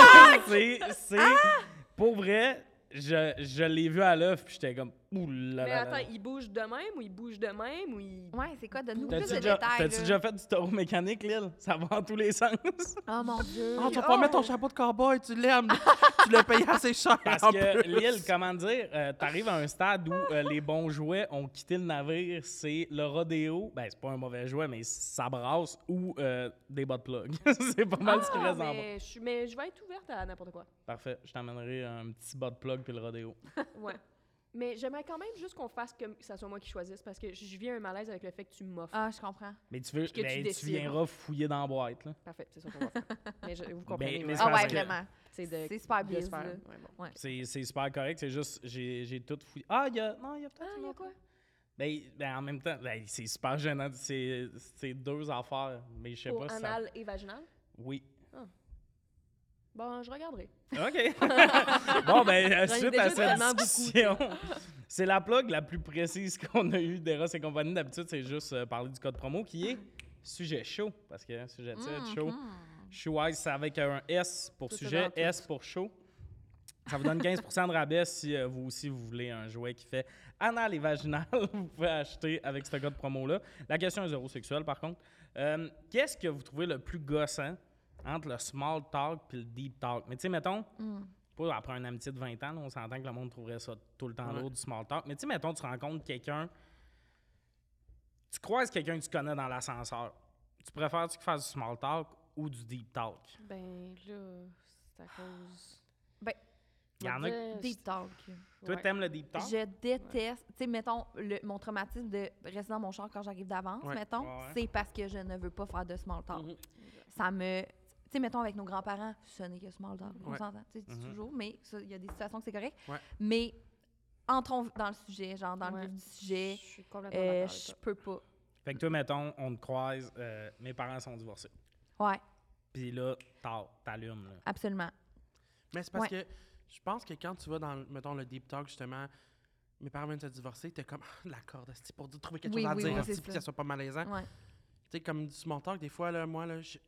[SPEAKER 1] c'est, c'est- Pour vrai, je, je l'ai vu à l'œuvre, puis j'étais comme... Ouh là
[SPEAKER 4] Mais
[SPEAKER 1] là là.
[SPEAKER 4] attends, il bouge de même ou il bouge de même ou il.
[SPEAKER 2] Ouais, c'est quoi? Donne-nous plus
[SPEAKER 1] T'as-tu
[SPEAKER 2] de
[SPEAKER 1] déjà,
[SPEAKER 2] détails.
[SPEAKER 1] t'as-tu
[SPEAKER 2] là.
[SPEAKER 1] déjà fait du taureau mécanique, Lille? Ça va en tous les sens.
[SPEAKER 2] Oh mon Dieu.
[SPEAKER 3] Ah, tu vas pas mettre ton chapeau de cowboy, tu l'aimes. tu l'as payé assez cher.
[SPEAKER 1] Parce
[SPEAKER 3] en
[SPEAKER 1] que
[SPEAKER 3] plus.
[SPEAKER 1] Lille, comment dire, euh, t'arrives à un stade où euh, les bons jouets ont quitté le navire. C'est le rodéo. Ben, c'est pas un mauvais jouet, mais ça brasse ou euh, des bas de plug. c'est pas mal ce qui
[SPEAKER 4] Ah,
[SPEAKER 1] reste en bas.
[SPEAKER 4] mais, je, suis- mais je vais être ouverte à n'importe quoi.
[SPEAKER 1] Parfait. Je t'emmènerai un petit bas de plug puis le rodéo.
[SPEAKER 4] Ouais. Mais j'aimerais quand même juste qu'on fasse que ça soit moi qui choisisse parce que je viens un malaise avec le fait que tu m'offres.
[SPEAKER 2] Ah, je comprends.
[SPEAKER 1] Mais tu veux,
[SPEAKER 4] Que tu
[SPEAKER 1] ben, tu,
[SPEAKER 4] décides.
[SPEAKER 1] viendras fouiller dans la boîte. Là.
[SPEAKER 4] Parfait, c'est ça qu'on va faire. mais je- vous comprenez.
[SPEAKER 1] mais
[SPEAKER 4] ouais.
[SPEAKER 1] c'est
[SPEAKER 2] Ah
[SPEAKER 1] parce
[SPEAKER 2] ouais,
[SPEAKER 1] que-
[SPEAKER 2] vraiment.
[SPEAKER 4] C'est de-
[SPEAKER 2] C'est super
[SPEAKER 4] de se
[SPEAKER 2] bien,
[SPEAKER 4] faire,
[SPEAKER 2] là.
[SPEAKER 4] ouais, bon.
[SPEAKER 1] C'est, c'est super correct. C'est juste, j'ai, j'ai tout fouillé. Ah, il y a. Non, il y a peut-être.
[SPEAKER 4] Ah,
[SPEAKER 1] une
[SPEAKER 4] il y a
[SPEAKER 1] autre.
[SPEAKER 4] quoi?
[SPEAKER 1] Ben, ben, en même temps, ben, c'est super gênant. C'est, c'est deux affaires. Mais je sais
[SPEAKER 4] Pour
[SPEAKER 1] pas si ça-
[SPEAKER 4] anal et vaginal?
[SPEAKER 1] Oui.
[SPEAKER 4] Bon, je regarderai.
[SPEAKER 1] OK. bon, ben, euh,
[SPEAKER 4] J'en ai
[SPEAKER 1] suite
[SPEAKER 4] déjà
[SPEAKER 1] à cette
[SPEAKER 4] tellement beaucoup,
[SPEAKER 1] discussion, c'est la plug la plus précise qu'on a eue d'Eros et compagnie. D'habitude, c'est juste euh, parler du code promo qui est sujet chaud. Parce que hein, sujet de
[SPEAKER 4] Mm-hmm.
[SPEAKER 1] titre, chaud. Showwise, c'est avec un S pour
[SPEAKER 4] Tout
[SPEAKER 1] sujet,
[SPEAKER 4] avant tout.
[SPEAKER 1] S pour show. Ça vous donne 15 de rabais si euh, vous aussi vous voulez un jouet qui fait anal et vaginal. vous pouvez acheter avec ce code promo-là. La question est zéro sexuelle, par contre. Euh, Qu'est-ce que vous trouvez le plus gossant entre le small talk et le deep talk? Mais tu sais, mettons,
[SPEAKER 4] Hmm.
[SPEAKER 1] pas après une amitié de 20 ans, là, on s'entend que le monde trouverait ça tout le temps
[SPEAKER 3] Ouais.
[SPEAKER 1] lourd du small talk. Mais tu sais, mettons, tu rencontres quelqu'un, tu croises quelqu'un que tu connais dans l'ascenseur. Tu préfères-tu qu'il fasse du small talk ou du deep talk?
[SPEAKER 4] Ben là, c'est à cause.
[SPEAKER 2] Ben,
[SPEAKER 1] Il y en a qui-
[SPEAKER 4] Dire-
[SPEAKER 2] Deep talk.
[SPEAKER 1] Toi,
[SPEAKER 4] Ouais.
[SPEAKER 1] t'aimes le deep talk?
[SPEAKER 2] Je déteste, tu sais, mettons, le, mon traumatisme de rester dans mon char quand j'arrive d'avance,
[SPEAKER 3] Ouais.
[SPEAKER 2] mettons,
[SPEAKER 1] Ouais.
[SPEAKER 2] c'est parce que je ne veux pas faire de small talk.
[SPEAKER 3] Mhm.
[SPEAKER 2] Ça me... Tu sais, mettons, avec nos grands-parents, ce n'est que small talk, on
[SPEAKER 3] Ouais.
[SPEAKER 2] s'entend, tu sais,
[SPEAKER 1] Mhm.
[SPEAKER 2] toujours, mais ça, il y a des situations que c'est correct.
[SPEAKER 3] Ouais.
[SPEAKER 2] Mais entrons dans le sujet, genre dans
[SPEAKER 4] Ouais.
[SPEAKER 2] le vif du sujet,
[SPEAKER 4] Je suis complètement d'accord
[SPEAKER 2] euh,
[SPEAKER 4] avec
[SPEAKER 2] je
[SPEAKER 4] toi.
[SPEAKER 2] peux pas.
[SPEAKER 1] Fait que toi, mettons, on te croise, euh, mes parents sont divorcés.
[SPEAKER 2] Ouais,
[SPEAKER 1] Puis là, tard, t'allumes. là.
[SPEAKER 2] absolument.
[SPEAKER 3] Mais c'est parce
[SPEAKER 2] Ouais.
[SPEAKER 3] que je pense que quand tu vas dans, mettons, le deep talk, justement, mes parents viennent de se divorcer, t'es comme, Ah, la corde, c'est pour trouver quelque
[SPEAKER 2] Oui,
[SPEAKER 3] chose à
[SPEAKER 2] oui,
[SPEAKER 3] dire,
[SPEAKER 2] oui,
[SPEAKER 3] asti,
[SPEAKER 2] c'est
[SPEAKER 3] pour que
[SPEAKER 2] ça.
[SPEAKER 3] ça soit pas malaisant.
[SPEAKER 2] Ouais.
[SPEAKER 3] Tu sais, comme du small talk, des fois, là, moi, là, je,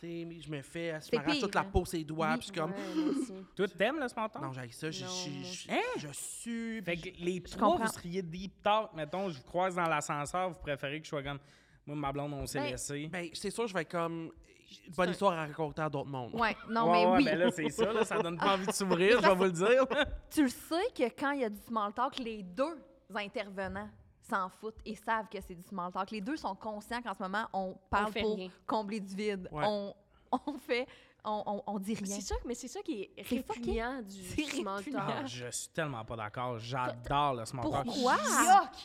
[SPEAKER 3] tu sais, je me fais, je
[SPEAKER 2] C'est
[SPEAKER 3] m'arrache
[SPEAKER 2] pire,
[SPEAKER 3] toute la
[SPEAKER 2] hein.
[SPEAKER 3] peau, ses doigts,
[SPEAKER 2] Oui,
[SPEAKER 3] puis je suis comme,
[SPEAKER 4] Ouais, moi aussi.
[SPEAKER 1] Toi, t'aimes le small talk?
[SPEAKER 3] non, j'ai ça, je,
[SPEAKER 4] Non,
[SPEAKER 3] je,
[SPEAKER 4] moi
[SPEAKER 3] je, je sue,
[SPEAKER 1] Fait
[SPEAKER 3] puis
[SPEAKER 1] que les trois,
[SPEAKER 2] comprends.
[SPEAKER 1] vous seriez deep talk. Mettons, je vous croise dans l'ascenseur, vous préférez que je sois comme... Moi, ma blonde, on s'est
[SPEAKER 4] Ben,
[SPEAKER 1] laissé.
[SPEAKER 3] Ben, c'est sûr, je vais être comme.
[SPEAKER 4] un-
[SPEAKER 3] Bonne histoire à raconter à d'autres mondes.
[SPEAKER 2] Ouais, non,
[SPEAKER 1] Ouais,
[SPEAKER 2] mais
[SPEAKER 1] ouais,
[SPEAKER 2] oui.
[SPEAKER 1] ben là, c'est ça, là, ça donne pas envie de s'ouvrir, je vais vous le dire.
[SPEAKER 2] Tu le sais que quand il y a du small talk, les deux intervenants s'en foutent et savent que c'est du small talk. Les deux sont conscients qu'en ce moment, on parle
[SPEAKER 4] fait
[SPEAKER 2] pour
[SPEAKER 4] rien.
[SPEAKER 2] combler du vide.
[SPEAKER 3] Ouais.
[SPEAKER 2] On, on fait, on, on, on dit rien.
[SPEAKER 4] C'est ça, mais c'est ça qui est
[SPEAKER 2] C'est fucké.
[SPEAKER 4] répugnant du
[SPEAKER 2] C'est
[SPEAKER 4] small
[SPEAKER 2] répugnant.
[SPEAKER 1] Ah,
[SPEAKER 4] talk.
[SPEAKER 1] je suis tellement pas d'accord. J'adore le small talk.
[SPEAKER 2] Pourquoi?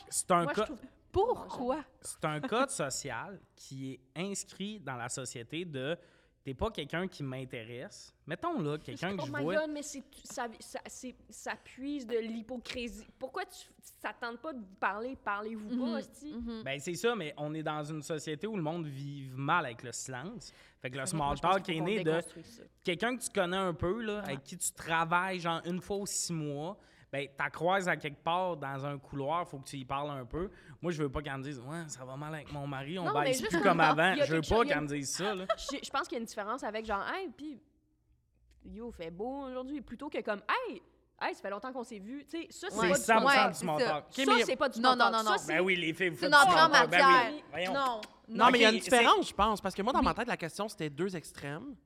[SPEAKER 1] C'est un,
[SPEAKER 4] Moi, je
[SPEAKER 1] cas-
[SPEAKER 4] trouve-
[SPEAKER 2] Pourquoi?
[SPEAKER 1] c'est un code social qui est inscrit dans la société de t'es pas quelqu'un qui m'intéresse. Mettons là, quelqu'un que
[SPEAKER 4] Oh
[SPEAKER 1] je
[SPEAKER 4] my
[SPEAKER 1] vois.
[SPEAKER 4] God, mais c'est ça, ça, c'est- ça puise de l'hypocrisie. Pourquoi tu ça te tente pas de parler, parlez-vous pas, hostie?
[SPEAKER 2] Mm-hmm.
[SPEAKER 1] Ben c'est ça, mais on est dans une société où le monde vit mal avec le silence. Fait que le small
[SPEAKER 4] Je pense
[SPEAKER 1] talk
[SPEAKER 4] qu'il
[SPEAKER 1] est
[SPEAKER 4] faut
[SPEAKER 1] né
[SPEAKER 4] qu'on
[SPEAKER 1] de
[SPEAKER 4] déconstruise ça.
[SPEAKER 1] quelqu'un que tu connais un peu, là, avec qui tu travailles genre une fois aux six mois, ben t'as croises à quelque part dans un couloir, faut que tu y parles un peu. Moi, je veux pas qu'elle me dise Ouais, ça va mal avec mon mari, on
[SPEAKER 4] Non, mais
[SPEAKER 1] baisse
[SPEAKER 4] juste
[SPEAKER 1] plus
[SPEAKER 4] en
[SPEAKER 1] comme
[SPEAKER 4] parlant,
[SPEAKER 1] avant.
[SPEAKER 4] il y a
[SPEAKER 1] Je veux
[SPEAKER 4] quelque chose-
[SPEAKER 1] pas
[SPEAKER 4] il y a
[SPEAKER 1] qu'elle me
[SPEAKER 4] une-
[SPEAKER 1] dise ça, là.
[SPEAKER 4] Je, je pense qu'il y a une différence avec genre, hey, puis yo, fait beau aujourd'hui, plutôt que comme, hey, hey, ça fait longtemps qu'on s'est vu. Tu sais, ça, c'est
[SPEAKER 2] Ouais.
[SPEAKER 1] C'est
[SPEAKER 4] pas du small
[SPEAKER 1] 100%
[SPEAKER 2] Ouais,
[SPEAKER 1] du
[SPEAKER 2] c'est
[SPEAKER 1] small
[SPEAKER 2] ça.
[SPEAKER 1] talk.
[SPEAKER 4] Ça,
[SPEAKER 1] Ok, mais-
[SPEAKER 4] c'est pas du
[SPEAKER 2] Non,
[SPEAKER 4] small
[SPEAKER 2] non,
[SPEAKER 4] talk.
[SPEAKER 2] non,
[SPEAKER 4] Ça,
[SPEAKER 2] non.
[SPEAKER 4] c'est-
[SPEAKER 1] Ben oui, les filles, vous
[SPEAKER 2] C'est
[SPEAKER 1] faites
[SPEAKER 2] une
[SPEAKER 1] du
[SPEAKER 2] entrée en
[SPEAKER 1] small talk. Ben oui.
[SPEAKER 2] matière.
[SPEAKER 1] Voyons.
[SPEAKER 2] Non, non.
[SPEAKER 3] Non, mais il y a une
[SPEAKER 1] Ok, c'est-
[SPEAKER 3] différence, je pense. Parce que moi, dans ma tête, la question, c'était deux extrêmes.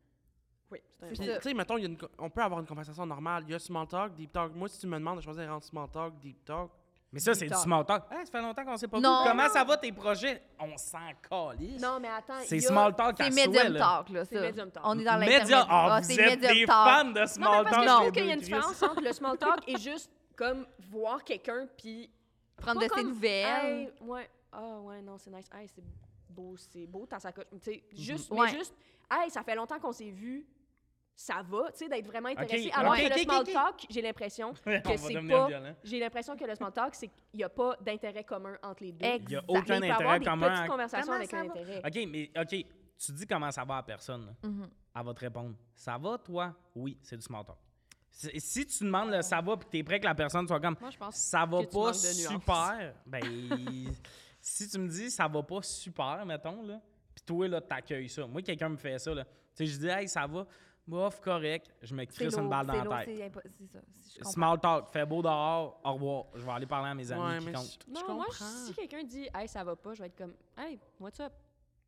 [SPEAKER 4] Oui, c'est
[SPEAKER 2] C'est
[SPEAKER 4] un
[SPEAKER 3] Puis,
[SPEAKER 2] ça.
[SPEAKER 3] tu sais, mettons, il y a une co- on peut avoir une conversation normale. Il y a small talk, deep talk. Moi, si tu me demandes de choisir entre small talk, deep talk,
[SPEAKER 1] Mais ça,
[SPEAKER 4] Plus
[SPEAKER 1] c'est du
[SPEAKER 4] tard.
[SPEAKER 1] small talk. Ah, ça fait longtemps qu'on s'est pas vu.
[SPEAKER 2] Non.
[SPEAKER 1] Comment ça va tes projets? On s'en calisse.
[SPEAKER 4] Non, mais attends.
[SPEAKER 1] C'est
[SPEAKER 4] il y a-
[SPEAKER 1] small talk à
[SPEAKER 2] C'est
[SPEAKER 1] souhait,
[SPEAKER 2] medium
[SPEAKER 1] là.
[SPEAKER 2] talk, là, ça.
[SPEAKER 4] C'est medium talk.
[SPEAKER 2] On est dans l'intermédiaire.
[SPEAKER 1] Média- Ah,
[SPEAKER 2] Ah,
[SPEAKER 1] vous
[SPEAKER 2] c'est
[SPEAKER 1] êtes
[SPEAKER 2] medium
[SPEAKER 1] des
[SPEAKER 2] talk.
[SPEAKER 1] fans de
[SPEAKER 4] Non, mais
[SPEAKER 1] small
[SPEAKER 4] parce
[SPEAKER 1] talk.
[SPEAKER 4] que
[SPEAKER 2] Non.
[SPEAKER 4] je trouve
[SPEAKER 1] les
[SPEAKER 4] qu'il y a
[SPEAKER 1] deux,
[SPEAKER 4] une
[SPEAKER 1] Chris.
[SPEAKER 4] différence entre le small talk et juste comme voir quelqu'un puis
[SPEAKER 2] Prendre
[SPEAKER 4] pas
[SPEAKER 2] de ses
[SPEAKER 4] comme,
[SPEAKER 2] nouvelles.
[SPEAKER 4] Hey, ouais, ah ouais, non, c'est nice. Hey, c'est beau, c'est beau, t'as sa coche. Tu sais, juste,
[SPEAKER 2] Mhm. Ouais.
[SPEAKER 4] mais juste, hey, ça fait longtemps qu'on s'est vu. Ça va, tu sais, d'être vraiment intéressé.
[SPEAKER 1] ok,
[SPEAKER 4] Alors
[SPEAKER 1] ok,
[SPEAKER 4] que le
[SPEAKER 1] ok,
[SPEAKER 4] small
[SPEAKER 1] ok.
[SPEAKER 4] talk, j'ai l'impression
[SPEAKER 1] On va
[SPEAKER 4] que c'est
[SPEAKER 1] devenir
[SPEAKER 4] pas.
[SPEAKER 1] violent.
[SPEAKER 4] J'ai l'impression que le small talk, c'est qu'il n'y a pas d'intérêt commun entre les deux.
[SPEAKER 1] Il
[SPEAKER 2] Exact.
[SPEAKER 1] n'y a
[SPEAKER 2] Mais
[SPEAKER 4] Mais
[SPEAKER 1] aucun
[SPEAKER 4] il peut avoir
[SPEAKER 1] intérêt
[SPEAKER 4] des
[SPEAKER 1] commun.
[SPEAKER 4] petites
[SPEAKER 1] à-
[SPEAKER 4] conversations
[SPEAKER 1] Comment
[SPEAKER 4] avec
[SPEAKER 1] ça
[SPEAKER 4] un
[SPEAKER 1] va?
[SPEAKER 4] intérêt.
[SPEAKER 1] OK, mais OK, tu dis comment ça va à la personne. là.
[SPEAKER 4] Mm-hmm.
[SPEAKER 2] Mhm.
[SPEAKER 1] Elle va te répondre Ça va, toi Oui, c'est du small talk. Si si tu demandes le ça va puis que tu es prêt que la personne soit comme
[SPEAKER 4] Moi, je pense
[SPEAKER 1] Ça va
[SPEAKER 4] que tu
[SPEAKER 1] pas
[SPEAKER 4] manques de nuances.
[SPEAKER 1] super, ben si tu me dis ça va pas super, mettons, là, puis toi, là, t'accueilles ça. Moi, quelqu'un me fait ça, là. Tu sais, je dis Hey, ça va, bof, correct, je me
[SPEAKER 2] C'est
[SPEAKER 1] crisse une
[SPEAKER 2] lourd,
[SPEAKER 1] balle
[SPEAKER 2] c'est
[SPEAKER 1] dans
[SPEAKER 2] lourd,
[SPEAKER 1] la tête.
[SPEAKER 2] c'est impo- C'est ça. si je comprends.
[SPEAKER 1] Small talk, fait beau dehors, au revoir. Je vais aller parler à mes amis
[SPEAKER 3] Ouais,
[SPEAKER 1] qui
[SPEAKER 3] mais
[SPEAKER 1] comptent.
[SPEAKER 3] je- je
[SPEAKER 4] Non, moi,
[SPEAKER 3] comprends.
[SPEAKER 4] si quelqu'un dit Hey, ça va pas, je vais être comme Hey, what's up?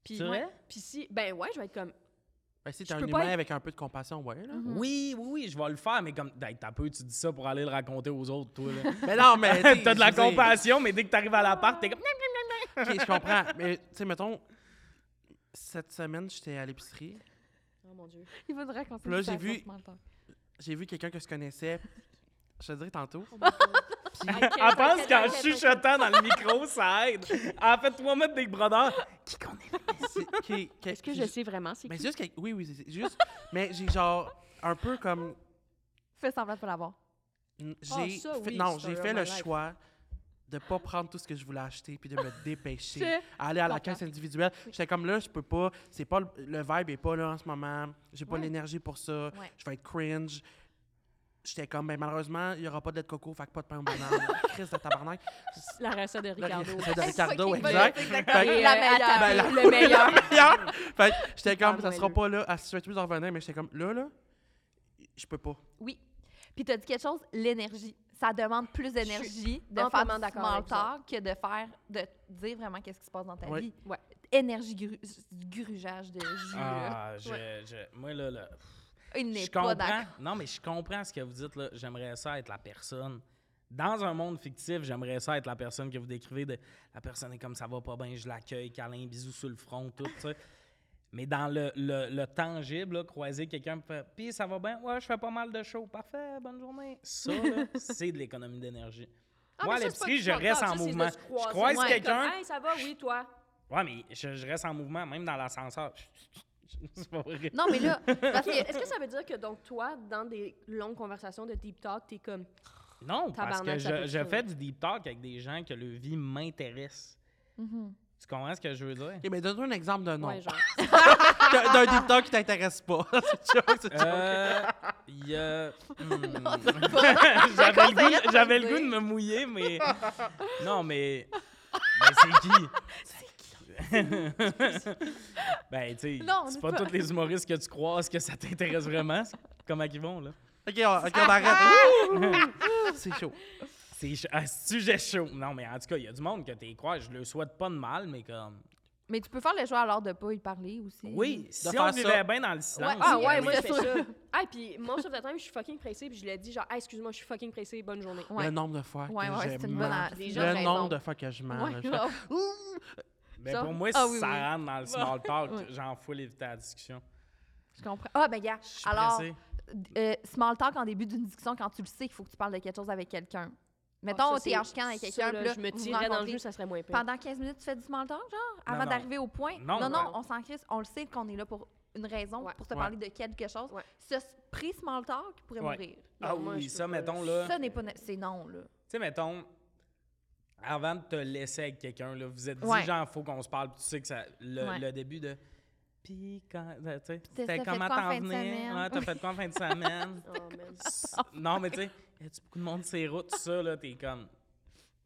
[SPEAKER 4] Puis,
[SPEAKER 1] C'est vrai?
[SPEAKER 4] ouais. Puis si, ben ouais, je vais être comme
[SPEAKER 3] Ben, si
[SPEAKER 4] Je
[SPEAKER 3] t'es un
[SPEAKER 4] peux
[SPEAKER 3] humain
[SPEAKER 4] pas être-
[SPEAKER 3] avec un peu de compassion, ouais, là.
[SPEAKER 4] Mhm.
[SPEAKER 1] Oui, oui, oui, je vais le faire, mais comme, hey, t'as peu, tu dis ça pour aller le raconter aux autres, toi, là.
[SPEAKER 3] Mais non, mais. tu sais,
[SPEAKER 1] T'as de la
[SPEAKER 3] je veux dire-
[SPEAKER 1] compassion, mais dès que t'arrives à l'appart, t'es comme.
[SPEAKER 3] Ok, je comprends. Mais, tu sais, mettons, cette semaine, j'étais à l'épicerie.
[SPEAKER 4] Oh mon Dieu.
[SPEAKER 2] Il va te raconter
[SPEAKER 3] Là,
[SPEAKER 2] une
[SPEAKER 3] j'ai
[SPEAKER 2] situation
[SPEAKER 3] vu-
[SPEAKER 2] de small talk.
[SPEAKER 3] J'ai vu quelqu'un que je connaissais, je te le dirai tantôt.
[SPEAKER 1] Elle Ah, pense qu'en chuchotant dans le micro, ça aide. Elle fait toi mettre des brodeurs. Qui connaît?
[SPEAKER 3] C'est- qui- qui-
[SPEAKER 4] Est-ce que
[SPEAKER 3] qui-
[SPEAKER 4] je sais vraiment c'est
[SPEAKER 3] Mais
[SPEAKER 4] qui?
[SPEAKER 3] c'est juste que. Oui, oui, c'est- c'est juste. mais j'ai genre un peu comme.
[SPEAKER 2] Fais semblant de pas l'avoir.
[SPEAKER 3] J'ai
[SPEAKER 4] Ah, ça,
[SPEAKER 3] fait-
[SPEAKER 4] oui,
[SPEAKER 3] non,
[SPEAKER 4] c'est
[SPEAKER 3] j'ai
[SPEAKER 4] un
[SPEAKER 3] fait le
[SPEAKER 4] real life.
[SPEAKER 3] choix de pas prendre tout ce que je voulais acheter puis de me dépêcher
[SPEAKER 2] Je
[SPEAKER 3] à aller à la
[SPEAKER 2] comprends.
[SPEAKER 3] caisse individuelle. J'étais comme là, je peux pas, c'est pas le, le vibe est pas là en ce moment, j'ai pas
[SPEAKER 2] Ouais.
[SPEAKER 3] l'énergie pour ça,
[SPEAKER 2] Ouais.
[SPEAKER 3] je vais être cringe. J'étais comme ben malheureusement, il y aura pas de lait de coco, fait que pas de pain aux bananes. Crise de tabarnak.
[SPEAKER 4] La recette de Ricardo.
[SPEAKER 3] C'est de Ricardo exact.
[SPEAKER 2] C'est
[SPEAKER 3] Fait que-
[SPEAKER 2] la meilleure.
[SPEAKER 3] Ben, la-
[SPEAKER 2] Le
[SPEAKER 4] Ah,
[SPEAKER 2] meilleur.
[SPEAKER 3] Hier, fait que j'étais comme
[SPEAKER 4] Super
[SPEAKER 3] ça sera
[SPEAKER 4] moelleux.
[SPEAKER 3] pas là, à si tu veux en revenir, mais j'étais comme là là, je peux pas.
[SPEAKER 2] Oui. Puis tu as dit quelque chose, l'énergie. Ça demande plus
[SPEAKER 4] suis
[SPEAKER 2] d'énergie de faire
[SPEAKER 4] amplement
[SPEAKER 2] du
[SPEAKER 4] d'accord
[SPEAKER 2] small
[SPEAKER 4] avec ça.
[SPEAKER 2] talk que de faire, de dire vraiment qu'est-ce qui se passe dans ta
[SPEAKER 3] Ouais.
[SPEAKER 2] vie.
[SPEAKER 4] Ouais.
[SPEAKER 2] Énergie gru- grugeage de jus. là.
[SPEAKER 1] Ah, je, je- moi, là, là,
[SPEAKER 2] Il n'est
[SPEAKER 1] je
[SPEAKER 2] pas
[SPEAKER 1] comprends.
[SPEAKER 2] d'accord.
[SPEAKER 1] Non, mais je comprends ce que vous dites, là. J'aimerais ça être la personne. Dans un monde fictif, j'aimerais ça être la personne que vous décrivez. De, la personne est comme ça va pas bien, je l'accueille, câlin, bisous sur le front, tout, ça. Mais dans le, le, le tangible, là, croiser quelqu'un pis faire Pis ça va bien, ouais, je fais pas mal de show, parfait, bonne journée. Ça, là, c'est de l'économie d'énergie.
[SPEAKER 4] Ah,
[SPEAKER 1] Moi, à
[SPEAKER 4] mais ça, c'est pas
[SPEAKER 1] l'épicerie, je
[SPEAKER 4] du small
[SPEAKER 1] reste
[SPEAKER 4] talk,
[SPEAKER 1] en
[SPEAKER 4] ça, c'est de
[SPEAKER 1] mouvement.
[SPEAKER 4] se
[SPEAKER 1] Je
[SPEAKER 4] croiser.
[SPEAKER 1] croise
[SPEAKER 4] Ouais.
[SPEAKER 1] quelqu'un,
[SPEAKER 4] Comme, Hey, ça va, oui, toi.
[SPEAKER 1] Ouais, mais je, je reste en mouvement, même dans l'ascenseur. C'est pas vrai.
[SPEAKER 2] Non, mais là, parce
[SPEAKER 4] Puis,
[SPEAKER 2] que
[SPEAKER 4] Est-ce que ça veut dire que donc toi, dans des longues conversations de deep talk, t'es comme
[SPEAKER 1] Non, parce que
[SPEAKER 4] Tabarnak, ça
[SPEAKER 1] je,
[SPEAKER 4] peut
[SPEAKER 1] je
[SPEAKER 4] tuer.
[SPEAKER 1] fais du deep talk avec des gens que leur vie m'intéresse.
[SPEAKER 2] Mhm.
[SPEAKER 1] Tu comprends ce que je veux dire?
[SPEAKER 3] OK, mais Eh ben, donne-toi un exemple d'un nom.
[SPEAKER 4] ouais genre.
[SPEAKER 3] Que- D'un deep talk qui t'intéresse pas. c'est une joke, c'est une joke.
[SPEAKER 1] Euh, il y a... hmm.
[SPEAKER 2] Qu'on
[SPEAKER 1] J'avais le
[SPEAKER 2] s'arrête
[SPEAKER 1] goût-
[SPEAKER 2] de
[SPEAKER 1] j'avais le
[SPEAKER 2] dire.
[SPEAKER 1] goût de me mouiller, mais... Non, mais... Mais c'est qui? C'est qui? ben, tu sais,
[SPEAKER 2] Non, on
[SPEAKER 1] c'est
[SPEAKER 2] est
[SPEAKER 1] pas,
[SPEAKER 2] pas-
[SPEAKER 1] tous les humoristes que tu croises que ça t'intéresse vraiment. C'est Comment ils vont, là?
[SPEAKER 3] OK, on, ok, on
[SPEAKER 2] Ah!
[SPEAKER 3] arrête. c'est chaud.
[SPEAKER 1] C'est ch- un sujet chaud. Non, mais en tout cas, il y a du monde que t'es crois. Je le souhaite pas de mal, mais comme.
[SPEAKER 2] Mais tu peux faire le choix alors de pas y parler aussi.
[SPEAKER 1] Oui, si
[SPEAKER 3] faire
[SPEAKER 1] on
[SPEAKER 3] ça.
[SPEAKER 1] vivait bien dans le silence.
[SPEAKER 2] Ouais, ah
[SPEAKER 1] oui,
[SPEAKER 2] ouais,
[SPEAKER 1] oui.
[SPEAKER 2] moi,
[SPEAKER 4] je
[SPEAKER 2] c'est
[SPEAKER 4] fais
[SPEAKER 2] sûr.
[SPEAKER 4] ça. Ah, puis moi, sauf de temps, je suis fucking pressée, puis je l'ai dit genre, Hey, excuse-moi, je suis fucking pressée, bonne journée.
[SPEAKER 2] Ouais.
[SPEAKER 3] Le nombre de fois
[SPEAKER 2] Ouais,
[SPEAKER 3] que
[SPEAKER 2] ouais,
[SPEAKER 3] je
[SPEAKER 2] c'est une
[SPEAKER 3] mens.
[SPEAKER 2] bonne a-
[SPEAKER 4] Les
[SPEAKER 2] c'est une
[SPEAKER 4] gens
[SPEAKER 3] Le
[SPEAKER 2] bonne
[SPEAKER 3] nombre
[SPEAKER 2] raison.
[SPEAKER 3] de fois que je mens.
[SPEAKER 2] Ouais,
[SPEAKER 3] là, je fais,
[SPEAKER 2] grave.
[SPEAKER 1] Mais
[SPEAKER 2] Ça-
[SPEAKER 1] pour moi,
[SPEAKER 2] ah
[SPEAKER 1] si
[SPEAKER 2] oui,
[SPEAKER 1] ça
[SPEAKER 2] oui.
[SPEAKER 1] rentre dans le small talk,
[SPEAKER 2] Ouais.
[SPEAKER 1] j'en fous éviter la discussion.
[SPEAKER 2] Je comprends. Ah, ben, gars,
[SPEAKER 1] Je suis
[SPEAKER 2] alors,
[SPEAKER 1] pressé.
[SPEAKER 2] euh, small talk en début d'une discussion quand tu le sais qu'il faut que tu parles de quelque chose avec quelqu'un. Mettons,
[SPEAKER 4] Ah, ça,
[SPEAKER 2] t'es en
[SPEAKER 4] c'est-
[SPEAKER 2] chicane avec
[SPEAKER 4] ça,
[SPEAKER 2] quelqu'un,
[SPEAKER 4] là,
[SPEAKER 2] puis là,
[SPEAKER 4] je me
[SPEAKER 2] vous vous
[SPEAKER 4] tirerais dans le
[SPEAKER 2] rencontrez.
[SPEAKER 4] jeu, ça serait moins pire.
[SPEAKER 2] Pendant 15 minutes, tu fais du small talk, genre, avant
[SPEAKER 1] non.
[SPEAKER 2] d'arriver au point.
[SPEAKER 1] Non,
[SPEAKER 2] Non, non,
[SPEAKER 1] non.
[SPEAKER 2] on s'en crisse, on le sait qu'on est là pour une raison,
[SPEAKER 4] Ouais.
[SPEAKER 2] pour te
[SPEAKER 1] Ouais.
[SPEAKER 2] parler de quelque chose.
[SPEAKER 4] Ouais.
[SPEAKER 2] Ce prix small talk pourrait
[SPEAKER 1] Ouais.
[SPEAKER 2] mourir.
[SPEAKER 1] Ah
[SPEAKER 4] moi,
[SPEAKER 1] oui,
[SPEAKER 4] je
[SPEAKER 1] ça,
[SPEAKER 4] peux pas.
[SPEAKER 1] mettons, là.
[SPEAKER 2] Ça n'est pas. na- C'est non, là.
[SPEAKER 1] Tu sais, mettons, avant de te laisser avec quelqu'un, là, vous êtes dit,
[SPEAKER 2] Ouais.
[SPEAKER 1] genre, faut qu'on se parle, puis tu sais que ça, le,
[SPEAKER 2] Ouais.
[SPEAKER 1] le début de. Puis, quand. ben, Tu sais,
[SPEAKER 2] t'as
[SPEAKER 1] c'était
[SPEAKER 2] fait
[SPEAKER 1] comment
[SPEAKER 2] quoi en
[SPEAKER 1] t'en
[SPEAKER 2] fin de
[SPEAKER 1] venais?
[SPEAKER 2] semaine?
[SPEAKER 1] Ouais, t'as fait quoi en fin de semaine?
[SPEAKER 4] Oh, man.
[SPEAKER 1] S- non, mais tu sais, y a-tu beaucoup de monde sur les routes? Ça, là, t'es comme.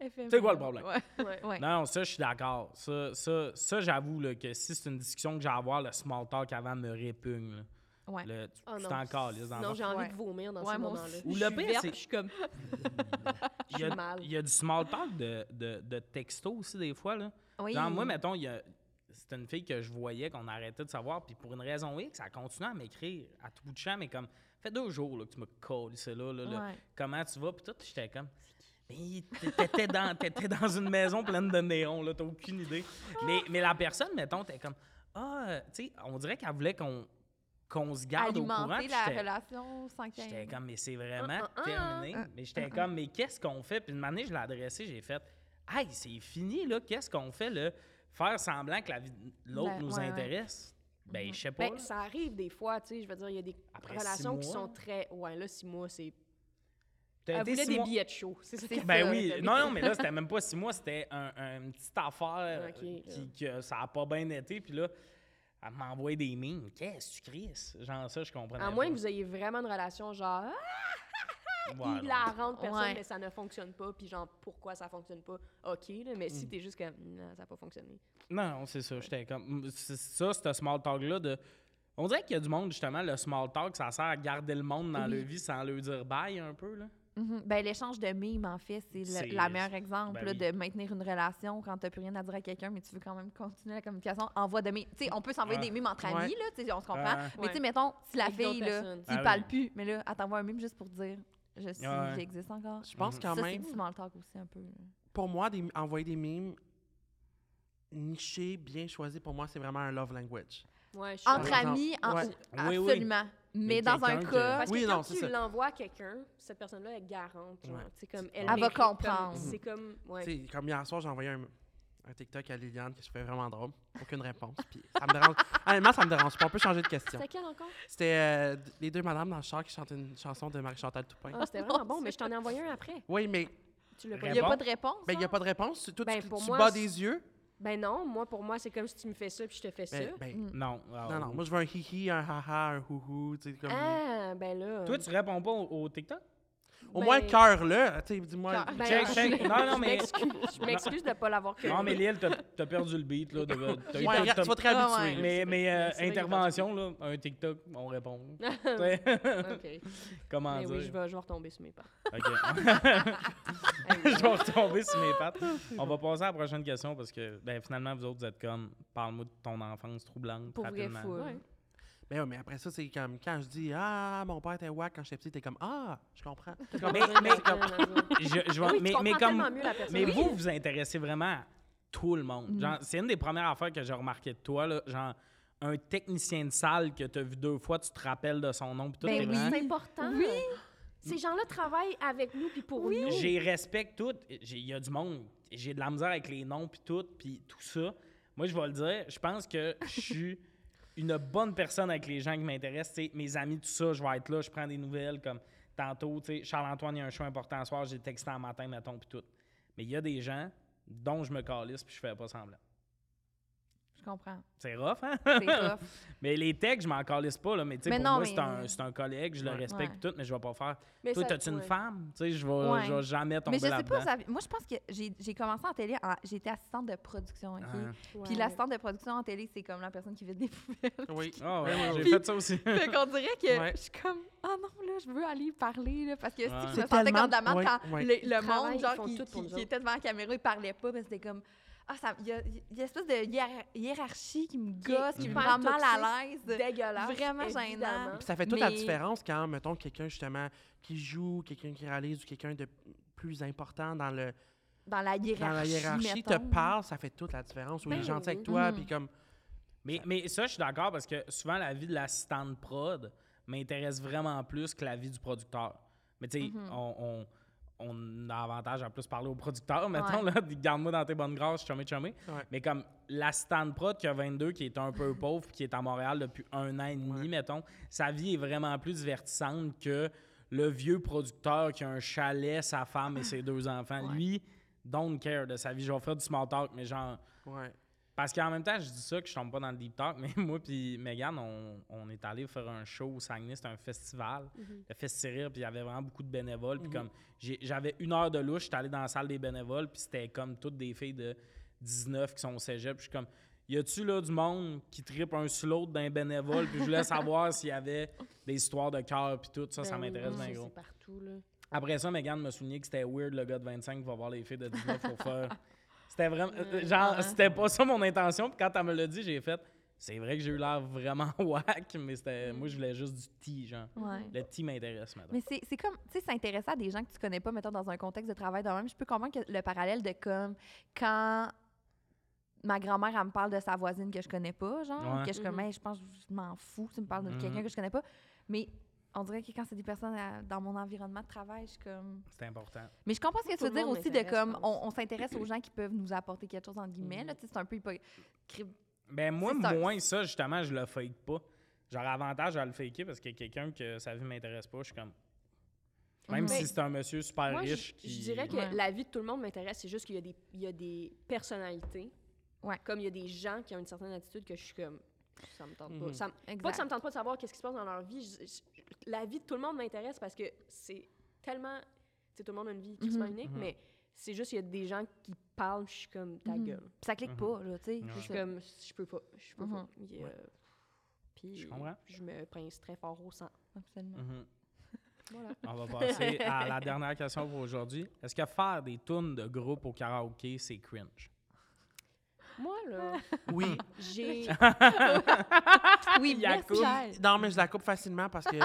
[SPEAKER 1] C'est quoi le problème?
[SPEAKER 2] Ouais.
[SPEAKER 4] Ouais.
[SPEAKER 2] Ouais.
[SPEAKER 1] Non, ça, je suis d'accord. Ça, ça, ça j'avoue là, que si c'est une discussion que j'ai à avoir, le small talk avant me répugne. là.
[SPEAKER 2] Ouais.
[SPEAKER 1] Le- tu
[SPEAKER 4] Oh,
[SPEAKER 1] tu
[SPEAKER 4] non.
[SPEAKER 1] t'en calisses dans le
[SPEAKER 4] Non,
[SPEAKER 1] fond.
[SPEAKER 4] j'ai envie
[SPEAKER 2] Ouais.
[SPEAKER 4] de vomir dans
[SPEAKER 2] Ouais,
[SPEAKER 4] ce
[SPEAKER 2] moi
[SPEAKER 4] moment-là.
[SPEAKER 2] aussi.
[SPEAKER 1] Ou
[SPEAKER 4] Je
[SPEAKER 1] le
[SPEAKER 4] suis
[SPEAKER 1] pire,
[SPEAKER 4] verte,
[SPEAKER 1] c'est-
[SPEAKER 4] Je suis comme.
[SPEAKER 1] Il y,
[SPEAKER 4] j'ai
[SPEAKER 1] a,
[SPEAKER 4] mal.
[SPEAKER 1] il y a du small talk de, de, de texto aussi, des fois. Là.
[SPEAKER 2] Oui.
[SPEAKER 1] Genre, moi, mettons, il y a- c'était une fille que je voyais qu'on arrêtait de savoir, puis pour une raison X, elle continue à m'écrire à tout bout de champ, mais comme, fait deux jours là, que tu me colles, c'est là, là, là.
[SPEAKER 2] Ouais.
[SPEAKER 1] comment tu vas, puis tout, j'étais comme, mais Mais t'étais dans, t'étais dans une maison pleine de néons, là, t'as aucune idée. Mais, mais la personne, mettons, t'es comme, ah, euh, tu sais, on dirait qu'elle voulait qu'on qu'on se garde au courant.
[SPEAKER 2] Alimenter
[SPEAKER 1] puis
[SPEAKER 2] la
[SPEAKER 1] j'étais-
[SPEAKER 2] relation sans qu'il y ait-
[SPEAKER 1] J'étais comme, mais c'est vraiment
[SPEAKER 4] Ah, ah, ah.
[SPEAKER 1] terminé.
[SPEAKER 2] Ah,
[SPEAKER 1] mais j'étais comme, mais qu'est-ce qu'on fait? Puis une année, je l'ai adressé, j'ai fait, hey, c'est fini, là, qu'est-ce qu'on fait, là? Faire semblant que la vie de l'autre
[SPEAKER 2] Ben,
[SPEAKER 1] nous
[SPEAKER 2] ouais, Mhm. ouais.
[SPEAKER 1] intéresse? Ben, je sais pas.
[SPEAKER 4] Ben,
[SPEAKER 1] là.
[SPEAKER 4] ça arrive des fois, tu sais, je veux dire, il y a des
[SPEAKER 1] Après six
[SPEAKER 4] relations qui
[SPEAKER 1] mois.
[SPEAKER 4] sont très... Ouais, là, six mois, c'est...
[SPEAKER 1] T'as
[SPEAKER 4] Elle
[SPEAKER 1] été
[SPEAKER 4] voulait
[SPEAKER 1] six
[SPEAKER 4] des
[SPEAKER 1] mois-
[SPEAKER 4] billets de show, c'est ça.
[SPEAKER 2] C'est
[SPEAKER 4] qu'elle
[SPEAKER 1] Ben
[SPEAKER 2] ça,
[SPEAKER 1] oui,
[SPEAKER 4] voulait.
[SPEAKER 1] non, non, mais là, c'était même pas six mois, c'était un, un- une petite affaire
[SPEAKER 4] Ok,
[SPEAKER 1] euh,
[SPEAKER 4] là.
[SPEAKER 1] qui, que ça a pas bien été. Puis là, elle m'envoyait des mines. Qu'est-ce que tu crises? Genre ça, je comprenais
[SPEAKER 4] À moins
[SPEAKER 1] pas.
[SPEAKER 4] que vous ayez vraiment une relation genre... Ah,
[SPEAKER 1] Ouais,
[SPEAKER 4] il
[SPEAKER 1] non.
[SPEAKER 4] la rend personne,
[SPEAKER 2] Ouais.
[SPEAKER 4] mais ça ne fonctionne pas. Puis genre, pourquoi ça fonctionne pas? OK, là, mais
[SPEAKER 1] Mm.
[SPEAKER 4] si t'es juste comme, non, ça n'a pas fonctionné.
[SPEAKER 1] Non, non, c'est ça. J'étais comme. c'est Ça, ce small talk-là de. On dirait qu'il y a du monde, justement, le small talk, ça sert à garder le monde dans
[SPEAKER 2] Oui.
[SPEAKER 1] leur vie sans leur dire bye un peu, là.
[SPEAKER 2] Mhm. Ben, l'échange de mimes, en fait, c'est
[SPEAKER 1] C'est-
[SPEAKER 2] le la meilleur exemple
[SPEAKER 1] ben
[SPEAKER 2] là,
[SPEAKER 1] oui.
[SPEAKER 2] de maintenir une relation quand t'as plus rien à dire à quelqu'un, mais tu veux quand même continuer la communication. Envoie de mimes. Tu sais, on peut s'envoyer
[SPEAKER 1] Ah. Ouais.
[SPEAKER 2] des mimes entre amis,
[SPEAKER 3] Ouais.
[SPEAKER 2] là, tu sais, on se comprend.
[SPEAKER 1] Ouais.
[SPEAKER 2] Mais tu
[SPEAKER 4] Ouais.
[SPEAKER 2] sais, mettons, si la
[SPEAKER 4] Avec d'autres
[SPEAKER 2] fille, là,
[SPEAKER 4] personnes.
[SPEAKER 2] tu y
[SPEAKER 1] Ah
[SPEAKER 2] parles
[SPEAKER 1] oui.
[SPEAKER 2] plus, mais là, elle t'envoie un mime juste pour dire je suis,
[SPEAKER 1] Ah ouais.
[SPEAKER 2] j'existe encore.
[SPEAKER 3] Je pense
[SPEAKER 1] Mhm.
[SPEAKER 3] quand
[SPEAKER 2] ça, c'est
[SPEAKER 3] même,
[SPEAKER 2] du small talk aussi, un peu. là.
[SPEAKER 3] pour moi, des, envoyer des mimes nichés, bien choisis, pour moi, c'est vraiment un love language.
[SPEAKER 4] Ouais, je suis
[SPEAKER 2] Entre
[SPEAKER 4] d'accord.
[SPEAKER 3] exemple.
[SPEAKER 2] amis, en-
[SPEAKER 3] Ouais.
[SPEAKER 1] Oui, oui.
[SPEAKER 2] absolument. Mais
[SPEAKER 1] Mais
[SPEAKER 2] dans un
[SPEAKER 1] quelqu'un que-
[SPEAKER 2] cas,
[SPEAKER 4] Parce
[SPEAKER 3] Oui,
[SPEAKER 4] que quand
[SPEAKER 3] non, c'est
[SPEAKER 4] tu
[SPEAKER 3] ça.
[SPEAKER 4] l'envoies à quelqu'un, cette personne-là est garante. genre,
[SPEAKER 3] Ouais.
[SPEAKER 4] tu sais, comme
[SPEAKER 1] Elle
[SPEAKER 4] elle,
[SPEAKER 1] va
[SPEAKER 4] mérite, comme-
[SPEAKER 2] comprendre.
[SPEAKER 4] C'est comme, ouais.
[SPEAKER 3] Tu sais, comme hier soir, j'ai envoyé un, un TikTok à Liliane que je trouvais vraiment drôle. Aucune réponse. Puis ça me dérange. Honnêtement, ça me dérange pas. On peut changer de question.
[SPEAKER 4] C'était quelle encore?
[SPEAKER 3] C'était euh, d- les deux madames dans le char qui chantaient une chanson de Marie-Chantal Toupin.
[SPEAKER 4] Ah, c'était vraiment bon, mais je t'en ai envoyé un après.
[SPEAKER 3] Oui, mais
[SPEAKER 4] Tu l'as
[SPEAKER 2] il
[SPEAKER 4] pas
[SPEAKER 1] Réponse.
[SPEAKER 2] n'y a
[SPEAKER 4] lu.
[SPEAKER 2] pas de réponse.
[SPEAKER 3] Ben, il n'y a
[SPEAKER 2] hein?
[SPEAKER 3] pas de réponse. Tu- Toi,
[SPEAKER 4] Ben,
[SPEAKER 3] tu,
[SPEAKER 4] pour
[SPEAKER 3] tu
[SPEAKER 4] moi,
[SPEAKER 3] bats
[SPEAKER 4] c'est-
[SPEAKER 3] des yeux.
[SPEAKER 4] Ben non, moi, pour moi, c'est comme si tu me fais ça puis je te fais ça.
[SPEAKER 3] Ben, ben,
[SPEAKER 1] Non. ah,
[SPEAKER 3] non, non. Moi, je veux un hi-hi, un haha, un hou-hou. tu sais, Comme...
[SPEAKER 4] Ah, ben là.
[SPEAKER 1] Toi, tu réponds pas au, au TikTok?
[SPEAKER 3] Au moins,
[SPEAKER 4] ben-
[SPEAKER 3] cœur-là. tu sais, Dis-moi.
[SPEAKER 2] Cœur.
[SPEAKER 4] Ben,
[SPEAKER 1] Check,
[SPEAKER 4] je-
[SPEAKER 1] check. Non, non,
[SPEAKER 4] je
[SPEAKER 1] mais-
[SPEAKER 4] m'excuse- Je m'excuse de ne pas l'avoir connu.
[SPEAKER 1] Non, mais Lille, t'as t'as perdu le beat, là. de- t'as eu
[SPEAKER 3] Ouais,
[SPEAKER 1] ton-
[SPEAKER 3] regarde,
[SPEAKER 1] t'as-
[SPEAKER 3] tu vas te
[SPEAKER 2] Ah,
[SPEAKER 3] réhabituer.
[SPEAKER 2] ouais.
[SPEAKER 1] Mais, mais euh,
[SPEAKER 4] C'est vrai, il est
[SPEAKER 1] intervention, là, un TikTok, on répond. Tu sais,
[SPEAKER 4] OK.
[SPEAKER 1] Comment
[SPEAKER 4] Mais
[SPEAKER 1] dire?
[SPEAKER 4] Ben oui, je vais, je vais retomber sur mes pas.
[SPEAKER 1] Ok. je vais retomber sur mes pattes. On va passer à la prochaine question parce que ben, finalement, vous autres, vous êtes comme parle-moi de ton enfance troublante
[SPEAKER 2] Pour vrai,
[SPEAKER 1] rapidement.
[SPEAKER 2] full.
[SPEAKER 4] Ouais.
[SPEAKER 3] Ben oui, mais après ça, c'est comme quand je dis Ah, mon père était wack quand j'étais petit, t'es comme Ah, je comprends.
[SPEAKER 1] Mais, mais, je, je vais-
[SPEAKER 4] Oui,
[SPEAKER 1] mais,
[SPEAKER 4] tu
[SPEAKER 1] mais
[SPEAKER 4] comprends
[SPEAKER 1] comme,
[SPEAKER 4] tellement mieux la personne.
[SPEAKER 1] mais
[SPEAKER 4] Oui. ben Mm.
[SPEAKER 1] vous, vous intéressez vraiment à tout le monde. Genre, C'est une des premières affaires que j'ai remarqué de toi. Là, genre, un technicien de salle que tu as vu deux fois, tu te rappelles de son nom. puis tout,
[SPEAKER 4] Ben
[SPEAKER 1] t'es
[SPEAKER 4] oui,
[SPEAKER 1] vraiment-
[SPEAKER 4] c'est important.
[SPEAKER 2] Oui.
[SPEAKER 4] Ces gens-là travaillent avec nous puis pour nous.
[SPEAKER 1] J'ai respecte tout. J'ai- Il y a du monde. J'ai de la misère avec les noms puis tout, puis tout ça. Moi, je vais le dire, je pense que je suis une bonne personne avec les gens qui m'intéressent. Tu sais, Mes amis, tout ça, je vais être là, je prends des nouvelles comme tantôt, tu sais, Charles-Antoine, il y a un show important ce soir, j'ai texté en matin, mettons, puis tout. Mais il y a des gens dont je me calisse puis je fais pas semblant.
[SPEAKER 2] Je comprends.
[SPEAKER 1] C'est rough, hein?
[SPEAKER 2] C'est rough.
[SPEAKER 1] mais les textes, je m'en calisse pas, là. Mais tu sais,
[SPEAKER 2] Mais
[SPEAKER 1] pour
[SPEAKER 2] non,
[SPEAKER 1] moi,
[SPEAKER 2] mais-
[SPEAKER 1] c'est un, c'est un collègue, je le respecte
[SPEAKER 2] Ouais.
[SPEAKER 1] puis tout, mais je vais pas faire.
[SPEAKER 4] Mais
[SPEAKER 1] Toi,
[SPEAKER 4] ça-
[SPEAKER 1] t'as-tu une
[SPEAKER 4] ouais.
[SPEAKER 1] femme? Tu sais, je vais
[SPEAKER 2] Ouais.
[SPEAKER 1] je vais jamais tomber
[SPEAKER 2] Mais je sais
[SPEAKER 1] là-dedans.
[SPEAKER 2] pas, ça- moi je pense que j'ai j'ai commencé en télé, en- j'étais assistante de production, OK?
[SPEAKER 1] Ah.
[SPEAKER 2] Puis
[SPEAKER 4] Ouais.
[SPEAKER 2] l'assistante de production en télé, c'est comme la personne qui vide des poubelles.
[SPEAKER 3] Ben Oui.
[SPEAKER 1] Ah ouais,
[SPEAKER 3] Ouais, ouais,
[SPEAKER 1] j'ai
[SPEAKER 2] ouais.
[SPEAKER 1] fait ça aussi.
[SPEAKER 2] fait qu'on dirait que
[SPEAKER 3] Ouais.
[SPEAKER 2] je suis comme ah non là je veux aller parler là, parce que
[SPEAKER 1] Ouais.
[SPEAKER 2] si je
[SPEAKER 3] C'est
[SPEAKER 2] me sentais
[SPEAKER 3] tellement-
[SPEAKER 2] comme de la merde
[SPEAKER 3] ouais,
[SPEAKER 2] quand
[SPEAKER 3] ouais.
[SPEAKER 2] le, le
[SPEAKER 4] Ils travaillent,
[SPEAKER 2] monde
[SPEAKER 4] ils font
[SPEAKER 2] genre qui,
[SPEAKER 4] tout pour
[SPEAKER 2] qui-
[SPEAKER 4] nous
[SPEAKER 2] qui était devant la caméra il parlait pas mais c'était comme ah ça il y a, il y a une espèce de hiér- hiérarchie qui me
[SPEAKER 4] Qui est
[SPEAKER 2] gosse qui me
[SPEAKER 4] hyper
[SPEAKER 2] rend mal à
[SPEAKER 4] toxique,
[SPEAKER 2] l'aise
[SPEAKER 4] Dégueulasse.
[SPEAKER 2] Vraiment gênant.
[SPEAKER 4] évidemment.
[SPEAKER 3] Puis ça fait toute la
[SPEAKER 2] Mais-
[SPEAKER 3] différence quand, mettons, quelqu'un justement qui joue, quelqu'un qui réalise ou quelqu'un de plus important dans, le,
[SPEAKER 2] dans la hiérarchie
[SPEAKER 3] dans la hiérarchie te
[SPEAKER 2] mettons.
[SPEAKER 3] parle, ça fait toute la différence. Ou il est
[SPEAKER 4] Ben
[SPEAKER 3] gentil
[SPEAKER 4] oui.
[SPEAKER 3] avec toi,
[SPEAKER 2] Mhm.
[SPEAKER 3] puis comme.
[SPEAKER 1] Mais, mais ça, je suis d'accord parce que souvent, la vie de l'assistante prod m'intéresse vraiment plus que la vie du producteur. Mais tu sais, on, on, on a avantage à plus parler au producteur, mettons, là, garde-moi dans tes bonnes grâces, chumé, chumé.
[SPEAKER 3] Ouais.
[SPEAKER 1] Mais comme l'assistante prod qui a 22, qui est un peu pauvre, puis qui est à Montréal depuis un an et demi,
[SPEAKER 3] Ouais.
[SPEAKER 1] mettons, sa vie est vraiment plus divertissante que le vieux producteur qui a un chalet, sa femme et ses deux enfants.
[SPEAKER 2] Ouais.
[SPEAKER 1] Lui, don't care de sa vie. Je vais faire du small talk, mais genre...
[SPEAKER 3] Ouais.
[SPEAKER 1] Parce qu'en même temps, je dis ça que je tombe pas dans le deep talk, mais moi puis Megan, on, on est allé faire un show au Saguenay, c'était un festival,
[SPEAKER 4] Mhm.
[SPEAKER 1] le Festirire, puis il y avait vraiment beaucoup de bénévoles, puis comme j'ai- j'avais une heure de louche, j'étais allé dans la salle des bénévoles, puis c'était comme toutes des filles de 19 qui sont au cégep, puis je suis comme y a-tu là du monde qui tripe un sur l'autre d'un bénévole, puis je voulais savoir s'il y avait des histoires de cœur puis tout ça, ça
[SPEAKER 4] Ben oui,
[SPEAKER 1] m'intéresse bien
[SPEAKER 4] oui, ça,
[SPEAKER 1] gros.
[SPEAKER 4] C'est partout, là.
[SPEAKER 1] Après ça, Megan me soulignait que c'était weird le gars de 25 qui va voir les filles de euh, 19 pour faire. C'était vraiment. euh, Genre, c'était pas ça mon intention. Puis quand elle me l'a dit, j'ai fait. C'est vrai que j'ai eu l'air vraiment whack, mais c'était, moi, je voulais juste du tea, genre.
[SPEAKER 2] Ouais.
[SPEAKER 1] Le tea m'intéresse, maintenant.
[SPEAKER 2] Mais c'est c'est comme, tu sais, s'intéresser à des gens que tu connais pas, mettons, dans un contexte de travail de même, je peux comprendre que le parallèle de comme quand ma grand-mère, elle me parle de sa voisine que je connais pas, genre,
[SPEAKER 1] Ouais.
[SPEAKER 2] que je suis comme,
[SPEAKER 4] Mhm.
[SPEAKER 2] Hey, je pense, que je m'en fous, tu me parles de
[SPEAKER 1] Mhm.
[SPEAKER 2] quelqu'un que je connais pas. Mais on dirait que quand c'est des personnes à- dans mon environnement de travail, je suis comme.
[SPEAKER 1] C'est important.
[SPEAKER 2] Mais je comprends ce que tu
[SPEAKER 4] Tout
[SPEAKER 2] veux
[SPEAKER 4] le
[SPEAKER 2] dire
[SPEAKER 4] monde
[SPEAKER 2] aussi de
[SPEAKER 4] m'intéresse,
[SPEAKER 2] comme,
[SPEAKER 4] je pense.
[SPEAKER 2] on, on s'intéresse aux gens qui peuvent nous apporter quelque chose, en guillemets, là, tu sais, c'est un peu hypocrite.
[SPEAKER 1] Ben moi,
[SPEAKER 2] C'est ça.
[SPEAKER 1] moins ça, justement, je le fake pas. Genre, avantage à le faker parce que quelqu'un que sa vie m'intéresse pas, je suis comme. Même
[SPEAKER 2] Mhm.
[SPEAKER 1] si
[SPEAKER 4] Mais-
[SPEAKER 1] c'est un monsieur super
[SPEAKER 4] Moi, je,
[SPEAKER 1] riche qui.
[SPEAKER 4] je dirais que
[SPEAKER 2] Ouais.
[SPEAKER 4] la vie de tout le monde m'intéresse, c'est juste qu'il y a des, il y a des personnalités.
[SPEAKER 2] Ouais.
[SPEAKER 4] Comme il y a des gens qui ont une certaine attitude que je suis comme. Ça me tente pas.
[SPEAKER 3] Mhm.
[SPEAKER 4] Ça me- Pas que ça me tente pas de savoir qu'est-ce qui se passe dans leur vie. je- je- la vie de tout le monde m'intéresse parce que c'est tellement. Tu sais, tout le monde a une vie quasiment unique,
[SPEAKER 3] Mhm.
[SPEAKER 4] mais c'est juste qu'il y a des gens qui parlent, je suis comme ta
[SPEAKER 2] Mhm.
[SPEAKER 4] gueule.
[SPEAKER 2] Puis ça clique
[SPEAKER 1] Mhm.
[SPEAKER 2] pas, là, tu sais.
[SPEAKER 1] Ouais.
[SPEAKER 2] c'est
[SPEAKER 4] Je
[SPEAKER 2] Mhm.
[SPEAKER 4] suis
[SPEAKER 2] ça.
[SPEAKER 4] comme, je peux pas. Je peux pas. Il y a-
[SPEAKER 1] Ouais.
[SPEAKER 4] Puis,
[SPEAKER 1] Je comprends.
[SPEAKER 4] je me pince très fort au sang.
[SPEAKER 2] Absolument.
[SPEAKER 1] Mhm.
[SPEAKER 4] Voilà.
[SPEAKER 1] On va passer à la dernière question pour aujourd'hui. Est-ce que faire des tunes de groupe au karaoké, c'est cringe?
[SPEAKER 4] Moi, là,
[SPEAKER 3] Oui.
[SPEAKER 4] j'ai.
[SPEAKER 2] Oui, merci,
[SPEAKER 1] Yacoub.
[SPEAKER 2] Charles.
[SPEAKER 3] Non, mais je la coupe facilement parce que
[SPEAKER 1] Elle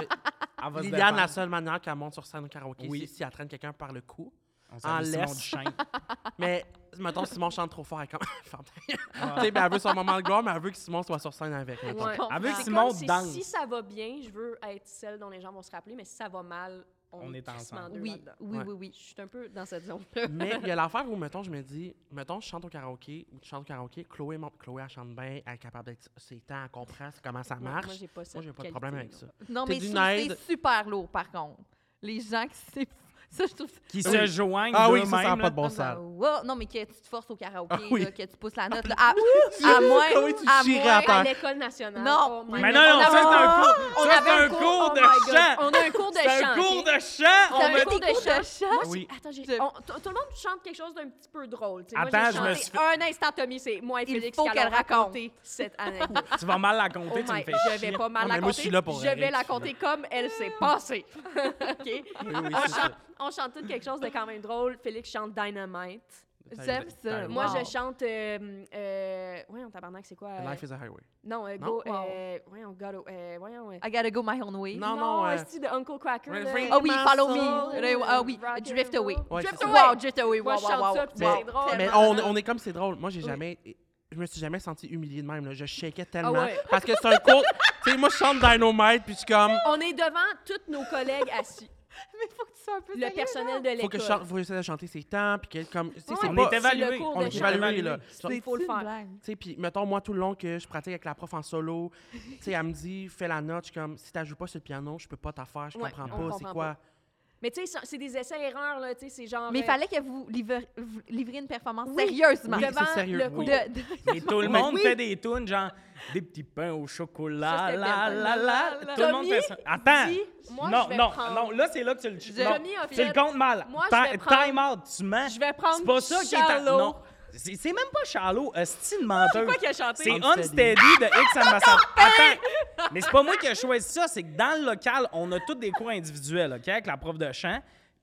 [SPEAKER 1] va se
[SPEAKER 3] Liliane, la
[SPEAKER 1] défendre.
[SPEAKER 3] seule manière qu'elle monte sur scène au karaoké,
[SPEAKER 1] Oui.
[SPEAKER 3] c'est si elle traîne quelqu'un par le cou.
[SPEAKER 1] On s'en
[SPEAKER 3] en
[SPEAKER 1] Simon
[SPEAKER 3] laisse.
[SPEAKER 1] Duchesne.
[SPEAKER 3] Mais mettons, Simon chante trop fort, elle est comme. Ferme ta gueule. Tu sais, ben, elle veut son moment de gloire, mais elle veut que Simon soit sur scène avec. mettons.
[SPEAKER 4] Ouais.
[SPEAKER 2] comprends.
[SPEAKER 1] Avec
[SPEAKER 2] C'est
[SPEAKER 4] C'est
[SPEAKER 1] Simon
[SPEAKER 4] comme si-
[SPEAKER 1] danse.
[SPEAKER 4] Si ça va bien, je veux être celle dont les gens vont se rappeler, mais si ça va mal, on,
[SPEAKER 1] On est
[SPEAKER 4] crissement
[SPEAKER 1] ensemble.
[SPEAKER 4] deux
[SPEAKER 2] Oui,
[SPEAKER 4] là-dedans.
[SPEAKER 2] oui,
[SPEAKER 3] Ouais.
[SPEAKER 2] oui, oui.
[SPEAKER 4] Je suis un peu dans cette zone-là.
[SPEAKER 3] Mais il y a l'affaire où, mettons, je me dis, mettons, je chante au karaoké ou tu chantes au karaoké, Chloé, mon- Chloé elle chante bien, elle est capable d'être ses temps, elle comprend comment ça
[SPEAKER 4] Ouais,
[SPEAKER 3] marche.
[SPEAKER 4] Moi, j'ai pas,
[SPEAKER 3] Moi,
[SPEAKER 4] cette
[SPEAKER 3] j'ai pas de
[SPEAKER 4] qualité,
[SPEAKER 3] problème avec
[SPEAKER 4] là.
[SPEAKER 3] ça.
[SPEAKER 2] Non,
[SPEAKER 3] T'es
[SPEAKER 2] mais je
[SPEAKER 3] d'une
[SPEAKER 2] trouve que
[SPEAKER 3] aide.
[SPEAKER 2] c'est super lourd, par contre. Les gens qui s'est... Ça, je trouve...
[SPEAKER 1] Qui
[SPEAKER 3] Ah
[SPEAKER 1] se
[SPEAKER 3] oui.
[SPEAKER 1] joignent
[SPEAKER 3] Ah oui,
[SPEAKER 1] d'eux-mêmes,
[SPEAKER 3] ça, ça n'a
[SPEAKER 1] là.
[SPEAKER 3] pas de bon sens.
[SPEAKER 2] Wow! Non, mais que tu te forces au karaoké,
[SPEAKER 3] Ah oui.
[SPEAKER 2] là, que tu pousses la note. Là, à, à moins...
[SPEAKER 3] Chloé, tu
[SPEAKER 2] à
[SPEAKER 3] chies
[SPEAKER 2] moins-
[SPEAKER 3] à
[SPEAKER 4] À
[SPEAKER 3] terre.
[SPEAKER 4] l'école nationale.
[SPEAKER 2] Non.
[SPEAKER 4] oh my
[SPEAKER 1] Mais non,
[SPEAKER 4] God.
[SPEAKER 2] on
[SPEAKER 1] non, ça, c'est
[SPEAKER 2] avait-
[SPEAKER 1] un cours, ça,
[SPEAKER 4] On avait
[SPEAKER 1] c'est
[SPEAKER 4] un
[SPEAKER 1] un cours
[SPEAKER 4] oh
[SPEAKER 1] de
[SPEAKER 4] my God.
[SPEAKER 1] chant.
[SPEAKER 4] On a un cours de
[SPEAKER 1] C'est un
[SPEAKER 4] chant.
[SPEAKER 1] cours
[SPEAKER 4] ok?
[SPEAKER 1] de chant.
[SPEAKER 4] T'as
[SPEAKER 1] On
[SPEAKER 4] un
[SPEAKER 1] met-
[SPEAKER 4] cours de chant. Moi,
[SPEAKER 3] Oui.
[SPEAKER 4] c'est- Attends, j'ai-
[SPEAKER 2] Je-
[SPEAKER 4] on- t- tout le monde chante quelque chose d'un petit peu drôle. tu sais. Moi,
[SPEAKER 1] Attends,
[SPEAKER 4] j'ai
[SPEAKER 1] je me
[SPEAKER 4] chanté
[SPEAKER 1] suis fait-
[SPEAKER 4] Un instant, Tommy, c'est moi et
[SPEAKER 2] Il
[SPEAKER 4] Félix
[SPEAKER 2] faut
[SPEAKER 4] qui
[SPEAKER 2] qu'elle
[SPEAKER 4] allons
[SPEAKER 2] raconte.
[SPEAKER 4] raconter cette anecdote.
[SPEAKER 1] Tu vas mal la
[SPEAKER 4] Oh
[SPEAKER 1] compter, tu me
[SPEAKER 4] my,
[SPEAKER 1] fais
[SPEAKER 4] je
[SPEAKER 1] chier.
[SPEAKER 4] vais pas mal
[SPEAKER 3] Non,
[SPEAKER 4] la
[SPEAKER 3] Ah, mais moi, je suis
[SPEAKER 4] compter.
[SPEAKER 3] là pour rire,
[SPEAKER 4] vais
[SPEAKER 3] tu
[SPEAKER 4] la
[SPEAKER 3] sais.
[SPEAKER 4] compter comme elle s'est passée. OK?
[SPEAKER 3] Oui, oui, c'est ça.
[SPEAKER 4] On chante tout quelque chose de quand même drôle. Félix chante Dynamite.
[SPEAKER 2] J'aime ça.
[SPEAKER 3] Wow.
[SPEAKER 4] Moi, je chante. Euh, euh, voyons, tabarnak, c'est quoi? euh,
[SPEAKER 3] Life is a highway.
[SPEAKER 4] Non, euh,
[SPEAKER 3] Non?
[SPEAKER 4] go. Euh, voyons, gotta, euh, voyons. euh,
[SPEAKER 2] I gotta go my own way.
[SPEAKER 3] Non, non, euh,
[SPEAKER 4] un style de Uncle Cracker.
[SPEAKER 3] Ring-
[SPEAKER 4] là.
[SPEAKER 3] Ring-
[SPEAKER 2] Ah oui, follow me.
[SPEAKER 4] Soul,
[SPEAKER 2] Là, Ah oui,
[SPEAKER 4] rock and
[SPEAKER 2] drift
[SPEAKER 4] roll.
[SPEAKER 2] away.
[SPEAKER 3] Ouais,
[SPEAKER 4] drift
[SPEAKER 3] c'est ça.
[SPEAKER 4] away!
[SPEAKER 2] Wow, drift away.
[SPEAKER 4] Moi,
[SPEAKER 2] Wow,
[SPEAKER 4] je chante
[SPEAKER 2] wow, wow.
[SPEAKER 4] ça, puis
[SPEAKER 3] wow.
[SPEAKER 4] c'est drôle.
[SPEAKER 3] Ah, Mais
[SPEAKER 4] Tellement.
[SPEAKER 3] on, on est comme c'est drôle. Moi, j'ai jamais. Je me suis jamais senti humilié de même. Là. Je shakeais tellement.
[SPEAKER 4] Ah ouais.
[SPEAKER 3] Parce que c'est un cours. tu sais, moi, je chante Dynamite, puis je suis comme.
[SPEAKER 4] On est devant tous nos collègues assis.
[SPEAKER 2] Mais faut que tu sois un peu
[SPEAKER 4] le personnel de l'école.
[SPEAKER 3] Faut que je chante, faut essayer de chanter ses temps, puis que, comme. Tu sais,
[SPEAKER 4] Ouais,
[SPEAKER 3] c'est
[SPEAKER 1] On
[SPEAKER 3] pas-
[SPEAKER 1] est évalué.
[SPEAKER 4] le cours
[SPEAKER 3] on
[SPEAKER 4] de
[SPEAKER 3] est
[SPEAKER 4] chant.
[SPEAKER 3] évalué, là.
[SPEAKER 4] C'est- faut le faire.
[SPEAKER 3] Tu sais, puis mettons, moi, tout le long que je pratique avec la prof en solo, tu sais, elle me dit, fais la note. Je suis comme, si t'as joué pas sur le piano, je peux pas t'en faire. Je
[SPEAKER 4] Ouais,
[SPEAKER 3] comprends
[SPEAKER 4] on
[SPEAKER 3] pas. C'est
[SPEAKER 4] comprend
[SPEAKER 3] quoi?
[SPEAKER 4] Mais tu sais, c'est- c'est des essais-erreurs, là. Tu sais, c'est genre.
[SPEAKER 2] Mais il
[SPEAKER 4] euh,
[SPEAKER 2] fallait que vous livre- vous livriez une performance
[SPEAKER 4] Oui.
[SPEAKER 2] sérieusement.
[SPEAKER 3] Oui,
[SPEAKER 4] devant
[SPEAKER 3] c'est sérieux,
[SPEAKER 4] le
[SPEAKER 3] oui.
[SPEAKER 4] cours.
[SPEAKER 2] De- de-
[SPEAKER 1] Mais tout le
[SPEAKER 3] Mais
[SPEAKER 1] monde
[SPEAKER 3] oui.
[SPEAKER 1] fait des tunes, genre des petits pains au
[SPEAKER 4] Ça,
[SPEAKER 1] chocolat,
[SPEAKER 4] c'était
[SPEAKER 1] la,
[SPEAKER 4] bien.
[SPEAKER 1] la, la. Tout le monde
[SPEAKER 4] Tommy
[SPEAKER 1] fait ça. Attends.
[SPEAKER 4] dit, moi,
[SPEAKER 1] non,
[SPEAKER 4] je vais
[SPEAKER 1] non,
[SPEAKER 4] prendre-
[SPEAKER 1] non, là, c'est là que tu le.
[SPEAKER 4] Je-
[SPEAKER 1] non,
[SPEAKER 4] Tommy a
[SPEAKER 1] tu le
[SPEAKER 4] fait-
[SPEAKER 1] comptes mal.
[SPEAKER 4] Moi, je
[SPEAKER 1] Ti-
[SPEAKER 4] vais prendre-
[SPEAKER 1] Time out, tu mens.
[SPEAKER 4] Je vais prendre
[SPEAKER 1] C'est pas ça qui est à...
[SPEAKER 4] Shallow.
[SPEAKER 1] Non. C'est c'est même pas euh, shallow, hostie de menteur.
[SPEAKER 4] Quoi qu'il a chanté?
[SPEAKER 1] C'est
[SPEAKER 3] Unsteady.
[SPEAKER 1] Unsteady de X Ambassador. Attends! Mais c'est pas moi qui ai choisi ça, c'est que dans le local, on a tous des cours individuels, OK, avec la prof de chant.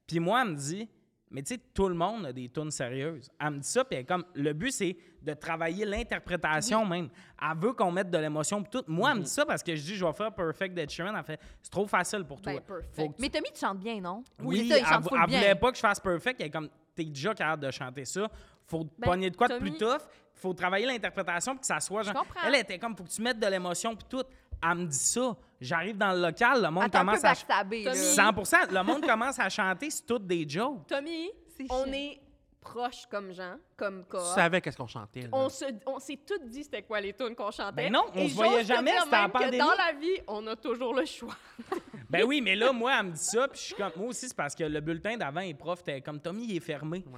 [SPEAKER 1] Puis moi, elle me dit, mais tu sais, tout le monde a des tunes sérieuses. Elle me dit ça, puis elle est comme, le but, c'est de travailler l'interprétation même. Elle veut qu'on mette de l'émotion pour tout. Moi,
[SPEAKER 4] Mm-hmm.
[SPEAKER 1] elle me dit ça parce que je dis, je vais faire Perfect Dead Sheeran. Elle fait, c'est trop facile pour toi.
[SPEAKER 4] Ben, Perfect.
[SPEAKER 1] Faut que tu-
[SPEAKER 2] Mais Tommy, tu chantes bien, non?
[SPEAKER 1] Oui,
[SPEAKER 2] C'est ça, il
[SPEAKER 1] elle,
[SPEAKER 2] chante full
[SPEAKER 1] elle
[SPEAKER 2] bien.
[SPEAKER 1] voulait pas que je fasse Perfect. Elle est comme, t'es déjà capable de chanter ça. Faut te
[SPEAKER 4] Ben,
[SPEAKER 1] pogner de quoi de
[SPEAKER 4] Tommy-
[SPEAKER 1] plus tough. Faut travailler l'interprétation pour que ça soit genre.
[SPEAKER 2] comprends.
[SPEAKER 1] Elle était comme, faut que tu mettes de l'émotion puis tout. Elle me dit ça. J'arrive dans le local, le monde
[SPEAKER 2] Attends, un peu
[SPEAKER 1] commence à. ch-
[SPEAKER 2] backstabé, là.
[SPEAKER 4] Tommy.
[SPEAKER 1] 100 Le monde commence à chanter, c'est toutes des jokes.
[SPEAKER 4] Tommy,
[SPEAKER 2] C'est
[SPEAKER 4] on
[SPEAKER 2] chiant.
[SPEAKER 4] est proches comme gens, comme
[SPEAKER 3] Tu
[SPEAKER 4] corps.
[SPEAKER 3] savais qu'est-ce qu'on chantait. là.
[SPEAKER 4] On se- on s'est toutes dit c'était quoi les tunes qu'on chantait.
[SPEAKER 1] Ben non, on
[SPEAKER 4] Et
[SPEAKER 1] se voyait
[SPEAKER 4] j'ose te
[SPEAKER 1] jamais,
[SPEAKER 4] dire
[SPEAKER 1] c'était en
[SPEAKER 4] même que
[SPEAKER 1] pandémie.
[SPEAKER 4] Dans la vie, on a toujours le choix.
[SPEAKER 1] Ben oui, mais là, moi, elle me dit ça, puis je suis comme, moi aussi, c'est parce que le bulletin d'avant, les profs étaient comme, Tommy, il est fermé.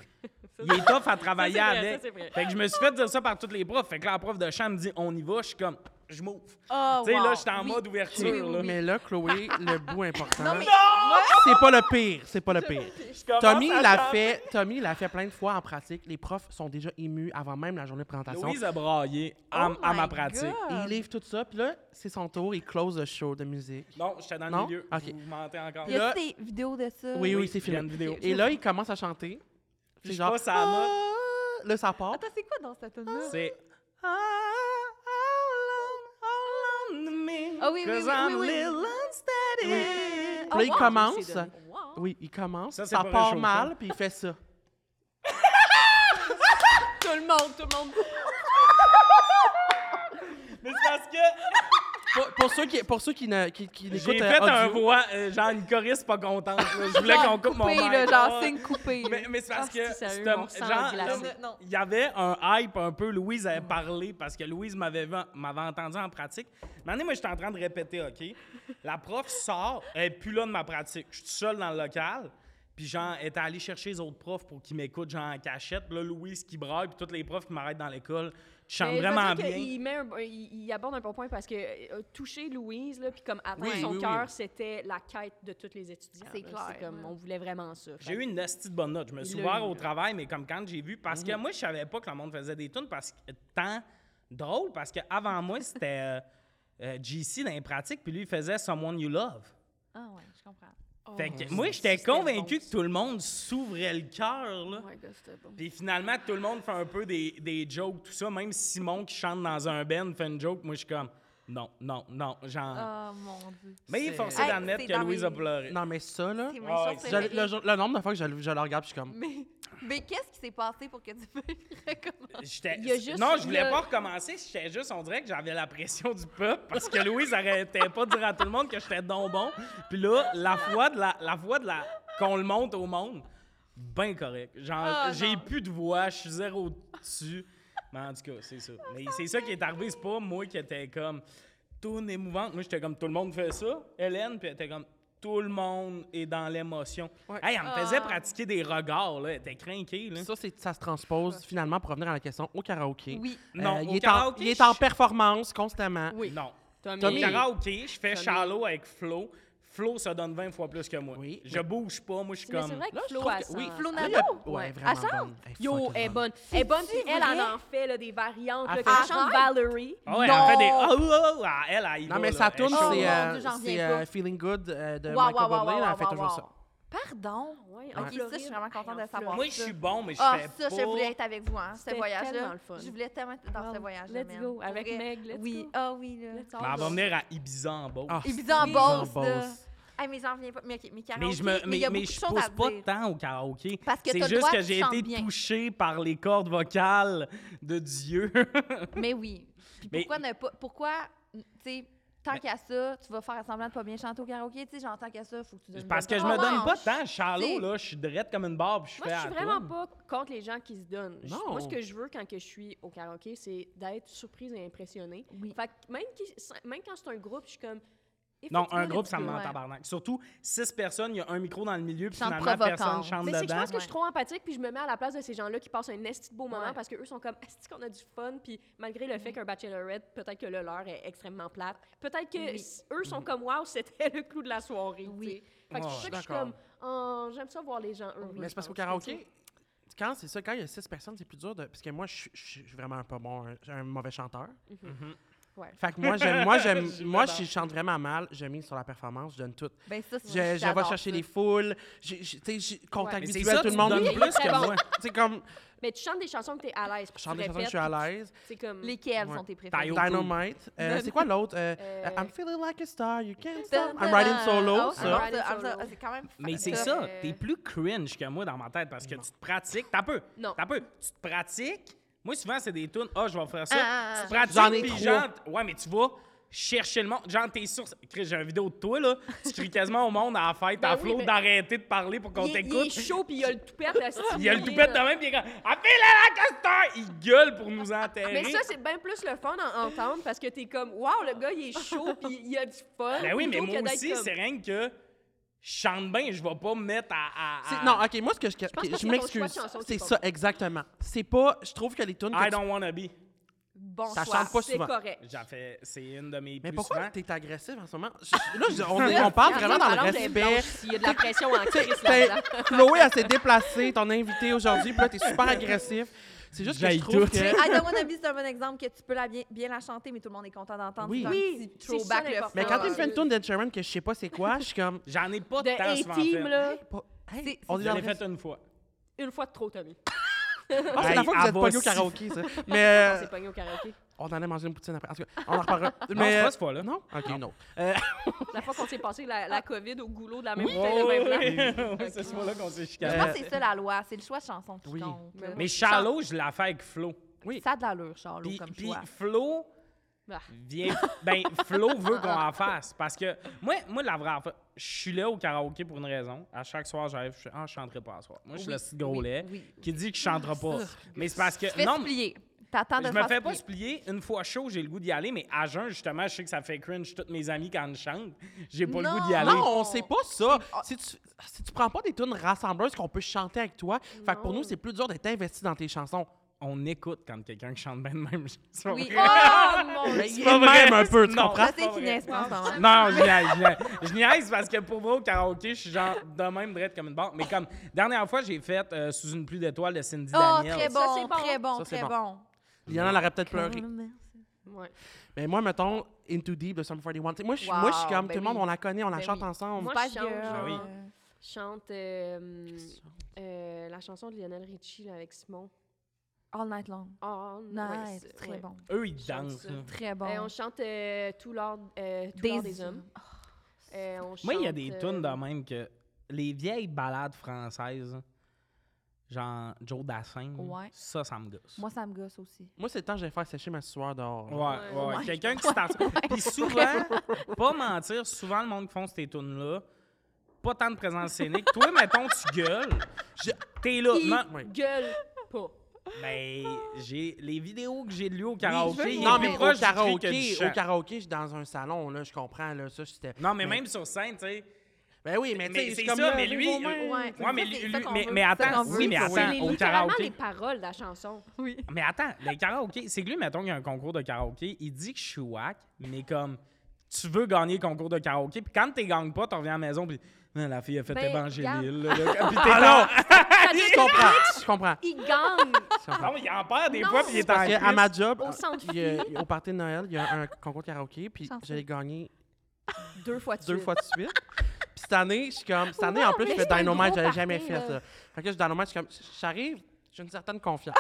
[SPEAKER 1] Il est tough à travailler
[SPEAKER 4] Ça, c'est vrai,
[SPEAKER 1] avec.
[SPEAKER 4] ça, c'est vrai.
[SPEAKER 1] fait que je me suis fait dire ça par tous les profs. Fait que là, la prof de chant me dit, on y va, je suis comme, je m'ouvre.
[SPEAKER 2] Oh,
[SPEAKER 1] tu sais, là,
[SPEAKER 2] wow.
[SPEAKER 1] j'étais en
[SPEAKER 2] Oui.
[SPEAKER 1] mode ouverture,
[SPEAKER 2] Oui, oui,
[SPEAKER 1] là.
[SPEAKER 2] oui.
[SPEAKER 3] Mais là, Chloé, le bout important.
[SPEAKER 2] Non, mais-
[SPEAKER 3] C'est pas le pire, c'est pas le pire.
[SPEAKER 1] Je commence
[SPEAKER 3] Tommy
[SPEAKER 1] à
[SPEAKER 3] l'a
[SPEAKER 1] chanter.
[SPEAKER 3] fait, Tommy l'a fait plein de fois en pratique. Les profs sont déjà émus avant même la journée de présentation.
[SPEAKER 1] Louise ah! a braillé à,
[SPEAKER 2] Oh
[SPEAKER 1] à ma
[SPEAKER 2] my
[SPEAKER 1] pratique.
[SPEAKER 2] God.
[SPEAKER 3] Il livre tout ça, puis là, c'est son tour, il close le show de musique.
[SPEAKER 1] Non, j'étais dans
[SPEAKER 3] Non?
[SPEAKER 1] le milieu.
[SPEAKER 3] Ok.
[SPEAKER 1] Vous mentez encore.
[SPEAKER 2] Y a
[SPEAKER 3] Là-
[SPEAKER 2] des vidéos de ça?
[SPEAKER 3] Oui, oui,
[SPEAKER 1] Ah, Oui,
[SPEAKER 3] c'est
[SPEAKER 1] il y a
[SPEAKER 3] filmé.
[SPEAKER 1] une vidéo.
[SPEAKER 3] Et là, il commence à chanter.
[SPEAKER 1] Je
[SPEAKER 3] C'est
[SPEAKER 1] sais pas, ça a
[SPEAKER 3] Ah! Là, ça part.
[SPEAKER 2] Attends, c'est quoi dans cette tune là
[SPEAKER 1] C'est
[SPEAKER 2] Ah oui, oui, oui,
[SPEAKER 1] 'Cause I'm
[SPEAKER 2] oui, oui.
[SPEAKER 1] little unsteady.
[SPEAKER 3] Puis là, il
[SPEAKER 2] wow,
[SPEAKER 3] commence.
[SPEAKER 4] Ah, c'est donné. Wow.
[SPEAKER 3] Oui, il commence.
[SPEAKER 1] oh, Ça,
[SPEAKER 3] Ça,
[SPEAKER 1] c'est pas
[SPEAKER 3] part
[SPEAKER 1] réchauffant.
[SPEAKER 3] mal, puis il fait ça.
[SPEAKER 4] Tout le monde, tout le monde.
[SPEAKER 1] Mais c'est parce que
[SPEAKER 3] Pour, pour ceux qui, pour ceux qui, ne- qui, qui n'écoutent
[SPEAKER 1] j'ai
[SPEAKER 3] euh,
[SPEAKER 1] fait un
[SPEAKER 3] audio,
[SPEAKER 1] voix, euh, genre une choriste pas contente. là. Je voulais
[SPEAKER 2] Genre
[SPEAKER 1] qu'on coupe mon
[SPEAKER 2] coupé,
[SPEAKER 1] mic.
[SPEAKER 2] là, genre
[SPEAKER 1] Ah.
[SPEAKER 2] signe coupé. là.
[SPEAKER 1] Mais, mais c'est parce
[SPEAKER 4] Ah,
[SPEAKER 1] que
[SPEAKER 4] si, sérieux,
[SPEAKER 1] c'est un-
[SPEAKER 4] mon sang
[SPEAKER 1] genre,
[SPEAKER 4] glacé.
[SPEAKER 1] là,
[SPEAKER 5] Non.
[SPEAKER 1] il y avait un hype un peu. Louise avait parlé parce que Louise m'avait vu- m'avait entendu en pratique. Maintenant, moi, j'étais en train de répéter, OK? La prof sort, elle est plus là de ma pratique. Je suis tout seul dans le local. Puis, genre, elle était allée chercher les autres profs pour qu'ils m'écoutent, genre, en cachette. Puis là, Louise qui braille, puis tous les profs qui m'arrêtent dans l'école. Tu chantes
[SPEAKER 4] Mais je veux
[SPEAKER 1] vraiment
[SPEAKER 4] dire que
[SPEAKER 1] bien.
[SPEAKER 4] Il, met un- il- il aborde un bon point parce que euh, toucher Louise, là, puis comme atteindre
[SPEAKER 3] Oui,
[SPEAKER 4] son
[SPEAKER 3] oui, oui.
[SPEAKER 4] cœur, c'était la quête de tous les étudiants.
[SPEAKER 2] C'est
[SPEAKER 4] là.
[SPEAKER 2] clair,
[SPEAKER 4] C'est comme,
[SPEAKER 2] ouais.
[SPEAKER 4] on voulait vraiment ça.
[SPEAKER 1] J'ai eu une nasty de bonne note. Je me suis
[SPEAKER 4] Il l'a
[SPEAKER 1] ouvert
[SPEAKER 4] eu,
[SPEAKER 1] au
[SPEAKER 4] là. Mhm.
[SPEAKER 1] travail, mais comme quand j'ai vu, parce que moi, je savais pas que le monde faisait des tunes parce que tant drôle, parce que avant moi, c'était euh, euh, JC dans les pratiques, puis lui, il faisait Someone You Love.
[SPEAKER 2] Ah ouais, je comprends.
[SPEAKER 1] fait que
[SPEAKER 4] Oh,
[SPEAKER 1] moi, j'étais
[SPEAKER 4] c'était bon,
[SPEAKER 1] convaincu que
[SPEAKER 4] ça.
[SPEAKER 1] tout le monde s'ouvrait le cœur, là.
[SPEAKER 4] Ouais, gars, c'était bon.
[SPEAKER 1] Puis finalement, tout le monde fait un peu des, des jokes, tout ça. Même Simon qui chante dans un band fait une joke. Moi, je suis comme, non, non, non, genre.
[SPEAKER 4] Ah,
[SPEAKER 2] Oh mon dieu.
[SPEAKER 1] mais il est
[SPEAKER 3] c'est-
[SPEAKER 1] forcé
[SPEAKER 2] Hey,
[SPEAKER 1] d'admettre
[SPEAKER 2] c'est
[SPEAKER 1] que
[SPEAKER 2] dans
[SPEAKER 1] Louise
[SPEAKER 2] mes-
[SPEAKER 1] a pleuré.
[SPEAKER 3] Non, mais ça, là.
[SPEAKER 2] C'est ma
[SPEAKER 1] Ah ouais,
[SPEAKER 2] chanson
[SPEAKER 1] c'est-
[SPEAKER 3] je-
[SPEAKER 2] préférée.
[SPEAKER 3] le, jour- le nombre de fois que je, le- je le regarde, puis je suis comme.
[SPEAKER 2] Mais, mais qu'est-ce qui s'est passé pour que tu veuilles recommencer?
[SPEAKER 1] J'étais-
[SPEAKER 4] Il y a juste-
[SPEAKER 1] non, je voulais
[SPEAKER 4] il y a-
[SPEAKER 1] pas recommencer. J'étais juste, on dirait que j'avais la pression du peuple parce que Louise arrêtait pas de dire à tout le monde que j'étais donc bon. Puis là, la voix de la, la voix de la qu'on le monte au monde, ben correct. Genre,
[SPEAKER 2] Ah,
[SPEAKER 1] j'ai
[SPEAKER 2] non.
[SPEAKER 1] plus de voix, je suis zéro dessus. Mais en tout cas, c'est ça. Mais c'est ça qui est arrivé. C'est pas moi qui étais comme tourne émouvante. Moi, j'étais comme tout le monde fait ça. Hélène, puis elle était comme tout le monde est dans l'émotion.
[SPEAKER 3] Ouais.
[SPEAKER 1] Hey, elle me faisait
[SPEAKER 2] Ah.
[SPEAKER 1] pratiquer des regards là. Elle était crainquée là.
[SPEAKER 3] Ça, c'est- ça se transpose finalement pour revenir à la question au karaoké. Euh,
[SPEAKER 2] Oui.
[SPEAKER 1] Non, au
[SPEAKER 3] il, est en,
[SPEAKER 1] karaoké,
[SPEAKER 3] il est en
[SPEAKER 1] je-
[SPEAKER 3] performance constamment.
[SPEAKER 4] Oui.
[SPEAKER 1] Non.
[SPEAKER 4] Tommy.
[SPEAKER 1] Tommy. Karaoké, Ah, je fais
[SPEAKER 4] Tommy.
[SPEAKER 1] shallow avec Flo. Flo se donne 20 fois plus que moi.
[SPEAKER 3] Oui.
[SPEAKER 1] Je bouge pas, moi je suis
[SPEAKER 4] Mais
[SPEAKER 1] comme.
[SPEAKER 4] c'est vrai que Flo,
[SPEAKER 3] trouve
[SPEAKER 4] elle
[SPEAKER 3] que- oui,
[SPEAKER 4] s'en-
[SPEAKER 2] Flo
[SPEAKER 4] elle-
[SPEAKER 3] Là, il y
[SPEAKER 2] Nadeau?
[SPEAKER 3] a- Ouais,
[SPEAKER 2] Elle
[SPEAKER 3] vraiment.
[SPEAKER 2] chante?
[SPEAKER 3] bonne. Elle est
[SPEAKER 4] Yo,
[SPEAKER 3] fucking
[SPEAKER 4] elle est
[SPEAKER 3] bonne.
[SPEAKER 4] bonne. Elle est bonne,
[SPEAKER 2] C'est-tu
[SPEAKER 4] puis elle, elle
[SPEAKER 2] vrai?
[SPEAKER 4] en fait là, des variantes.
[SPEAKER 3] Elle
[SPEAKER 4] là,
[SPEAKER 3] fait-
[SPEAKER 4] Quand elle chante
[SPEAKER 2] Arrête!
[SPEAKER 4] Valerie,
[SPEAKER 1] Ah ouais, elle fait des.
[SPEAKER 2] Non.
[SPEAKER 1] Ah, ah, ah, ah, elle, elle y
[SPEAKER 3] Non,
[SPEAKER 1] va,
[SPEAKER 3] mais
[SPEAKER 1] là.
[SPEAKER 3] sa
[SPEAKER 1] Elle
[SPEAKER 3] tune,
[SPEAKER 1] chante.
[SPEAKER 2] Oh,
[SPEAKER 3] c'est
[SPEAKER 2] mon
[SPEAKER 3] euh,
[SPEAKER 2] Dieu, j'en reviens
[SPEAKER 3] c'est,
[SPEAKER 2] pas.
[SPEAKER 3] euh, Feeling Good euh, de
[SPEAKER 2] Wow,
[SPEAKER 3] Michael
[SPEAKER 2] wow, wow,
[SPEAKER 3] Bublé.
[SPEAKER 2] wow,
[SPEAKER 3] Elle fait
[SPEAKER 2] wow,
[SPEAKER 3] toujours
[SPEAKER 2] wow.
[SPEAKER 3] ça.
[SPEAKER 2] Pardon?
[SPEAKER 4] Ouais,
[SPEAKER 1] Ah.
[SPEAKER 4] en
[SPEAKER 2] ok, ça, je
[SPEAKER 4] Floride.
[SPEAKER 2] suis vraiment contente
[SPEAKER 4] Hey,
[SPEAKER 2] de
[SPEAKER 4] en
[SPEAKER 2] savoir.
[SPEAKER 1] Moi, je suis bon, mais je
[SPEAKER 2] Oh, Ah,
[SPEAKER 1] fais
[SPEAKER 2] ça,
[SPEAKER 1] pas.
[SPEAKER 2] je voulais être avec vous, hein, ce
[SPEAKER 4] C'était tellement
[SPEAKER 2] voyage-là.
[SPEAKER 4] le fun.
[SPEAKER 2] Je voulais tellement être dans
[SPEAKER 4] Wow.
[SPEAKER 2] ce voyage-là.
[SPEAKER 4] Let's
[SPEAKER 2] man.
[SPEAKER 4] go,
[SPEAKER 2] Pour
[SPEAKER 4] avec
[SPEAKER 2] vrai.
[SPEAKER 4] Meg, let's
[SPEAKER 2] oui.
[SPEAKER 4] go.
[SPEAKER 2] Ah oui, là.
[SPEAKER 4] Let's
[SPEAKER 1] Mais elle va
[SPEAKER 4] go.
[SPEAKER 1] venir à Ibiza en bas.
[SPEAKER 3] Ah,
[SPEAKER 2] Ils en
[SPEAKER 4] Oui.
[SPEAKER 2] bosse,
[SPEAKER 3] En
[SPEAKER 2] là.
[SPEAKER 3] bosse.
[SPEAKER 2] Ah, mais j'en reviens pas. Mais, ok, mais,
[SPEAKER 1] Mais je me,
[SPEAKER 2] mais il y
[SPEAKER 1] mais,
[SPEAKER 2] a
[SPEAKER 1] mais
[SPEAKER 2] beaucoup
[SPEAKER 1] je
[SPEAKER 2] de choses
[SPEAKER 1] pousse
[SPEAKER 2] à
[SPEAKER 1] pas
[SPEAKER 2] dire.
[SPEAKER 1] tant au karaoké.
[SPEAKER 2] Parce que
[SPEAKER 1] c'est
[SPEAKER 2] t'as le
[SPEAKER 1] juste
[SPEAKER 2] droit
[SPEAKER 1] que
[SPEAKER 2] que tu
[SPEAKER 1] j'ai
[SPEAKER 2] chantes
[SPEAKER 1] été
[SPEAKER 2] bien.
[SPEAKER 1] touché par les cordes vocales de Dieu.
[SPEAKER 2] Mais oui. Puis
[SPEAKER 1] Mais-
[SPEAKER 2] pourquoi ne pas. Pourquoi, tu sais, tant
[SPEAKER 1] Mais-
[SPEAKER 2] qu'à ça, tu vas faire semblant de pas bien chanter au karaoké, tu sais, genre, tant qu'à ça, faut que tu donnes. une
[SPEAKER 1] Parce que
[SPEAKER 2] bonne
[SPEAKER 1] je me donne pas
[SPEAKER 2] performance.
[SPEAKER 1] tant. Shallow,
[SPEAKER 2] Ah, C'est-
[SPEAKER 1] là, je suis drette comme une barbe, puis je
[SPEAKER 4] Moi,
[SPEAKER 1] fais
[SPEAKER 4] je
[SPEAKER 1] à
[SPEAKER 4] suis
[SPEAKER 1] la
[SPEAKER 4] vraiment
[SPEAKER 1] toune.
[SPEAKER 4] pas contre les gens qui se donnent. Je-
[SPEAKER 3] Non.
[SPEAKER 4] moi, ce que je veux quand que je suis au karaoké, c'est d'être surprise et impressionnée.
[SPEAKER 2] Oui.
[SPEAKER 4] Fait que même, qui- même quand c'est un groupe, je suis comme. if
[SPEAKER 1] Non,
[SPEAKER 4] it's
[SPEAKER 1] un
[SPEAKER 4] good,
[SPEAKER 1] groupe,
[SPEAKER 4] it's
[SPEAKER 1] ça me
[SPEAKER 4] good.
[SPEAKER 1] met en
[SPEAKER 2] Ouais.
[SPEAKER 1] tabarnak. Surtout, six personnes, il y a un micro dans le milieu, puis
[SPEAKER 2] Chante
[SPEAKER 1] finalement, personne
[SPEAKER 2] provocante.
[SPEAKER 1] chante
[SPEAKER 4] Mais c'est que je
[SPEAKER 1] dedans.
[SPEAKER 4] pense que je suis trop empathique, puis je me mets à la place de ces gens-là qui passent un esti de beau moment
[SPEAKER 2] Ouais.
[SPEAKER 4] parce qu'eux sont comme esti qu'on a du fun, puis malgré le fait qu'un bachelorette, peut-être que le leur est extrêmement plate, peut-être que
[SPEAKER 2] Oui.
[SPEAKER 4] s- eux sont comme wow, c'était le clou de la soirée. tu
[SPEAKER 2] Oui.
[SPEAKER 4] sais. Fait que
[SPEAKER 1] Ouais,
[SPEAKER 4] c'est pour ça que je suis
[SPEAKER 3] d'accord.
[SPEAKER 4] comme oh, j'aime ça voir les gens heureux.
[SPEAKER 3] Mais
[SPEAKER 4] je
[SPEAKER 3] c'est parce qu'au
[SPEAKER 4] pense, tu sais.
[SPEAKER 3] karaoké, quand c'est ça, quand il y a six personnes, c'est plus dur de. Parce que moi, je suis- je suis vraiment un pas bon, un, un mauvais chanteur.
[SPEAKER 4] Ouais.
[SPEAKER 3] Fait que moi, j'aime, moi, j'aime,
[SPEAKER 1] Je
[SPEAKER 3] moi,
[SPEAKER 1] m'adore.
[SPEAKER 3] je chante vraiment mal. Je mise sur la performance, je donne tout.
[SPEAKER 2] Ben, ça,
[SPEAKER 3] Je,
[SPEAKER 2] c'est
[SPEAKER 3] je vais
[SPEAKER 2] j'adore
[SPEAKER 3] chercher
[SPEAKER 2] ça.
[SPEAKER 3] les foules, j'ai- j'ai- tu sais, j'ai- contact
[SPEAKER 1] Mais c'est
[SPEAKER 3] visuel,
[SPEAKER 1] ça,
[SPEAKER 3] tout
[SPEAKER 1] tu
[SPEAKER 3] le monde.
[SPEAKER 1] donnes
[SPEAKER 4] Oui,
[SPEAKER 1] plus
[SPEAKER 4] c'est
[SPEAKER 1] que
[SPEAKER 4] bon.
[SPEAKER 1] moi.
[SPEAKER 3] C'est comme,
[SPEAKER 4] Mais tu chantes des chansons que t'es à l'aise.
[SPEAKER 3] je
[SPEAKER 4] puis
[SPEAKER 3] chante
[SPEAKER 4] tu
[SPEAKER 3] des chansons que je
[SPEAKER 4] répètes,
[SPEAKER 3] suis à l'aise.
[SPEAKER 4] C'est comme.
[SPEAKER 2] Lesquelles
[SPEAKER 3] Ouais.
[SPEAKER 2] sont tes préférées?
[SPEAKER 1] Taillot.
[SPEAKER 3] Dynamite. Euh,
[SPEAKER 2] Non,
[SPEAKER 3] c'est quoi l'autre? Euh,
[SPEAKER 4] Euh,
[SPEAKER 3] I'm feeling like a star, you can't
[SPEAKER 2] Ta-
[SPEAKER 3] stop.
[SPEAKER 2] ta-
[SPEAKER 3] I'm riding
[SPEAKER 2] ta-
[SPEAKER 3] solo,
[SPEAKER 2] Oh, c'est
[SPEAKER 4] I'm
[SPEAKER 2] bon,
[SPEAKER 3] ça.
[SPEAKER 4] riding
[SPEAKER 2] ça, I'm
[SPEAKER 4] solo.
[SPEAKER 2] so- C'est quand même.
[SPEAKER 1] Mais c'est
[SPEAKER 2] tough.
[SPEAKER 1] ça,
[SPEAKER 4] Euh.
[SPEAKER 1] t'es plus cringe que moi dans ma tête parce que tu te pratiques. T'as peu.
[SPEAKER 4] Non.
[SPEAKER 1] T'as peu. Tu te pratiques. Moi, souvent, c'est des tunes. Ah, je vais faire ça.
[SPEAKER 2] Ah,
[SPEAKER 1] tu
[SPEAKER 2] ah, ah.
[SPEAKER 1] pratiques.
[SPEAKER 3] J'en ai
[SPEAKER 1] puis
[SPEAKER 3] trois.
[SPEAKER 1] genre, ouais, mais tu vas chercher le monde. Genre, t'es sûr. Chris, J'ai une vidéo de toi, là. Tu cries quasiment au monde à la fête,
[SPEAKER 4] Ben
[SPEAKER 1] à
[SPEAKER 4] oui,
[SPEAKER 1] flot,
[SPEAKER 4] mais-
[SPEAKER 1] d'arrêter de parler pour qu'on
[SPEAKER 4] Il, est- il est
[SPEAKER 1] t'écoute.
[SPEAKER 4] chaud, puis il a le toupette. esti,
[SPEAKER 1] Il y a le
[SPEAKER 4] mouillé,
[SPEAKER 1] toupette de
[SPEAKER 4] là. Ah,
[SPEAKER 1] même, puis il est comme. Appelle à la castor! Il gueule pour nous enterrer.
[SPEAKER 4] Mais ça, c'est bien plus le fun à entendre parce que t'es comme, waouh, le gars, il est chaud puis il a du fun.
[SPEAKER 1] Ben oui, mais
[SPEAKER 4] plutôt
[SPEAKER 1] moi
[SPEAKER 4] que d'être
[SPEAKER 1] aussi,
[SPEAKER 4] comme-
[SPEAKER 1] c'est rien que je chante bien, je vais pas me mettre à. à-
[SPEAKER 3] C'est-
[SPEAKER 1] à-
[SPEAKER 3] Non, ok, moi, ce que je,
[SPEAKER 4] ah. pense
[SPEAKER 3] ok,
[SPEAKER 4] pas que
[SPEAKER 3] je
[SPEAKER 4] c'est ton choix de
[SPEAKER 3] m'excuse.
[SPEAKER 4] chanson qui
[SPEAKER 3] C'est
[SPEAKER 4] compte.
[SPEAKER 3] ça, exactement. C'est pas, je trouve que les tunes. que
[SPEAKER 1] I
[SPEAKER 3] tu-
[SPEAKER 1] don't wanna be.
[SPEAKER 2] Bon
[SPEAKER 3] Ça
[SPEAKER 2] choix.
[SPEAKER 3] chante pas
[SPEAKER 4] C'est
[SPEAKER 3] souvent.
[SPEAKER 4] correct.
[SPEAKER 1] J'en fais- C'est une de mes
[SPEAKER 3] Mais
[SPEAKER 1] plus
[SPEAKER 3] pourquoi
[SPEAKER 1] souvent.
[SPEAKER 3] t'es agressive en ce moment? Je- Là, je- on, on parle vraiment dans le
[SPEAKER 4] Parlons des
[SPEAKER 3] respect.
[SPEAKER 4] blanches, Il y a de la pression en
[SPEAKER 3] T'sais,
[SPEAKER 4] crise
[SPEAKER 3] t'es-
[SPEAKER 4] là-dedans.
[SPEAKER 3] Chloé, elle s'est déplacée, ton invité aujourd'hui, puis là, t'es super agressif. C'est juste que
[SPEAKER 1] J'haïs
[SPEAKER 3] je trouve
[SPEAKER 1] tout.
[SPEAKER 3] que...
[SPEAKER 2] I don't wanna be, c'est un bon exemple que tu peux la bien, bien la chanter, mais tout le monde est content d'entendre.
[SPEAKER 3] Oui.
[SPEAKER 2] C'est un
[SPEAKER 4] Oui,
[SPEAKER 2] petit
[SPEAKER 4] c'est ça
[SPEAKER 2] throwback, le
[SPEAKER 4] l'important.
[SPEAKER 3] Mais quand
[SPEAKER 2] fun.
[SPEAKER 3] tu me fais une tourne d'Ed Sheeran que je sais pas c'est quoi, je suis comme...
[SPEAKER 1] J'en ai pas
[SPEAKER 4] De
[SPEAKER 1] tant souvent fait.
[SPEAKER 4] A-Team, là,
[SPEAKER 3] pas- hey,
[SPEAKER 2] C'est-
[SPEAKER 3] on est
[SPEAKER 1] J'en
[SPEAKER 3] dans
[SPEAKER 1] ai
[SPEAKER 3] le
[SPEAKER 1] fait une fois.
[SPEAKER 4] une fois de trop, Tommy.
[SPEAKER 3] Ah, c'est
[SPEAKER 1] Hey,
[SPEAKER 3] la fois que vous êtes
[SPEAKER 1] à
[SPEAKER 3] pogné au
[SPEAKER 1] Bossy.
[SPEAKER 3] karaoké, ça. Mais... euh,
[SPEAKER 4] C'est pogné au karaoké.
[SPEAKER 3] On allait manger une poutine après. En tout cas, on en reparlera.
[SPEAKER 1] Non, c'est
[SPEAKER 3] Mais.
[SPEAKER 1] pas cette fois-là.
[SPEAKER 3] Non? Ok, non.
[SPEAKER 4] La fois qu'on s'est passé la, la COVID au goulot de la même
[SPEAKER 1] Oui,
[SPEAKER 4] bouteille, le même plat.
[SPEAKER 1] oui, c'est ce fois-là qu'on s'est
[SPEAKER 2] Je
[SPEAKER 1] chicané.
[SPEAKER 2] pense que c'est ça la loi, c'est le choix de chanson qui
[SPEAKER 3] Oui.
[SPEAKER 2] compte. là.
[SPEAKER 1] Euh, Mais Charlot, je la fais avec Flo.
[SPEAKER 3] Oui.
[SPEAKER 2] Ça a de l'allure, Charlot,
[SPEAKER 1] Puis,
[SPEAKER 2] comme
[SPEAKER 1] puis
[SPEAKER 2] choix.
[SPEAKER 1] Flo
[SPEAKER 4] Ah.
[SPEAKER 1] vient. Ben, Flo veut qu'on en fasse. Parce que moi, moi la vraie affaire, je suis là au karaoké pour une raison. À chaque soir, j'arrive, je fais Ah, je chanterai pas à soir. Moi, je suis le petit gros
[SPEAKER 2] oui,
[SPEAKER 1] lait
[SPEAKER 2] oui.
[SPEAKER 1] qui dit que je chanterai pas. Mais c'est parce que.
[SPEAKER 2] Tu fais
[SPEAKER 1] Euh, non,
[SPEAKER 2] plier. T'attends de
[SPEAKER 1] je
[SPEAKER 2] te
[SPEAKER 1] me
[SPEAKER 2] faire
[SPEAKER 1] fais pas
[SPEAKER 2] supplier.
[SPEAKER 1] supplier. Une fois chaud, j'ai le goût d'y aller, mais à jeun, justement, je sais que ça fait cringe tous mes amis quand je chante. J'ai pas
[SPEAKER 2] Non.
[SPEAKER 1] le goût d'y aller.
[SPEAKER 3] Non, c'est pas ça. Si tu, si tu prends pas des tunes rassembleuses qu'on peut chanter avec toi, fait que pour
[SPEAKER 4] Non.
[SPEAKER 3] nous, c'est plus dur d'être investi dans tes chansons.
[SPEAKER 1] On écoute quand quelqu'un qui chante bien de même. C'est pas
[SPEAKER 2] Oui.
[SPEAKER 1] vrai.
[SPEAKER 2] Oh mon
[SPEAKER 3] Mais
[SPEAKER 2] dieu!
[SPEAKER 3] Ben, il
[SPEAKER 1] pas
[SPEAKER 3] est même
[SPEAKER 1] vrai.
[SPEAKER 3] un peu, tu
[SPEAKER 1] Non.
[SPEAKER 3] comprends?
[SPEAKER 1] pas
[SPEAKER 2] Je sais qu'il
[SPEAKER 1] Ah, vrai.
[SPEAKER 2] niaise pas en ce moment.
[SPEAKER 1] Non, je niaise, je niaise. Je niaise parce que pour vrai, au karaoké, je suis genre de même drette comme une barre. Mais comme, dernière fois, j'ai fait euh, Sous une pluie d'étoiles de Cindy
[SPEAKER 2] Oh,
[SPEAKER 1] Daniels.
[SPEAKER 2] très
[SPEAKER 4] Ça, c'est
[SPEAKER 2] bon,
[SPEAKER 4] bon.
[SPEAKER 2] très bon,
[SPEAKER 3] Ça, c'est
[SPEAKER 2] très
[SPEAKER 3] bon.
[SPEAKER 2] bon.
[SPEAKER 3] Il y en a, elle aurait peut-être pleuré.
[SPEAKER 4] Ouais.
[SPEAKER 3] Mais moi, mettons, Into Deep de Sum 41. Tu sais, Moi, je suis- moi, je suis
[SPEAKER 2] Wow,
[SPEAKER 3] comme
[SPEAKER 2] ben
[SPEAKER 3] tout le monde,
[SPEAKER 2] oui.
[SPEAKER 3] on la connaît, on la
[SPEAKER 2] Ben
[SPEAKER 3] chante
[SPEAKER 2] oui.
[SPEAKER 3] ensemble.
[SPEAKER 4] Moi,
[SPEAKER 2] Bad
[SPEAKER 4] je change,
[SPEAKER 2] Girl.
[SPEAKER 1] Ah oui.
[SPEAKER 2] euh,
[SPEAKER 4] Je chante euh, euh, la chanson de Lionel Richie là, avec Simon.
[SPEAKER 2] All Night Long.
[SPEAKER 4] Oh,
[SPEAKER 2] Nice,
[SPEAKER 4] c'est-
[SPEAKER 2] très
[SPEAKER 4] ouais.
[SPEAKER 2] bon.
[SPEAKER 1] Eux, ils
[SPEAKER 4] Chante
[SPEAKER 1] dansent.
[SPEAKER 4] ça.
[SPEAKER 1] là.
[SPEAKER 2] Très bon.
[SPEAKER 4] Euh, on chante euh, Tout l'or euh, Tout l'or des hommes. Euh, on
[SPEAKER 1] Moi, il y a
[SPEAKER 4] chante,
[SPEAKER 1] des
[SPEAKER 4] euh,
[SPEAKER 1] tunes de même que les vieilles balades françaises, hein, genre Joe Dassin,
[SPEAKER 2] Ouais.
[SPEAKER 1] ça, ça me gosse.
[SPEAKER 2] Moi, ça me gosse aussi.
[SPEAKER 3] Moi, c'est le temps que je vais faire sécher ma sueur dehors.
[SPEAKER 1] Ouais, ouais, ouais.
[SPEAKER 2] Ouais.
[SPEAKER 1] quelqu'un qui se tasse. Puis souvent, pas mentir, souvent le monde qui font ces tunes-là, pas tant de présence scénique. Toi, mettons, tu gueules, je- t'es là.
[SPEAKER 4] Il
[SPEAKER 1] Non,
[SPEAKER 3] Oui.
[SPEAKER 4] gueule pas.
[SPEAKER 1] Ben, j'ai les vidéos que j'ai lues au
[SPEAKER 3] Oui,
[SPEAKER 1] karaoké, il est
[SPEAKER 3] non,
[SPEAKER 1] plus
[SPEAKER 3] mais
[SPEAKER 1] proche
[SPEAKER 3] au
[SPEAKER 1] du cri que du
[SPEAKER 3] karaoké,
[SPEAKER 1] chant.
[SPEAKER 3] au karaoké, je suis dans un salon, là, je comprends, là, ça, c'était...
[SPEAKER 1] Non, mais même sur scène, tu sais.
[SPEAKER 3] Ben oui, mais tu
[SPEAKER 1] mais
[SPEAKER 3] sais,
[SPEAKER 1] c'est
[SPEAKER 3] comme
[SPEAKER 1] ça,
[SPEAKER 3] là,
[SPEAKER 1] mais
[SPEAKER 3] levez
[SPEAKER 1] lui,
[SPEAKER 3] vos mains.
[SPEAKER 1] euh,
[SPEAKER 2] Ouais,
[SPEAKER 1] Ouais,
[SPEAKER 2] c'est
[SPEAKER 1] mais,
[SPEAKER 2] ça, c'est
[SPEAKER 1] lui-
[SPEAKER 2] ça qu'on
[SPEAKER 1] mais,
[SPEAKER 2] veut,
[SPEAKER 1] mais
[SPEAKER 2] c'est ça
[SPEAKER 1] attends,
[SPEAKER 2] qu'on
[SPEAKER 1] oui,
[SPEAKER 2] veut,
[SPEAKER 1] mais
[SPEAKER 2] ça,
[SPEAKER 1] attends,
[SPEAKER 4] C'est
[SPEAKER 1] au
[SPEAKER 4] littéralement
[SPEAKER 1] karaoké.
[SPEAKER 4] les paroles de la chanson.
[SPEAKER 2] Oui.
[SPEAKER 1] Mais attends, les karaokés, c'est que lui, mettons, il y a un concours de karaoké, il dit que je suis whack, mais comme, tu veux gagner le concours de karaoké, puis quand tu gagnes pas, tu reviens à la maison, puis Ah, la fille a fait
[SPEAKER 4] Ben,
[SPEAKER 1] évangélile. là, là. Puis t'es
[SPEAKER 3] Ah
[SPEAKER 1] dans-
[SPEAKER 3] Je comprends, je comprends.
[SPEAKER 4] Il gagne.
[SPEAKER 1] non, il en perd des
[SPEAKER 4] Non,
[SPEAKER 1] fois, puis il est en
[SPEAKER 3] Parce que à
[SPEAKER 1] crise.
[SPEAKER 3] ma job,
[SPEAKER 4] Au centre
[SPEAKER 3] il y a- au party de Noël, il y a un concours de karaoké, puis
[SPEAKER 2] Chanson.
[SPEAKER 3] je l'ai gagné
[SPEAKER 4] Deux fois de
[SPEAKER 3] deux
[SPEAKER 4] suite.
[SPEAKER 3] fois de suite. Puis cette année, je suis comme. Cette année,
[SPEAKER 2] Wow,
[SPEAKER 3] en plus,
[SPEAKER 2] mais
[SPEAKER 3] je fais
[SPEAKER 2] c'est un
[SPEAKER 3] Dynamite,
[SPEAKER 2] gros
[SPEAKER 3] j'avais jamais
[SPEAKER 2] party,
[SPEAKER 3] fait.
[SPEAKER 2] là.
[SPEAKER 3] Là. Fait que je Dynamite, je suis comme. J'arrive, j'ai une certaine confiance.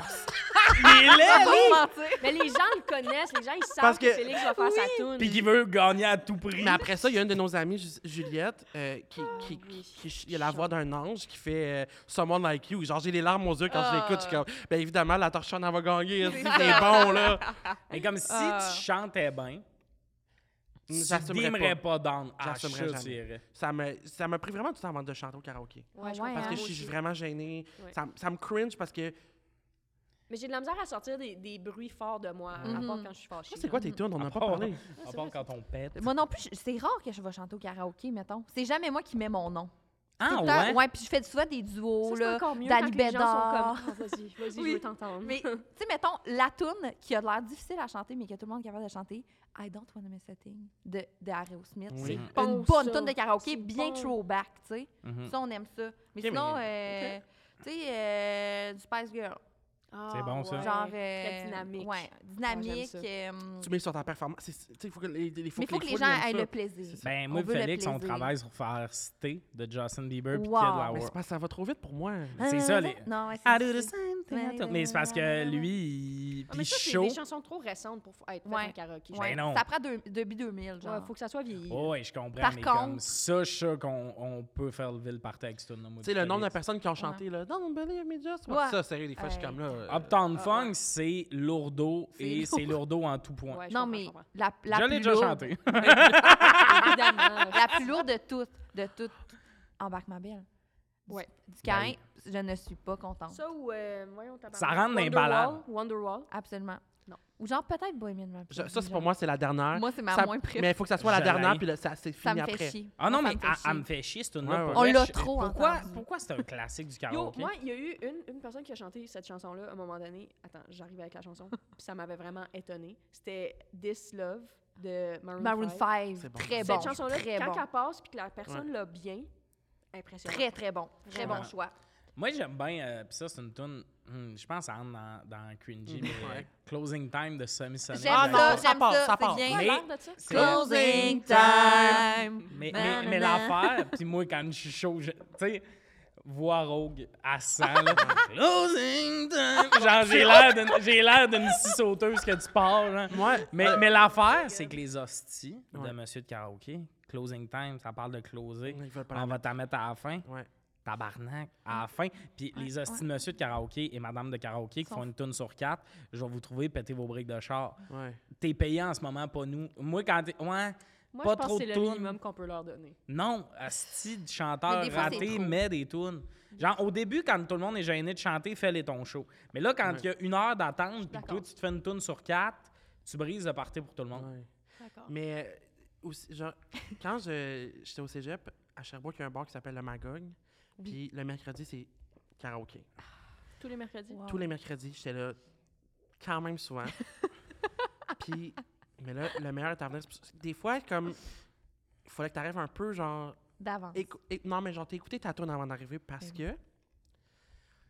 [SPEAKER 1] Il est
[SPEAKER 2] Ah,
[SPEAKER 1] là, lui!
[SPEAKER 4] Mais les gens le connaissent, les gens ils savent
[SPEAKER 3] Parce
[SPEAKER 4] que,
[SPEAKER 3] que-
[SPEAKER 4] Félix va faire sa tune.
[SPEAKER 1] Puis qu'il veut gagner à tout prix.
[SPEAKER 3] Mais après ça, il y a une de nos amies, Ju- Juliette, euh, qui, qui,
[SPEAKER 4] oui.
[SPEAKER 3] qui, qui ch- il a la voix d'un ange qui fait euh, Someone Like You. Genre, j'ai les larmes aux yeux quand je l'écoute. Je suis comme. Ben évidemment, la torchonne, elle va gagner. C'est bon, là.
[SPEAKER 1] Mais comme si
[SPEAKER 2] Ah.
[SPEAKER 1] tu chantais bien, tu
[SPEAKER 3] J'assumerais
[SPEAKER 1] n'aimerais
[SPEAKER 3] pas.
[SPEAKER 1] pas down. Ah, je suis
[SPEAKER 3] J'assumerais
[SPEAKER 1] sûr que tu
[SPEAKER 3] jamais.
[SPEAKER 1] irais.
[SPEAKER 3] Ça me, ça m'a pris vraiment du temps avant de chanter au karaoké.
[SPEAKER 4] Ouais, je
[SPEAKER 2] Ah ouais,
[SPEAKER 4] comprends.
[SPEAKER 3] Parce
[SPEAKER 2] hein?
[SPEAKER 3] que je
[SPEAKER 4] Moi
[SPEAKER 3] suis
[SPEAKER 4] aussi.
[SPEAKER 3] vraiment gênée.
[SPEAKER 4] Ouais.
[SPEAKER 3] Ça, m- ça me cringe parce que.
[SPEAKER 4] Mais j'ai de la misère à sortir des, des bruits forts de moi, à
[SPEAKER 2] Mhm.
[SPEAKER 4] part quand je suis fâchée.
[SPEAKER 3] Ça, c'est quoi tes tunes? On n'a pas
[SPEAKER 1] part-
[SPEAKER 3] parlé.
[SPEAKER 1] À part quand Oh, on pète.
[SPEAKER 2] Moi non plus, je- c'est rare que je vais chanter au karaoké, mettons. C'est jamais moi qui mets mon nom.
[SPEAKER 1] Ah
[SPEAKER 2] Tout le temps-
[SPEAKER 1] ouais?
[SPEAKER 2] ouais, puis je fais souvent des
[SPEAKER 4] Ça,
[SPEAKER 2] duos,
[SPEAKER 4] c'est
[SPEAKER 2] Oh, là,
[SPEAKER 4] encore mieux
[SPEAKER 2] d'Ali
[SPEAKER 4] quand les gens sont
[SPEAKER 2] Bédard.
[SPEAKER 4] comme, Ah, vas-y, vas-y,
[SPEAKER 2] Oui.
[SPEAKER 4] je veux t'entendre.
[SPEAKER 2] Mais, tu sais, mettons, la toune qui a l'air difficile à chanter, mais que tout le monde est capable de chanter, I Don't Wanna Miss a Thing, de, de Aerosmith.
[SPEAKER 1] Oui. Mm.
[SPEAKER 2] C'est une
[SPEAKER 4] Bon,
[SPEAKER 2] bonne
[SPEAKER 4] Oh, ça.
[SPEAKER 2] toune de karaoké,
[SPEAKER 4] C'est
[SPEAKER 2] bien
[SPEAKER 4] bon.
[SPEAKER 2] throwback, tu sais.
[SPEAKER 1] Mhm.
[SPEAKER 2] Ça, on aime ça. Mais
[SPEAKER 3] Ok,
[SPEAKER 2] sinon, euh, tu sais, euh, du Spice Girl.
[SPEAKER 4] Ah,
[SPEAKER 1] C'est bon, ça.
[SPEAKER 4] ouais,
[SPEAKER 2] Genre...
[SPEAKER 4] Très
[SPEAKER 2] euh,
[SPEAKER 4] dynamique.
[SPEAKER 2] Ouais,
[SPEAKER 4] Ouais, j'aime
[SPEAKER 2] dynamique.
[SPEAKER 4] ça.
[SPEAKER 2] euh,
[SPEAKER 3] Tu mets sur ta performance. C'est- c'est- tu sais, Il faut que les, les- faut
[SPEAKER 2] mais il faut que les
[SPEAKER 3] foules
[SPEAKER 2] gens
[SPEAKER 3] aiment
[SPEAKER 2] aient
[SPEAKER 3] ça.
[SPEAKER 2] le plaisir.
[SPEAKER 3] C'est ça.
[SPEAKER 1] Ben,
[SPEAKER 2] On
[SPEAKER 1] moi, et
[SPEAKER 2] veut le
[SPEAKER 1] Félix, on
[SPEAKER 2] plaisir.
[SPEAKER 1] travaille sur faire citer de Justin Bieber puis
[SPEAKER 2] Wow.
[SPEAKER 1] Kid Lauer.
[SPEAKER 3] Mais c'est parce que ça va trop vite pour moi.
[SPEAKER 1] C'est ça, les-
[SPEAKER 2] Hein?
[SPEAKER 1] Ah,
[SPEAKER 2] Non, ouais, c'est
[SPEAKER 1] I do the
[SPEAKER 2] ça.
[SPEAKER 1] same thing
[SPEAKER 2] Ouais,
[SPEAKER 1] I do-
[SPEAKER 2] ouais,
[SPEAKER 1] Mais c'est parce
[SPEAKER 2] ouais,
[SPEAKER 1] que
[SPEAKER 2] ouais,
[SPEAKER 1] lui, il
[SPEAKER 4] Ah,
[SPEAKER 2] Oh,
[SPEAKER 1] puis
[SPEAKER 4] mais
[SPEAKER 1] il
[SPEAKER 4] ça, c'est
[SPEAKER 1] chaud.
[SPEAKER 4] des chansons trop récentes pour f- être faites
[SPEAKER 2] Ouais.
[SPEAKER 4] en karaoké.
[SPEAKER 1] Ben
[SPEAKER 2] Ouais,
[SPEAKER 1] non.
[SPEAKER 2] Ça prend deux- depuis 2000,
[SPEAKER 4] Il
[SPEAKER 2] genre.
[SPEAKER 4] faut que ça soit vieilli.
[SPEAKER 1] Oh, ouais, je comprends.
[SPEAKER 2] Par
[SPEAKER 1] mais comme
[SPEAKER 2] contre-
[SPEAKER 1] ça, je suis sûr qu'on on peut faire lever le party avec ce nom.
[SPEAKER 3] Tu sais, le nombre de personnes qui ont chanté, là, Don't believe me just. Moi,
[SPEAKER 2] Ouais.
[SPEAKER 3] Ça, sérieux, des fois, je suis comme là. euh,
[SPEAKER 1] Uptown
[SPEAKER 4] Ah,
[SPEAKER 1] Funk, c'est lourdeau
[SPEAKER 2] C'est
[SPEAKER 1] et
[SPEAKER 2] lourd.
[SPEAKER 1] c'est lourdeau en tout point.
[SPEAKER 4] Ouais, je
[SPEAKER 2] Non,
[SPEAKER 4] comprends, je
[SPEAKER 2] mais
[SPEAKER 4] comprends.
[SPEAKER 2] la, la
[SPEAKER 1] Je
[SPEAKER 2] plus
[SPEAKER 1] l'ai déjà
[SPEAKER 2] lourde-
[SPEAKER 1] chanté.
[SPEAKER 4] Évidemment.
[SPEAKER 2] La plus lourde de toutes, de toutes, embarque ma belle. Du-
[SPEAKER 4] Ouais.
[SPEAKER 2] Du Caïn, je ne suis pas contente.
[SPEAKER 4] Ça ou, euh, voyons, t'as
[SPEAKER 1] Ça
[SPEAKER 4] parlé.
[SPEAKER 1] rentre dans les
[SPEAKER 4] Wonderwall,
[SPEAKER 1] balades.
[SPEAKER 4] Wonderwall.
[SPEAKER 2] Absolument.
[SPEAKER 4] Non.
[SPEAKER 2] Ou genre peut-être Bohemian Rhapsody.
[SPEAKER 3] je- ça, c'est pour
[SPEAKER 2] genre.
[SPEAKER 3] moi, c'est la dernière.
[SPEAKER 2] Moi, c'est ma
[SPEAKER 3] Ça-
[SPEAKER 2] moins préférée.
[SPEAKER 3] Mais il faut que ça soit la
[SPEAKER 1] Je
[SPEAKER 3] dernière,
[SPEAKER 1] l'haïs.
[SPEAKER 3] puis là, ça, c'est
[SPEAKER 2] Ça
[SPEAKER 3] fini
[SPEAKER 2] me fait
[SPEAKER 3] après.
[SPEAKER 2] chier.
[SPEAKER 1] Ah non,
[SPEAKER 2] Moi,
[SPEAKER 1] mais
[SPEAKER 2] ça me fait
[SPEAKER 1] elle-
[SPEAKER 2] chier.
[SPEAKER 1] elle me fait chier, cette tune-là.
[SPEAKER 3] Ouais,
[SPEAKER 1] pour
[SPEAKER 3] ouais.
[SPEAKER 1] vrai,
[SPEAKER 2] On l'a
[SPEAKER 1] je-
[SPEAKER 2] trop
[SPEAKER 1] Pourquoi,
[SPEAKER 2] entendue.
[SPEAKER 1] pourquoi c'est un classique du
[SPEAKER 4] Yo,
[SPEAKER 1] karaoké?
[SPEAKER 4] moi, il y a eu une, une personne qui a chanté cette chanson-là à un moment donné. Attends, j'arrive avec la chanson. Puis ça m'avait vraiment étonnée. C'était This Love de Maroon,
[SPEAKER 2] Maroon
[SPEAKER 4] 5.
[SPEAKER 2] 5,
[SPEAKER 3] C'est bon.
[SPEAKER 2] très bon.
[SPEAKER 4] Cette chanson-là,
[SPEAKER 2] très
[SPEAKER 4] quand
[SPEAKER 2] bon.
[SPEAKER 4] elle passe puis que la personne l'a bien, impressionnant.
[SPEAKER 2] Très, très bon. Très bon
[SPEAKER 1] Ouais.
[SPEAKER 2] choix.
[SPEAKER 1] Moi, j'aime bien, euh, pis ça, c'est une tune. je pense que ça rentre dans, dans Cringy, mais euh,
[SPEAKER 3] Mm. Ouais.
[SPEAKER 1] Closing Time de Semi Sonic.
[SPEAKER 2] J'aime
[SPEAKER 3] Ah non,
[SPEAKER 2] ça,
[SPEAKER 3] ça
[SPEAKER 2] j'aime
[SPEAKER 3] part,
[SPEAKER 2] ça,
[SPEAKER 3] ça
[SPEAKER 2] c'est
[SPEAKER 3] part.
[SPEAKER 2] bien.
[SPEAKER 4] Quoi,
[SPEAKER 1] Mais-
[SPEAKER 4] l'air de ça?
[SPEAKER 1] C'est-
[SPEAKER 2] Closing time.
[SPEAKER 1] Mais, mais,
[SPEAKER 2] Nanana.
[SPEAKER 1] mais l'affaire, puis moi, quand je suis chaud, je- tu sais, voix rogue à 100. là. Closing time. Genre, j'ai l'air d'une- j'ai l'air d'une scie sauteuse que tu pars. genre.
[SPEAKER 3] Moi,
[SPEAKER 1] Mais, mais l'affaire, c'est que les hosties
[SPEAKER 3] Euh, Ouais.
[SPEAKER 1] de Monsieur de Karaoké, closing time, ça parle de closer.
[SPEAKER 3] Ils veulent pas la
[SPEAKER 1] On va t'en mettre à la fin.
[SPEAKER 3] Ouais.
[SPEAKER 1] Tabarnak, à la fin. Puis
[SPEAKER 2] Ouais,
[SPEAKER 1] les hosties de Monsieur de Karaoké et Madame de Karaoké qui
[SPEAKER 2] Sont-
[SPEAKER 1] font une toune sur quatre, je vais vous trouver péter vos briques de char.
[SPEAKER 3] Ouais.
[SPEAKER 1] T'es payé en ce moment, pas nous. Moi, quand t'es. Ouais.
[SPEAKER 4] Moi,
[SPEAKER 1] Pas
[SPEAKER 4] je pense
[SPEAKER 1] trop
[SPEAKER 4] que
[SPEAKER 1] de
[SPEAKER 4] c'est le
[SPEAKER 1] tunes.
[SPEAKER 4] minimum qu'on peut leur donner.
[SPEAKER 1] Non, asti de chanteur
[SPEAKER 2] Mais des fois, c'est
[SPEAKER 1] raté
[SPEAKER 2] trop.
[SPEAKER 1] met des tunes. Genre, au début, quand tout le monde est gêné de chanter, fais-les ton show. Mais là, quand il y a une heure d'attente, puis que toi,
[SPEAKER 4] D'accord.
[SPEAKER 1] tu te fais une tune sur quatre, tu brises le party pour tout le monde.
[SPEAKER 3] ouais.
[SPEAKER 4] D'accord.
[SPEAKER 3] Mais euh, aussi, genre, quand je- j'étais au cégep, à Sherbrooke, il y a un bar qui s'appelle le Magog. Puis le mercredi, c'est karaoké.
[SPEAKER 4] Tous les mercredis.
[SPEAKER 2] Wow.
[SPEAKER 3] Tous les mercredis, j'étais là quand même souvent. Puis, mais là, le meilleur est à venir. C'est pour ça- Des fois, comme, il fallait que tu arrives un peu, genre,
[SPEAKER 2] D'avance.
[SPEAKER 3] Écou- éc- non, mais genre, t'as écouté ta tune avant d'arriver
[SPEAKER 2] Ben
[SPEAKER 3] parce que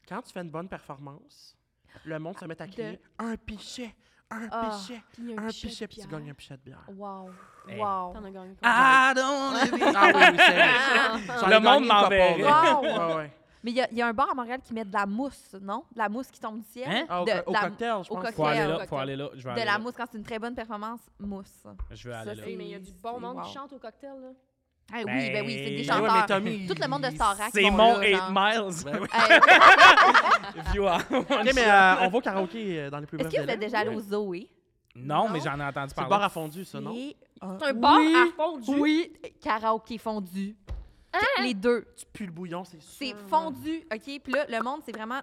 [SPEAKER 3] quand tu fais une bonne performance, le monde se met à
[SPEAKER 4] De-
[SPEAKER 3] crier un pichet, un
[SPEAKER 2] Ah,
[SPEAKER 3] pichet,
[SPEAKER 4] Puis
[SPEAKER 3] un
[SPEAKER 4] pichet de
[SPEAKER 3] pichet, puis tu
[SPEAKER 4] bière.
[SPEAKER 3] gagnes un pichet de bière.
[SPEAKER 2] Wow.
[SPEAKER 1] Hey.
[SPEAKER 2] Wow.
[SPEAKER 4] T'en as gagné Ah,
[SPEAKER 1] I
[SPEAKER 2] Ah,
[SPEAKER 4] combien?
[SPEAKER 1] don't wanna be-
[SPEAKER 3] Ah oui, oui, c'est vrai. J'en ai
[SPEAKER 1] Le
[SPEAKER 3] gagné
[SPEAKER 1] monde m'en
[SPEAKER 3] une couple,
[SPEAKER 1] verrait.
[SPEAKER 3] là.
[SPEAKER 2] Wow.
[SPEAKER 3] Ouais, Ah ouais.
[SPEAKER 2] Mais il y, a- il y a un bar à Montréal qui met de la mousse, non? De la mousse qui tombe du ciel.
[SPEAKER 1] Hein?
[SPEAKER 3] Ah, au,
[SPEAKER 2] De-
[SPEAKER 3] co- au
[SPEAKER 2] la-
[SPEAKER 3] cocktail, je
[SPEAKER 2] au
[SPEAKER 3] pense.
[SPEAKER 2] cocktail.
[SPEAKER 1] Faut aller là,
[SPEAKER 2] Cocktail,
[SPEAKER 1] faut aller là. Je vais
[SPEAKER 2] De
[SPEAKER 1] aller
[SPEAKER 2] la
[SPEAKER 1] là.
[SPEAKER 2] mousse, quand c'est une très bonne performance, mousse.
[SPEAKER 1] Je vais
[SPEAKER 2] Ça,
[SPEAKER 1] aller là.
[SPEAKER 2] c'est-
[SPEAKER 4] Oui, mais il y a du bon
[SPEAKER 2] c'est-
[SPEAKER 4] monde
[SPEAKER 2] wow.
[SPEAKER 4] qui chante au cocktail, là.
[SPEAKER 2] Ah oui, ben oui, c'est des
[SPEAKER 1] Ben
[SPEAKER 3] Ben ouais,
[SPEAKER 2] chanteurs. Eh,
[SPEAKER 3] mais Tommy,
[SPEAKER 2] Tout le monde de
[SPEAKER 3] il-
[SPEAKER 2] Starac.
[SPEAKER 1] C'est
[SPEAKER 2] vont
[SPEAKER 1] mon
[SPEAKER 2] là,
[SPEAKER 1] 8
[SPEAKER 2] genre.
[SPEAKER 1] miles.
[SPEAKER 3] Ben oui.
[SPEAKER 2] Hey,
[SPEAKER 1] View out.
[SPEAKER 3] Ok, mais euh, on va au karaoké euh, dans les plus brefs
[SPEAKER 2] Est-ce que vous
[SPEAKER 3] délais.
[SPEAKER 2] êtes déjà allé au Zoé?
[SPEAKER 1] Non, mais
[SPEAKER 4] Non.
[SPEAKER 1] j'en ai entendu
[SPEAKER 3] C'est
[SPEAKER 1] parler.
[SPEAKER 3] le bar à fondu, ça, non?
[SPEAKER 2] C'est un
[SPEAKER 4] C'est un bar
[SPEAKER 2] oui,
[SPEAKER 4] à fondu.
[SPEAKER 2] Oui, karaoké fondu. Les deux.
[SPEAKER 3] Tu pues le bouillon, c'est sûr.
[SPEAKER 2] C'est fondu, OK? Puis là, le monde, c'est vraiment...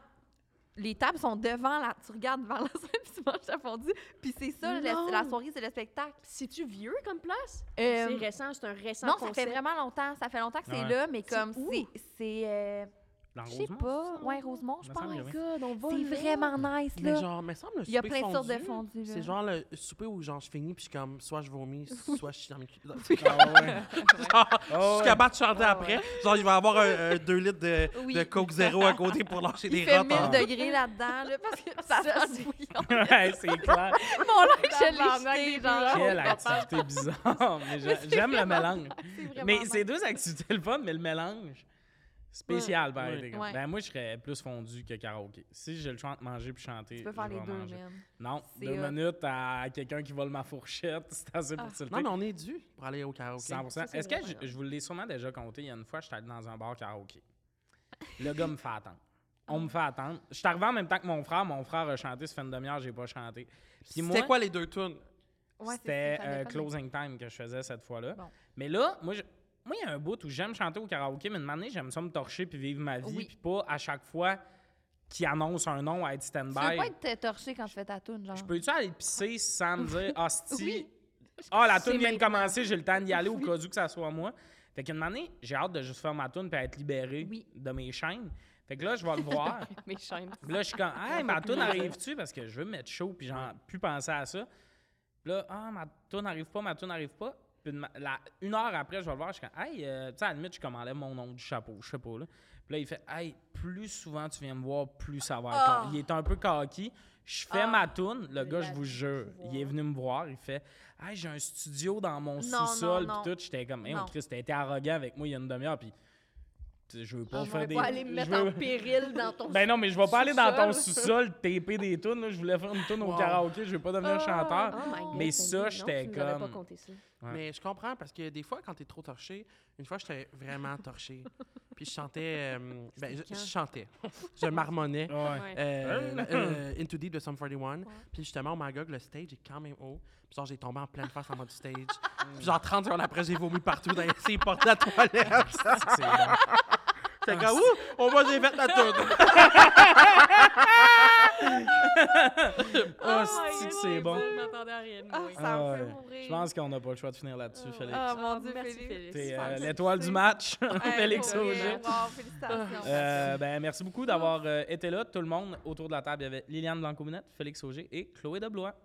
[SPEAKER 2] Les tables sont devant la... Tu regardes devant la scène, puis tu manges ta fondue. Puis c'est ça, la,
[SPEAKER 4] Non.
[SPEAKER 2] la soirée, c'est le spectacle.
[SPEAKER 4] C'est-tu vieux comme place?
[SPEAKER 2] Euh,
[SPEAKER 4] c'est récent, c'est un récent
[SPEAKER 2] non, ça
[SPEAKER 4] concept.
[SPEAKER 2] fait vraiment longtemps. Ça fait longtemps que c'est
[SPEAKER 1] Ouais.
[SPEAKER 2] là, mais
[SPEAKER 4] C'est
[SPEAKER 2] comme
[SPEAKER 4] où?
[SPEAKER 2] c'est... C'est... euh,
[SPEAKER 1] Dans
[SPEAKER 2] Je sais
[SPEAKER 1] Rosemont?
[SPEAKER 2] pas. Ouais, Rosemont, je
[SPEAKER 1] Me semble
[SPEAKER 2] pense.
[SPEAKER 1] que oui.
[SPEAKER 4] God, on va
[SPEAKER 2] C'est
[SPEAKER 4] là.
[SPEAKER 2] vraiment nice,
[SPEAKER 3] Mais
[SPEAKER 2] là.
[SPEAKER 3] genre, me semble, le
[SPEAKER 2] Il y a
[SPEAKER 3] souper
[SPEAKER 2] plein de sortes de
[SPEAKER 3] fondu,
[SPEAKER 2] fondue, là.
[SPEAKER 3] C'est genre le souper où genre je finis puis je suis comme soit je vomis, soit je suis dans mes culottes.
[SPEAKER 1] Ah ouais.
[SPEAKER 3] Genre,
[SPEAKER 1] Ah
[SPEAKER 3] je
[SPEAKER 1] ouais.
[SPEAKER 3] suis capable de chanter
[SPEAKER 4] Ah
[SPEAKER 3] après. Genre, il va avoir un- un 2 litres de,
[SPEAKER 2] Oui.
[SPEAKER 3] de Coke Zéro à côté pour lâcher
[SPEAKER 2] Il
[SPEAKER 3] des
[SPEAKER 2] fait
[SPEAKER 3] rottes.
[SPEAKER 2] 1000
[SPEAKER 3] en-
[SPEAKER 2] degrés là-dedans, là, parce que ça
[SPEAKER 4] Ça,
[SPEAKER 2] sent
[SPEAKER 4] c'est-
[SPEAKER 2] bouillant.
[SPEAKER 1] Ouais, c'est clair.
[SPEAKER 2] Mon linge,
[SPEAKER 4] Tabarnak,
[SPEAKER 2] je l'ai
[SPEAKER 4] les
[SPEAKER 2] jeté, genre.
[SPEAKER 1] Quelle
[SPEAKER 4] on comprend.
[SPEAKER 1] activité bizarre. mais j'a-
[SPEAKER 2] c'est
[SPEAKER 1] J'aime le
[SPEAKER 2] vraiment
[SPEAKER 1] mélange.
[SPEAKER 2] C'est vraiment
[SPEAKER 1] Mais
[SPEAKER 2] nice.
[SPEAKER 1] c'est deux activités le fun, mais le mélange, spécial, par
[SPEAKER 3] Ouais.
[SPEAKER 1] exemple.
[SPEAKER 2] Mm. Ouais.
[SPEAKER 1] Ben, moi, je serais plus fondu que karaoké. Si j'ai le choix de manger puis chanter,
[SPEAKER 2] Tu peux
[SPEAKER 1] je
[SPEAKER 2] faire
[SPEAKER 1] vais
[SPEAKER 2] les deux,
[SPEAKER 1] manger.
[SPEAKER 2] man.
[SPEAKER 1] Non,
[SPEAKER 2] C'est euh,
[SPEAKER 1] deux
[SPEAKER 2] hot.
[SPEAKER 1] minutes à quelqu'un qui vole ma fourchette, c'est assez pour
[SPEAKER 4] Ah.
[SPEAKER 1] tilter.
[SPEAKER 3] Non, mais on est dû pour aller au karaoké.
[SPEAKER 1] 100%.
[SPEAKER 4] Ça, c'est
[SPEAKER 1] Est-ce que
[SPEAKER 4] vraiment
[SPEAKER 1] je,
[SPEAKER 4] grave.
[SPEAKER 1] je vous l'ai sûrement déjà compté, il y a une fois, j'étais allé dans un bar karaoké. Le gars me fait attendre. On
[SPEAKER 2] Ah.
[SPEAKER 1] me fait attendre. Je suis arrivé en même temps que mon frère. Mon frère a chanté, ça fait une demi-heure, j'ai pas chanté. Puis moi,
[SPEAKER 3] C'était quoi les deux tunes?
[SPEAKER 2] Ouais, c'est-
[SPEAKER 1] c'était
[SPEAKER 2] ça dépend
[SPEAKER 1] euh,
[SPEAKER 2] des-
[SPEAKER 1] closing time que je faisais cette fois-là.
[SPEAKER 2] Bon.
[SPEAKER 1] Mais là, moi, je- moi, il y a un bout où j'aime chanter au karaoké, mais de manière, j'aime ça me torcher puis vivre ma vie,
[SPEAKER 2] Oui.
[SPEAKER 1] puis pas à chaque fois qu'il annonce un nom à être
[SPEAKER 2] Tu veux
[SPEAKER 1] stand-by.
[SPEAKER 2] pas être torché quand tu fais ta toune, genre.
[SPEAKER 1] Je peux-tu aller pisser sans me dire, hostie,
[SPEAKER 2] Oui.
[SPEAKER 1] ah, la
[SPEAKER 2] C'est
[SPEAKER 1] toune vient de
[SPEAKER 2] maintenant.
[SPEAKER 1] commencer, j'ai le temps d'y aller au cas où que ça soit moi. Fait qu'une année, j'ai hâte de juste faire ma toune puis être libéré
[SPEAKER 2] Oui.
[SPEAKER 1] de mes chaînes. Fait que là, je vais le voir.
[SPEAKER 4] Mes chaînes.
[SPEAKER 1] Puis là, je suis comme, hey, ma toune arrive-tu? Parce que je veux me mettre chaud, puis j'en plus penser à ça. Puis là, ah, ma toune n'arrive pas, ma toune n'arrive pas. Puis une, ma- la- une heure après, je vais le voir, je suis comme, hey, euh, tu sais, à la limite, je commandais mon nom du chapeau, je sais pas, là. Puis là, il fait, hey, plus souvent tu viens me voir, plus ça va être
[SPEAKER 2] Ah!
[SPEAKER 1] long. Il est un peu kaki. Je fais
[SPEAKER 2] Ah!
[SPEAKER 1] ma toune, le gars, je
[SPEAKER 4] la
[SPEAKER 1] vous jure, il est venu me voir, il fait, hey, j'ai un studio dans mon
[SPEAKER 2] Non,
[SPEAKER 1] sous-sol,
[SPEAKER 2] non, non.
[SPEAKER 1] puis tout. J'étais comme, hey, mon
[SPEAKER 2] Non.
[SPEAKER 1] Christ, t'as été arrogant avec moi il y a une demi-heure, puis tu sais, je veux
[SPEAKER 2] Ah,
[SPEAKER 1] pas
[SPEAKER 4] On
[SPEAKER 1] faire
[SPEAKER 4] va
[SPEAKER 1] des.
[SPEAKER 4] pas aller me
[SPEAKER 1] je
[SPEAKER 4] mettre
[SPEAKER 1] veux-
[SPEAKER 4] en péril dans ton...
[SPEAKER 1] ben non, mais je vais pas aller dans ton
[SPEAKER 4] Sous-sol.
[SPEAKER 1] sous-sol taper des tunes. là. Je voulais faire une tune au
[SPEAKER 3] Wow.
[SPEAKER 1] karaoké, je vais pas devenir chanteur.
[SPEAKER 4] Oh my God,
[SPEAKER 1] Mais
[SPEAKER 4] Sandy,
[SPEAKER 1] ça,
[SPEAKER 4] non,
[SPEAKER 1] j'étais
[SPEAKER 4] tu nous avais
[SPEAKER 1] comme-
[SPEAKER 4] pas compté ça.
[SPEAKER 1] Ouais.
[SPEAKER 3] Mais je comprends parce que des fois, quand t'es trop torché, une fois, j'étais vraiment torché. Puis je chantais. euh, ben, je,
[SPEAKER 4] C'était
[SPEAKER 3] je
[SPEAKER 4] quand?
[SPEAKER 3] chantais. Je marmonnais.
[SPEAKER 1] Ouais.
[SPEAKER 4] Ouais.
[SPEAKER 3] Euh,
[SPEAKER 1] Ouais.
[SPEAKER 3] euh, Into Deep de Sum 41. Puis justement, au Magog, le stage est quand même haut. Puis genre, j'ai tombé en pleine face en bas du stage.
[SPEAKER 2] Mm.
[SPEAKER 3] Puis genre, 30 secondes après, j'ai vomi partout dans les portes de la toilette.
[SPEAKER 1] C'est bon.
[SPEAKER 3] J'étais comme, ouh, on va, j'ai fait la toune.
[SPEAKER 1] Ah,
[SPEAKER 4] Oh
[SPEAKER 1] c'est-tu que c'est bon.
[SPEAKER 4] Je m'attendais à rien de
[SPEAKER 2] Ah,
[SPEAKER 4] moins.
[SPEAKER 2] ça
[SPEAKER 1] Ah
[SPEAKER 2] me
[SPEAKER 1] ouais.
[SPEAKER 2] fait mourir.
[SPEAKER 1] Je pense qu'on n'a pas le choix de finir là-dessus, Félix.
[SPEAKER 2] Ah, mon
[SPEAKER 4] Ah,
[SPEAKER 2] Dieu,
[SPEAKER 4] merci,
[SPEAKER 2] Félix.
[SPEAKER 4] Félix.
[SPEAKER 1] T'es euh,
[SPEAKER 2] super.
[SPEAKER 1] l'étoile du match,
[SPEAKER 2] Hey,
[SPEAKER 1] Félix
[SPEAKER 2] pour
[SPEAKER 1] Auger.
[SPEAKER 2] vrai, wow, félicitations.
[SPEAKER 1] Euh, ben, merci beaucoup d'avoir euh, été là, tout le monde. Autour de la table, il y avait Liliane Blanco-Minette, Félix Auger et Chloé Deblois.